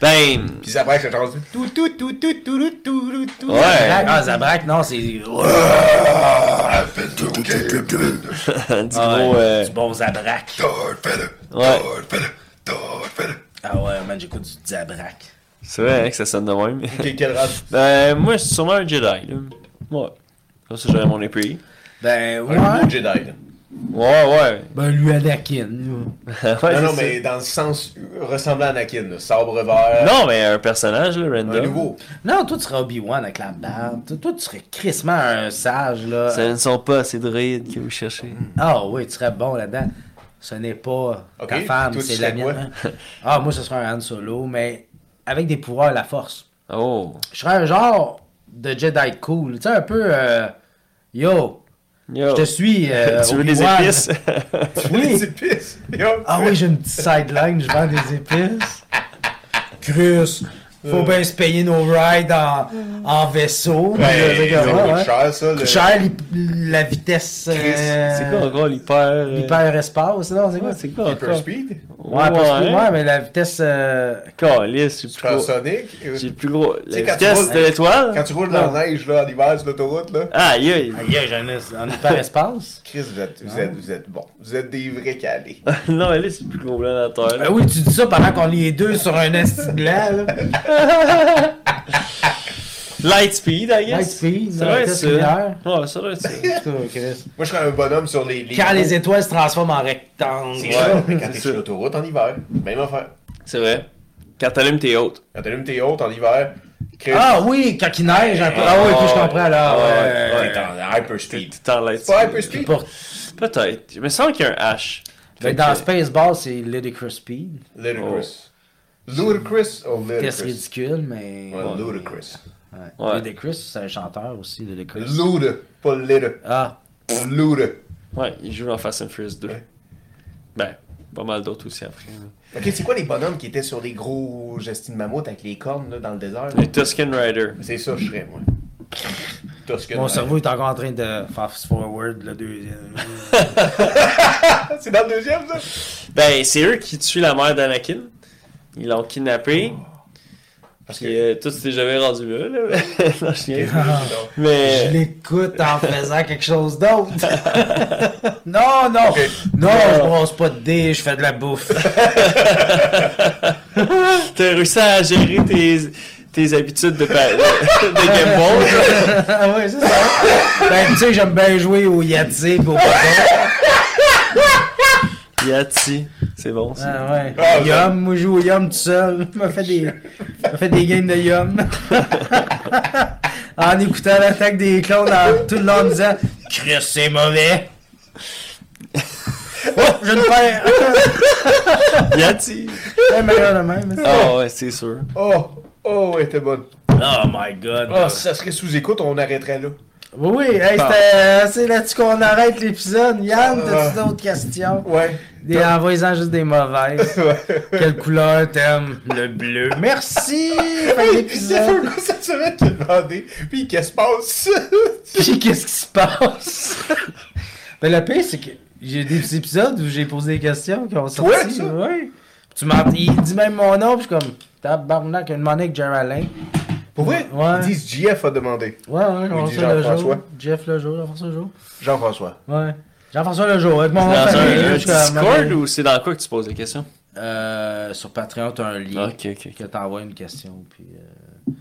Ben, <laughs>
Puis Zabrak, c'est genre tout, tout, tout, tout, tout, tout, tout, tout.
ouais.
Zabrak, ah, Zabrak, non, c'est du euh,
du gros. euh,
bon Zabrak.
ouais.
Ah ouais, man, j'écoute du Zabrak.
C'est vrai hein, que ça sonne de même.
Ok, Quelle race
ben, moi, c'est sûrement un Jedi, là. Ouais. Comme ça, j'aurais mon épée.
Ben
Un nouveau
ouais.
Jedi, là.
Ouais, ouais.
Ben lui, Anakin. là.
<laughs> Ouais,
Non, non,
c'est
mais dans le sens ressemblant à Anakin, là. sabre vert.
ça. Non, mais un personnage, là, random.
Un nouveau.
Non, toi, tu serais Obi-Wan avec la barbe. Toi- Toi, tu serais crissement un sage, là.
Ça ne sont pas ces droïdes que vous cherchez.
Ah oui, tu serais bon là-dedans. Ce n'est pas
Ok,
ta femme,
toi, tu
c'est la
serais quoi?
mienne. ah, moi, ce serait un Han Solo, mais avec des pouvoirs à la force.
Oh.
Je serais un genre de Jedi cool. Tu sais, un peu... euh, yo,
Yo.
je te suis... euh,
<laughs> tu veux des
Obi-Wan.
épices?
Oui.
<laughs> C'est pisse. Yo.
Ah oui, j'ai une petite sideline, je vends des épices. Chris, faut bien se payer nos rides en, en vaisseau. euh,
Ben,
Je veux dire,
ça
ouais,
coûte
ouais.
cher, ça. le-
Coûte cher, l'hy- hein. la vitesse...
Chris,
euh,
<laughs> C'est quoi encore l'hyper. euh,
L'hyperespace, non, c'est quoi?
Ouais,
C'est
c'est quoi
Hyper
encore?
Speed.
Ouais, parce que- ouais, mais la vitesse. euh,
Calisse, j'ai le plus gros.
Transonic. euh,
J'ai le plus gros. La
sais, quand tu
vitesse
roules-
de l'étoile?
Quand tu roules dans la neige, là, en hiver, sur l'autoroute, là.
Ah, aïe.
Aïe, aïe, j'en ai en <laughs> hyperespace.
Chris, vous êtes, vous êtes, vous êtes bon. Vous êtes des vrais calés.
<laughs> non, mais là, c'est le plus gros blanc de la terre.
Ben oui, tu dis ça pendant qu'on est deux sur un esti <laughs> blanc, là.
<laughs> Lightspeed, I guess.
Lightspeed,
ça
la
doit être
vitesse
ça.
lumière.
Ouais, ça doit être ça.
En tout cas, Chris.
<laughs> Moi, je serais un bonhomme sur les. les
Quand les étoiles se transforment en rectangles.
C'est ça,
Ouais,
mais quand
c'est
t'es sur
ça.
l'autoroute en hiver, même affaire.
<laughs> C'est vrai. Quand t'allumes tes hautes.
Quand t'allumes tes hautes en hiver, Chris,
<laughs> Ah oui, quand il neige un peu. Ah oui, puis je comprends là.
Ah ouais,
ouais.
t'es en hyper speed.
T'es en
C'est pas
Lightspeed.
hyper speed.
Pour-
Peut-être. Il me semble qu'il y a un H.
Fait que dans Spaceball, c'est Ludicrous Speed.
Ludicrous. Oh. Ludicrous ou Ludicrous?
Vitesse ridicule, mais.
Ouais, Ludicrous.
Ouais.
Ouais.
Ludicrous, c'est un chanteur aussi, Ludicrous.
Lude, pas Lude.
Ah,
Lude.
Ouais, il joue dans Fast and Furious 2. Ben, pas mal d'autres aussi après. hein.
Ok, c'est quoi les bonhommes qui étaient sur les gros gestines de mammouth avec les cornes là, dans le désert? là?
Le Tusken Rider.
C'est ça, je serais, moi. Tuscan.
mon cerveau est encore en train de fast forward le deuxième.
<laughs> C'est dans le deuxième, ça?
Ben, c'est eux qui tuent la mère d'Anakin. Ils l'ont
Ah,
kidnappé.
Parce
Puis euh, toi, tu t'es jamais rendu là. <laughs> là. non, je niaise.
Non.
Je
Mais.
l'écoute en faisant quelque chose d'autre. non,
<laughs>
non,
Ok.
non, je brosse pas de dés, je fais de la bouffe.
T'as réussi à gérer tes, tes habitudes de, pa- de Game Boy.
ah ouais, c'est ça. ben, tu sais, j'aime bien jouer au Yahtzee pis au poker.
Yati. C'est bon, ça.
Ah ouais.
Ah, ouais.
yum, moi je joue au Yum tout seul. Je me fais des, je me fais des games de Yum. <laughs> en écoutant l'attaque des clones en- tout le long en disant Chris, c'est mauvais. oh, je ne perds. <laughs> Ah.
Yati.
C'est meilleur de même. ça.
Ah ouais, c'est sûr.
Oh! Oh, elle était bonne.
Oh my god.
Oh, si ça serait sous écoute, on arrêterait là.
Oui, oui, hey, c'était- euh, c'est là-dessus qu'on arrête l'épisode. Yann, t'as-tu
Ah.
d'autres questions?
Ouais.
Des, envoyez-en juste
<laughs>
des mauvaises. Quelle couleur t'aimes? Le bleu.
<laughs>
Merci! Fin
Hey, C'est un
d'épisode.
gars cette semaine qui a demandé, puis qu'est-ce qui se passe?
Puis qu'est-ce qui se passe? <laughs> ben, la pire, c'est que j'ai des épisodes où j'ai posé des questions qui ont sorti.
ça?
ouais. Tu m'en- il dit même mon nom, puis je suis comme, tabarnak, il a demandé avec Jerry Alain.
Pour vrai?
Ouais.
Ils disent JF a demandé.
Ouais, ouais, on
dit
ça le jour.
Jean-François.
Jeff le jour, Jean-François le jour.
Jean-François.
Ouais. Jean-François le jour, avec mon nom
Dans
de
un,
famille,
un
je suis comme,
Discord
ok.
ou c'est dans quoi que tu poses les questions?
Euh, sur Patreon, t'as un lien
Ok, ok, ok.
que t'envoies une question. Puis, euh,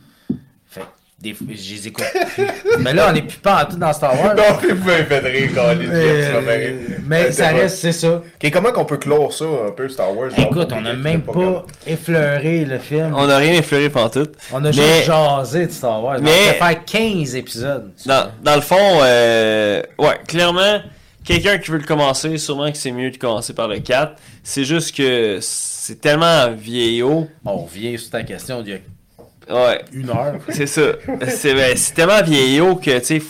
Fait que Des fois, je les écoute plus. Mais là, on est plus pas en tout dans Star Wars.
Non, <laughs> mais vous m'avez fait rire quand les
Euh,
Jeff, ça m'a fait rire.
mais ça
C'est vrai.
reste, c'est ça.
Ok, comment qu'on peut clore ça un peu Star Wars? genre,
Écoute,
pour
on
les
a
gens qui
même
l'ont
pas effleuré le film.
On n'a rien effleuré pantoute.
On a
Mais-
juste jasé de Star Wars.
Mais-
On va faire 15 épisodes.
Dans, dans le fond, euh, ouais, clairement, quelqu'un qui veut le commencer, sûrement que c'est mieux de commencer par le 4. C'est juste que c'est tellement vieillot.
On revient sur ta question d'il y a
Ouais,
une heure.
<laughs> c'est ça. C'est ben, c'est tellement vieillot que, tu sais, f-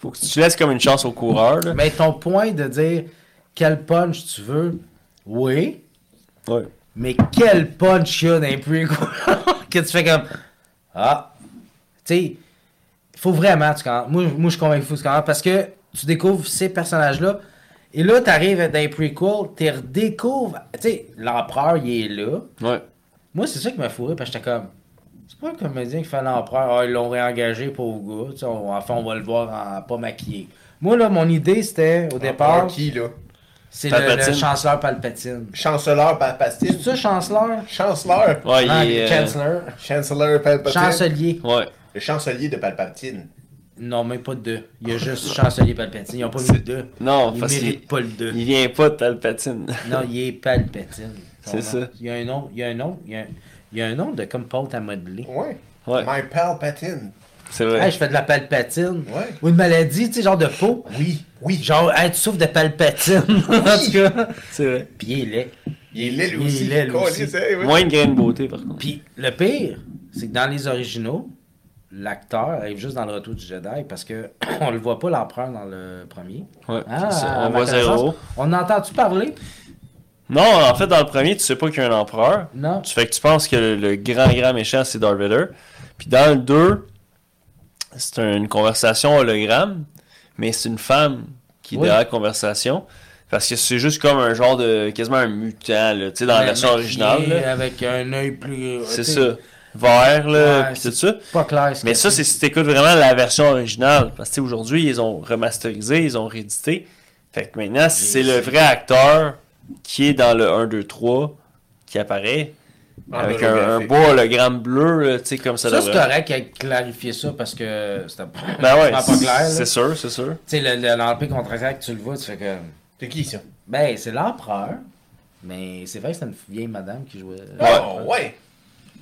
faut que tu laisses comme une chance au coureur. Là.
Mais ton point de dire quel punch tu veux, oui,
Ouais.
mais quel punch il y a dans les prequels <laughs> que tu fais comme Ah, tu sais, faut vraiment, tu commences. Moi, moi, je suis convaincu, faut que tu commences parce que tu découvres ces personnages-là. Et là, t'arrives dans les prequels, tu redécouvres. Tu sais, l'empereur, il est là.
Ouais.
Moi, c'est ça qui m'a fourré parce que j'étais comme. C'est pas le comédien qui fait l'empereur. Ah, ils l'ont réengagé pour le gars. Tu sais, on- enfin, on va le voir en pas maquillé. Moi, là, mon idée, c'était au
pas
départ,
encore Qui, là?
c'est le,
Palpatine.
le chancelier Palpatine.
Chanceleur
C'est
Palpatine.
ça, chancelier
Chanceleur.
Ouais,
Ah,
il est. euh,
Chancellor.
Chancellor Palpatine.
Chancelier.
ouais.
Le chancelier de Palpatine.
Non, même pas de deux. Il y a juste chancelier Palpatine. Ils ont pas mis le deux.
Non,
Ils
parce
méritent
qu'il
pas le deux.
il vient pas de Palpatine.
Non, il est Palpatine. Son
C'est
nom.
ça.
Il y a un nom, il y a un nom, il y a un, il y a un nom de comme Paul à modeler.
Ouais.
Ouais.
My Palpatine.
C'est vrai.
Hey, je fais de la palpatine.
Ouais.
Ou une maladie, tu sais, genre de peau.
Oui, oui.
Genre, hey, tu souffres de palpatine. <laughs> en tout cas.
C'est vrai.
Puis il est laid.
Il est laid, lui
Il
aussi. hein.
est laid, lui
Colin,
aussi.
c'est- ouais.
Moins une graine de beauté, par contre.
Puis le pire, c'est que dans les originaux, l'acteur arrive juste dans le retour du Jedi parce que <clears throat> on le voit pas l'empereur dans le premier.
Ouais,
Ah,
c'est ça.
à
on
ma
voit
connaissance,
zéro.
On entend-tu parler?
Non, en fait, dans le premier, tu sais pas qu'il y a un empereur.
Non.
Tu fais que tu penses que le, le grand, grand méchant, c'est Darth Vader. Puis dans le 2, c'est un- une conversation hologramme, mais c'est une femme qui est
Oui.
derrière la conversation. Parce que c'est juste comme un genre de. quasiment un mutant, là, tu sais, dans la
Mais-
version
mais
originale.
qui est
là.
Avec un œil plus. euh,
C'est
tu sais,
ça. Vert, là,
Ouais,
pis tout ça.
Pas clair. ce
Mais
que
ça, c'est si t'écoutes vraiment la version originale. Parce que tu sais, aujourd'hui, ils ont remasterisé, ils ont réédité. Fait que maintenant, c'est le vrai acteur qui est dans le 1, 2, 3 qui apparaît.
Ah,
En
avec
ben,
un, un
holographique.
beau hologramme bleu, là, tu sais, comme ça.
Ça, c'est
devrait-
correct qu'il ait clarifié ça parce que c'était
Ben ouais,
pas clair. là.
c'est sûr, c'est sûr.
Tu sais, le- le- l'Empire contre-attaque, tu le vois, tu fais que.
C'est qui, ça?
Ben, c'est l'empereur. Mais c'est vrai que c'était une vieille madame qui jouait. euh,
Oh, ouais.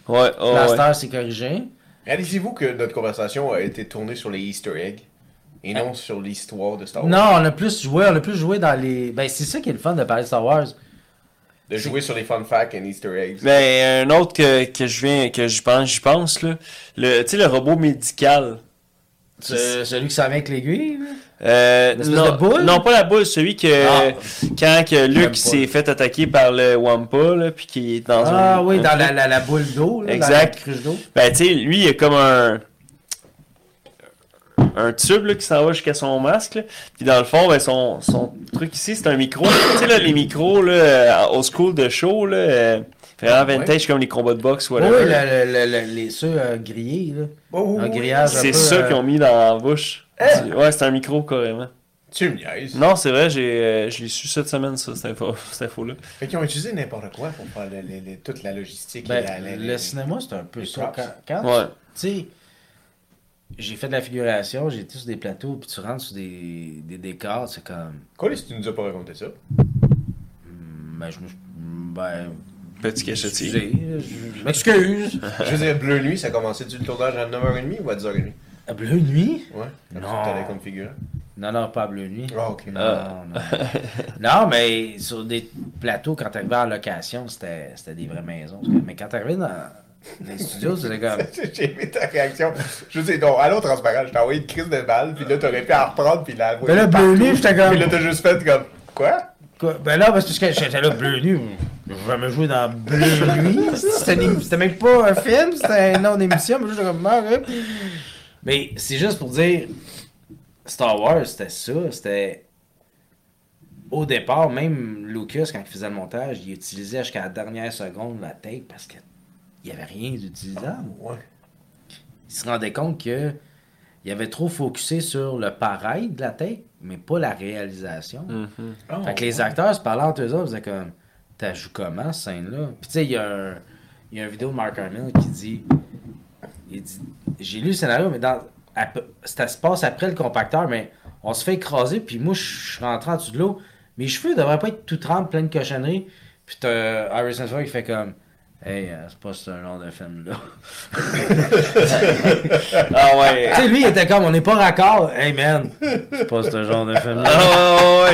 Ouais, oh,
La
ouais.
star s'est corrigée.
Réalisez-vous que notre conversation a été tournée sur les Easter eggs et non sur l'histoire de Star Wars.
Ah. Non, on a plus joué, on a plus joué dans les. Ben, c'est ça qui est le fun de parler de Star Wars.
De jouer sur les fun facts et Easter eggs.
Ben, un autre que, que je viens, que je pense, j'y pense, là. Le, tu sais, le robot médical.
Ce- celui qui s'en vient avec l'aiguille. là.
Euh,
L'espèce
non,
de boule?
non, pas la boule, celui que
Ah.
quand que
Même pas.
Luke s'est fait attaquer par le Wampa, là, puis qui est dans
Ah
un-
oui,
un
dans
truc.
la, la, la boule d'eau. là, dans
Hein? Exact.
la cruche d'eau.
Ben, tu sais, lui, il a comme un. Un tube là, qui s'en va jusqu'à son masque. là. Puis dans le fond, ben, son, son truc ici, c'est un micro. tu sais, là, les micros là, euh, old school de show, là, euh, vraiment vintage comme les combats de boxe,
Ah, Oui,
whatever.
le- le- le- le- les ceux euh, grillés. Là.
Oh, oui,
Un
oui.
grillage. un
c'est
peu,
ça
euh, Eh!
qu'ils ont mis dans la bouche. Du- Ouais, c'est un micro carrément.
Tu me niaises.
Non, c'est vrai, j'ai, euh, je l'ai su cette semaine, ça, cette info- cette info-là.
Fait qu'ils ont utilisé n'importe quoi pour faire le- le- le- toute la logistique. et la-
Ben,
la-
le
la-
cinéma, c'est un peu
les
ça.
props.
Quand, quand tu-
Ouais.
tu sais, j'ai fait de la figuration, j'ai été sur des plateaux, puis tu rentres sur des, des décors, c'est comme.
Colis, tu nous as pas raconté ça.
Ben, je me. Ben.
Petit cachetier.
excusez, je- je m'excuse.
Je veux dire, Bleu Nuit, ça a commencé du tournage à 9h30 ou à 10h30
À Bleu Nuit?
Ouais.
Non. Euh.
Comme ça, t'allais comme figurant.
Non, non, pas à Bleu Nuit.
Ah, ok.
Non, non, non. Non, mais sur des plateaux, quand t'arrivais en location, c'était c'était des vraies maisons. Mais quand t'arrivais dans les studios, c'était comme.
<laughs> J'ai aimé ta réaction. Je veux dire, non, allons transparent, je t'ai envoyé une crise de balle, puis là, t'aurais pu en reprendre, puis la
Ben là, Bleu Nuit, j'étais
Puis
comme.
là, t'as juste fait comme. Quoi?
Quoi? Ben là, parce que j'étais là bleu nu. Je vais me jouer dans Bleu Nuit. C'était une- c'était même pas un film, c'était non, une émission, mais juste comme merde, hein. Mais c'est juste pour dire Star Wars, c'était ça. C'était. Au départ, même Lucas, quand il faisait le montage, il utilisait jusqu'à la dernière seconde la tape parce qu'il n'y avait rien d'utilisable. <laughs>
Ouais.
Il se rendait compte que il avait trop focusé sur le pareil de la tape, mais pas la réalisation. Fait que les acteurs se parlaient entre eux autres, faisaient comme T'as joué comment cette scène-là? Puis tu sais, il y a un. Il y a une vidéo de Mark Hamill qui dit. Il dit j'ai lu le scénario, mais dans, à peu- ça se passe après le compacteur, mais on se fait écraser, puis moi, je suis rentré en dessous de l'eau. Mes cheveux devraient pas être tout trempés, plein de cochonneries. Puis t'as euh, Harrison Ford qui fait comme. Hey, euh, c'est pas ce genre de film-là.
Ah ouais.
tu sais, lui, il était comme, on n'est pas raccord. Hey, man, c'est pas ce genre de film-là.
Ah ouais,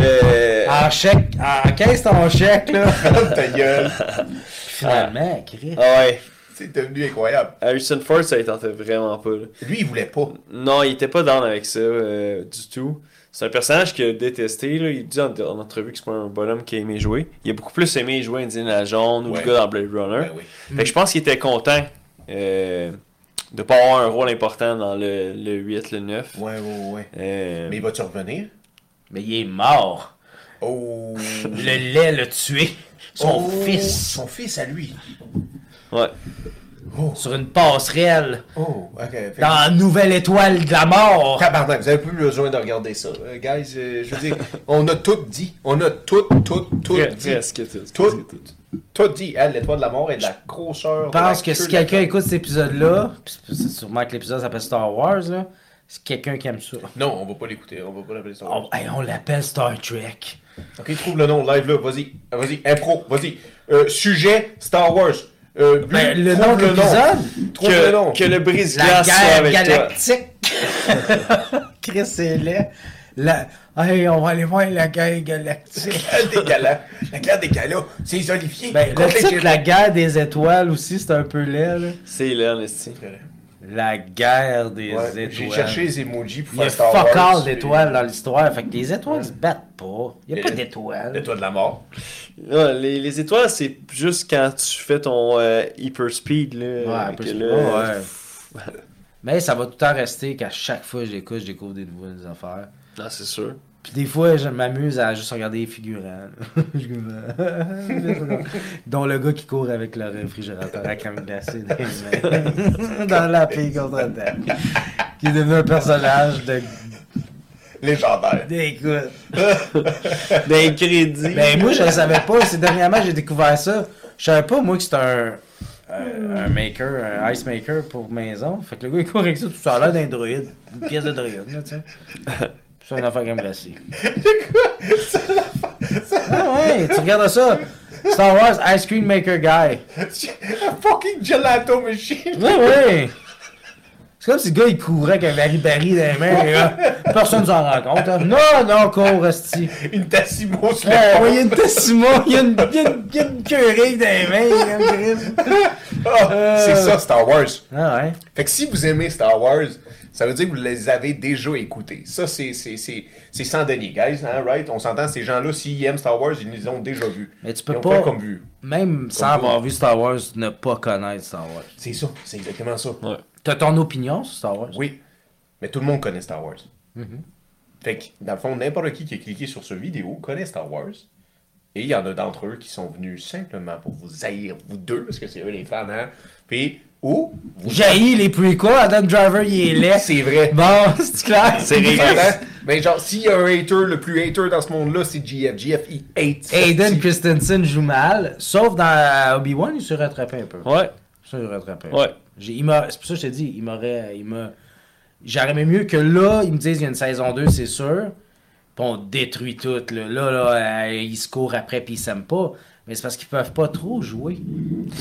ouais. Euh, ah ouais. Le-
En chèque, en caisse ton chèque, là.
Ta gueule.
<laughs> Finalement, Chris.
Ah ouais.
C'est devenu incroyable.
Harrison Ford, ça il tentait vraiment pas. là.
Lui, il voulait pas.
Non, il était pas down avec ça euh, du tout. C'est un personnage qu'il a détesté. Là. Il dit en, en entrevue que c'est pas un bonhomme qui a aimé jouer. Il a beaucoup plus aimé jouer Indiana Jones ou
Ouais.
le gars dans Blade Runner.
Hein?
Ben oui.
Fait que je pense qu'il était content euh, de pas avoir un rôle important dans le, le 8, le 9.
Ouais, ouais, ouais.
Euh,
Mais il va-tu revenir?
Mais il est mort.
Oh.
Le lait l'a tué. Son
Oh,
fils.
Son fils à lui.
ouais.
Sur une passerelle.
Oh, ok. Fait que-
Dans la nouvelle étoile de la mort.
Tabarnak, vous avez plus besoin de regarder ça. Euh, guys, euh, je veux dire, on a tout dit. On a tout, tout, tout
Pre-
dit.
Presque tout.
Tout, tout dit. Hein, L'étoile de la mort et de la grosseur.
Je pense que si quelqu'un écoute cet épisode-là, pis c'est- c'est sûrement que l'épisode s'appelle Star Wars, là, c'est quelqu'un qui aime ça.
Non, on va pas l'écouter. On va pas l'appeler ça.
On, hey, on l'appelle Star Trek.
Ok, trouve le nom live là. Vas-y, vas-y, impro, vas-y. Euh, sujet Star Wars. Euh,
Ben,
lui,
le
trouve
nom de l'épisode?
Trouve le nom. <laughs>
Que, que le
La
brise-glace soit
guerre
avec toi.
galactique. <laughs> Chris, c'est laid. La... Hey, on va aller voir la guerre galactique.
La guerre des galas. La guerre des galas. C'est Olivier.
Ben, le
Contre les
titre,
Jedi.
la guerre des étoiles aussi, c'est un peu laid, là.
C'est là, Nestie.
La guerre des
Ouais,
étoiles.
J'ai cherché les emojis pour
Il y a
faire Star
fuck
Wars.
all d'étoiles dans l'histoire. Fait que les étoiles se battent pas. Il n'y a
Mais
pas
le-
d'étoiles.
L'étoile de la mort.
Ouais, les, les étoiles, c'est juste quand tu fais ton euh, hyper speed. Là,
Ouais,
que
plus-
là-
ouais. Mais ça va tout le temps rester qu'à chaque fois que j'écoute, je découvre des nouvelles affaires.
Non, c'est sûr.
Puis des fois, je m'amuse à juste regarder les figurants. <laughs> Je suis comme, <laughs> Dont le gars qui court avec le réfrigérateur à crème glacée dans, les mains. <laughs> dans la paix contre-attaque. Qui est devenu un personnage de.
Légendaire. <laughs>
Écoute.
<laughs> Des crédits.
Ben moi je le savais pas, c'est dernièrement j'ai découvert ça. Je savais pas moi que c'était un, un, un maker, un ice maker pour maison. Fait que le gars il court avec ça, tout ça a l'air d'un droïde. Une pièce de droïde, là, tu sais. C'est une affaire comme glacée. Ah ouais, tu regardes ça. Star Wars Ice Cream Maker Guy.
A fucking gelato machine.
Oui, oui. C'est comme si le gars il courait avec un baril-baril dans les mains. et là, personne s'en rend compte. hein. Non, non, cours, Rusty.
Une Tassimo sur
Ouais, ouais, Ah, il y a
l'épaule.
une Tessimo, il y a une, il y a une, il y a une Keurig dans les mains, il y a une-
Ah,
euh.
C'est ça, Star Wars.
Ah ouais.
Fait que si vous aimez Star Wars, ça veut dire que vous les avez déjà écoutés. Ça, c'est c'est- c'est- c'est sans déni, guys. hein, right? On s'entend, ces gens-là, s'ils aiment Star Wars, ils les ont déjà vus.
Mais tu peux
ils ont
pas-
fait comme vu.
Même sans avoir vu Star Wars, ne pas connaître Star Wars.
C'est ça, c'est exactement ça.
Ouais.
T'as ton opinion sur Star Wars? Mm-hmm.
Oui, mais tout le monde connaît Star Wars. Fait que, dans le fond, n'importe qui qui a cliqué sur ce vidéo connaît Star Wars. Et il y en a d'entre eux qui sont venus simplement pour vous haïr, vous deux, parce que c'est eux les fans, hein? Puis, ou, vous
J'ai les prequels, Adam Driver il est laid.
C'est vrai.
<laughs> Bon, c'est clair.
C'est réglé.
Hein? Mais genre, s'il y a un hater, le plus hater dans ce monde-là, c'est GF. GF, il hate.
Aiden Christensen joue mal, sauf dans euh, Obi-Wan, il se rattrape un peu.
Ouais.
Ça, je rattrapais.
Ouais.
J'ai- il m'a- C'est pour ça que je te dis, il m'aurait. Il m'a. J'aurais aimé mieux que là, ils me disent qu'il y a une saison 2, c'est sûr. Puis on détruit tout. Là, là, là, euh, ils se courent après puis ils s'aiment pas. Mais c'est parce qu'ils peuvent pas trop jouer.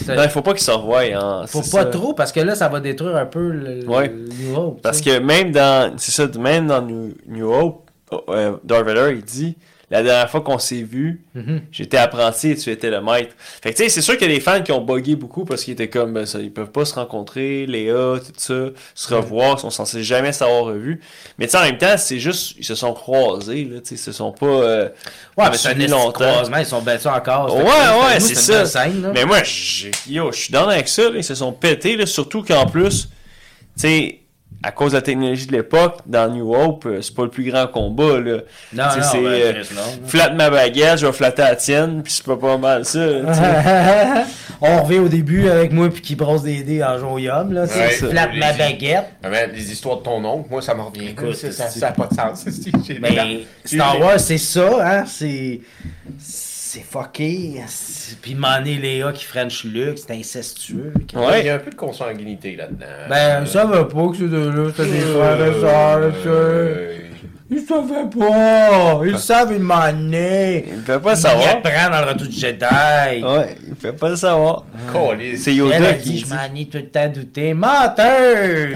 C'est-
Non, Ben, il faut pas qu'ils se revoient. hein,
faut
c'est
pas
ça.
trop parce que là, ça va détruire un peu le, le-
Ouais.
New Hope,
Parce
tu
que même dans, c'est ça, même dans New, New Hope, oh, euh, Darth Vader, il dit La dernière fois qu'on s'est vu,
Mhm.
j'étais apprenti et tu étais le maître. Fait que tu sais, c'est sûr qu'il y a des fans qui ont bugué beaucoup parce qu'ils étaient comme ben, ça, Ils peuvent pas se rencontrer, Léa, tout ça, se revoir, ils sont censés jamais s'avoir revus. Mais tu sais, en même temps, c'est juste, ils se sont croisés, là, tu sais, ils se sont pas. euh,
sais. Ouais,
suivis
mais c'est un esti de croisement, ils sont battus encore. Fait
Ouais,
que nous,
ouais,
nous,
c'est
une
ça.
belle scène, là.
mais moi, j'ai- yo, je suis dans avec ça. là. Ils se sont pétés, là, surtout qu'en plus, tu sais, à cause de la technologie de l'époque, dans New Hope, euh, c'est pas le plus grand combat. Là.
Non,
Tu sais,
non,
c'est,
ben,
euh,
Chris, non, <laughs> non.
flatte ma baguette, je vais flatter la tienne, puis c'est pas pas mal ça. tu sais.
Ah. On revient au début avec moi puis qui brosse des dés en joyum là,
Ouais,
c'est
ça.
flatte ma baguette.
Ah ben, les histoires de ton oncle, moi, ça me revient. ça n'a <laughs>
c'est-
pas de sens. C'est- j'ai-
Mais
j'ai-
Star Wars, c'est ça, hein? C'est. c'est fucké. c'est- Puis Mané Léa qui French Luke, c'est incestueux.
Il y <laughs>
Ouais.
a un peu de consanguinité là-dedans.
Ben, ça va pas que ces deux-là, c'est des frères et sœurs, tu sais.
Euh,
Ils savaient pas! Ils savent une manée!
Il peut pas le
Ils
savoir.
apprennent dans le retour du Jedi!
Ouais, il peut pas le savoir.
câlisse.
C'est
Elle a
Yoda
dit,
Ah, qui.
je manie tout le temps douter. Menteuse!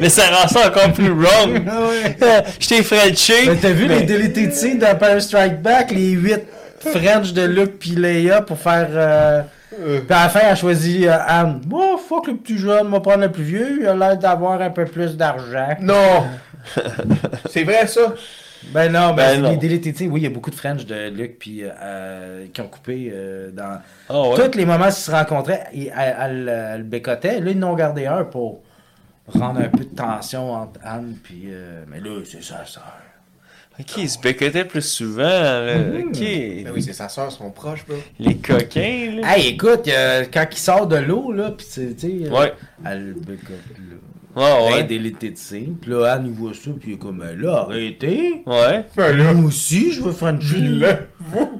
Mais ça rend ça encore plus wrong.
<laughs> Ah ouais.
<laughs> Je t'ai Frenché.
Mais t'as vu
mais-
les deleted scenes d'Empire Strike Back, les 8 French de Luke pis Leia pour faire. euh, Puis à la fin, elle a choisi euh, Anne. Oh, fuck le petit jeune, moi prendre le plus vieux, il a l'air d'avoir un peu plus d'argent.
<laughs> Non! c'est vrai ça?
Ben non,
Ben
ben, c'est
non.
les deleted scenes, oui, il y a beaucoup de French de Luke pis euh, euh, qui ont coupé euh, dans.
Ah ouais.
Tous les moments qu'ils se rencontraient, ils- elle, elle, euh, le bécotait. Là, ils n'ont gardé un pour rendre un peu de tension entre Anne pis. euh, mais là, c'est sa sœur.
Ok, il se bécotait plus souvent. là.
Mhm.
Ok.
Ben oui, c'est sa soeur, son proche, bro.
Les coquins, là.
Hey, écoute, euh, quand il sort de l'eau, là, pis c'est, tu sais, euh,
Ouais.
elle le bécote, là.
Ah
Ouais.
ouais.
Ben, des l'été de signe, pis là, Anne, il voit ça, pis il est comme, Ben là, arrêtez.
Ouais.
Ben là,
Moi aussi, je veux Frenchie.
là,
Bon,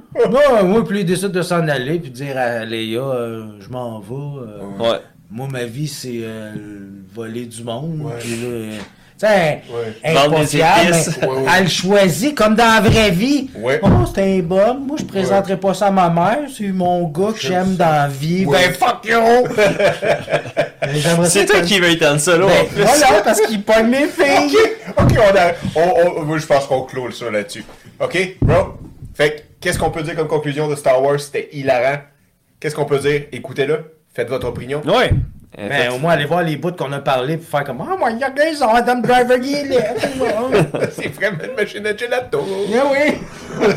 moi, pis là, il décide de s'en aller, pis dire à Léa, euh, je m'en vais. euh,
Ouais.
Moi, ma vie, c'est euh, le voler du monde,
Ouais.
pis là, euh, tu sais,
Ouais.
elle est
Vendre
pas
des
fière,
épices.
mais
Ouais, ouais.
elle le choisit comme dans la vraie vie.
Ouais.
Oh, c'est un bon. Moi, je présenterai pas ça à ma mère. C'est mon gars que j'aime dans la vie.
Ouais.
Ben, fuck you! Ben, j'aimerais
C'est
ça
toi
que-
qui veux être en solo.
Ben,
en plus.
voilà,
<laughs>
parce qu'il pogne mes filles.
<laughs> Ok, ok, on a. On, on- moi, je pense qu'on clôt ça là-dessus. Ok, bro? Fait que, qu'est-ce qu'on peut dire comme conclusion de Star Wars? C'était hilarant. Qu'est-ce qu'on peut dire? Écoutez-le. Faites votre opinion.
Ouais.
Ben, au moins, allez voir les bouts qu'on a parlé pour faire comme, oh my god, guys, Adam Driver, il est là.
<laughs> <laughs> c'est vraiment une machine à gelato.
Yeah, oui.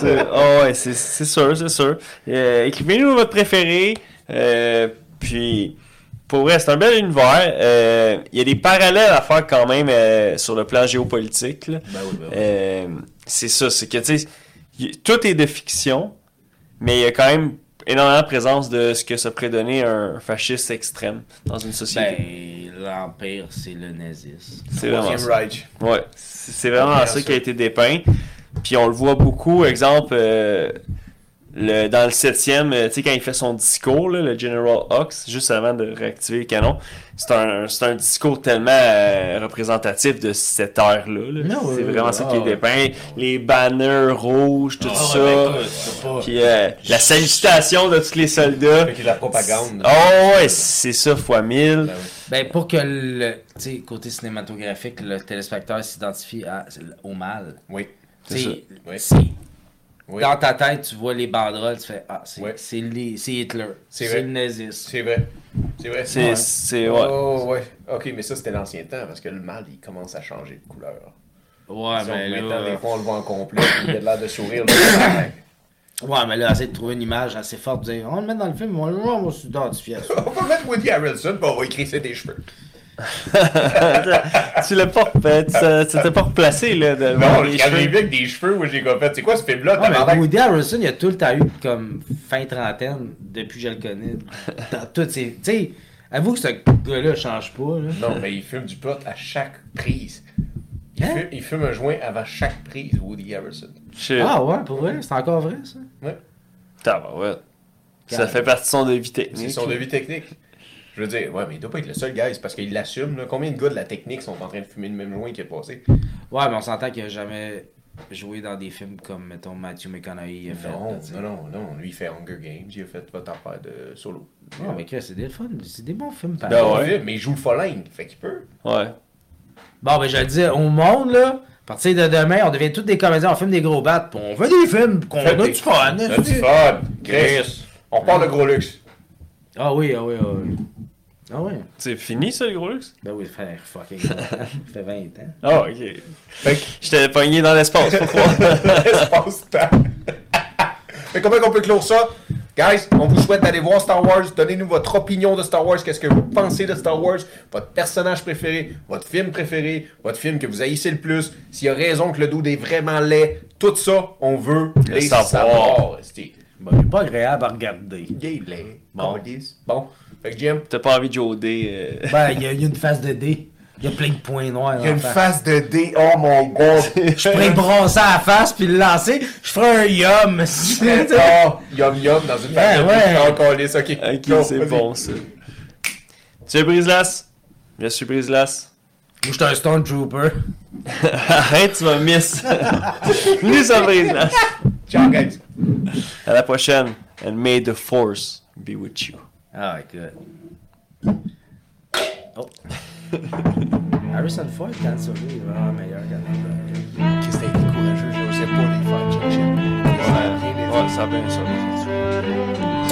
C'est- <laughs> ah ouais, c'est c'est sûr, c'est sûr. Euh, Écrivez-nous votre préféré. euh, puis, pour vrai, c'est un bel univers. Euh, Il y a des parallèles à faire quand même euh, sur le plan géopolitique. là. Euh, c'est ça, c'est que, tu sais, y- tout est de fiction, mais il y a quand même énormément de présence de ce que ça pourrait donner un fasciste extrême dans une société.
Ben, l'Empire, c'est le nazisme.
c'est vraiment ça.
Right.
Ouais, c'est c'est vraiment
Ouais,
ça
ça.
qui a été dépeint. Puis on le voit beaucoup, exemple, euh, le, dans le septième, euh, tu sais, quand il fait son discours, là, le General Hux, juste avant de réactiver le canon, c'est un, c'est un discours tellement euh, représentatif de cette ère-là. là.
Non,
c'est
ouais,
vraiment
ouais,
ça
ouais,
qui est
Ah,
ouais.
dépeint. Les banners rouges, tout ça.
ben,
pas...
puis euh, la salutation de tous les soldats.
Fait que de la propagande.
Oh, ouais, c'est ça, fois mille.
Ben oui.
Ben, pour que le tu sais, côté cinématographique, le téléspectateur s'identifie à- au mal.
Oui.
Tu sais,
ça. Oui.
c'est-
Oui.
Dans ta tête, tu vois les banderoles, tu fais Ah, c'est
Ouais.
c'est les- c'est Hitler,
C'est
c'est
vrai.
le nazisme.
C'est vrai. C'est vrai.
C'est,
Ouais.
c'est, ouais.
Oh, ouais. Ok, mais ça, c'était l'ancien temps parce que le mal, il commence à changer de couleur.
Ouais,
Donc,
mais
maintenant, des
Ah, ben là, euh,
fois, on le voit en complet. puis Il a l'air de sourire. là.
ouais, mais là, essayer de trouver une image assez forte, de dire, on le met dans le film, on le on va s'identifier à ça.
on va mettre Woody Harrelson, puis on va écrire des cheveux.
<laughs> tu l'as pas repla- tu t'as- tu t'es pas replacé là de
Non,
dans
le
les
quand j'ai
cheveux.
vu avec des cheveux, moi j'ai comme fait, c'est quoi ce film-là,
Ouais, Ah, mais
tabarnak?
Woody Harrelson, il a tout le temps eu comme fin trentaine, depuis que je
<laughs>
le connais. Dans toutes ses. Tu sais, avoue que ce gars-là change pas, là.
Non, mais il fume du pot à chaque prise. Il,
Hein?
fume, il fume un joint avant chaque prise, Woody Harrelson.
Shit.
Ah ouais, pour vrai, c'est encore vrai, ça.
Ouais.
Tabarouette. Ça
Calme.
fait partie de son devis
C'est
technique.
son devis technique. Je veux dire, ouais, mais il doit pas être le seul, guys, parce qu'il l'assume. là. Combien de gars de la technique sont en train de fumer le même joint qui est passé?
Ouais, mais on s'entend qu'il a jamais joué dans des films comme, mettons, Matthew McConaughey a fait.
Non,
là, tu sais.
non, non, non. Lui, il fait Hunger Games, il a fait votre affaire de solo.
Non, Ah, mais que c'est des fun, c'est des bons films, par
Ben
Il
ouais.
fume, Mais il joue le folingue, fait qu'il peut.
Ouais.
Bon, ben, je le dis au monde, là, à partir de demain, on devient tous des comédiens, on filme des gros battes, pis on veut des films, pis qu'on a
Faites
du
des-
fun.
On
hein,
a du
tu sais.
fun. Chris, on part le gros luxe.
Ah oui, ah oui, ah oui. Ah oui.
C'est fini ça le gros luxe?
Ben oui, frère, fucking. <laughs> ça fait 20 ans.
Ah ok.
Fait que <laughs>
J'étais pogné dans l'espace, <laughs> pourquoi?
L'espace-temps. <laughs> Mais comment on peut clore ça? Guys, on vous souhaite d'aller voir Star Wars. Donnez-nous votre opinion de Star Wars. Qu'est-ce que vous pensez de Star Wars? Votre personnage préféré, votre film préféré, votre film que vous haïssez le plus. S'il y a raison que le dude est vraiment laid, tout ça, on veut
Le
les
savoir.
savoir. esti.
Ben, il est pas agréable à regarder.
Il est laid.
Bon.
Bon. Bon. Fait que Jim,
T'as pas envie de joder. euh,
Ben, il y a eu une phase de D. Il y a plein de points noirs.
Il y a
dans
une
la face.
face de dé. Oh mon god.
<laughs> Je pourrais brosser à la face puis le lancer. Je ferais un yum. <laughs> si tu veux, tu sais.
Oh, yum yum dans une
Ouais,
famille.
ouais.
Encore lisse, ok.
<laughs> Ok,
Go,
c'est
vas-y.
bon ça. Tu es brise-glace? Bien sûr, brise-glace.
Moi, j'étais un Stormtrooper.
<laughs> Arrête, tu m'as miss. <laughs> Nous sommes brise-glace.
Ciao, guys.
À la prochaine. And may the force be with you.
Ah, écoute. Oh. <laughs> Harrison Ford, quand ça lui, il est vraiment meilleur qu'à
Qu'est-ce que t'as été courageux, je sais pas les faire, check, check.
Ouais, ça va bien, ça.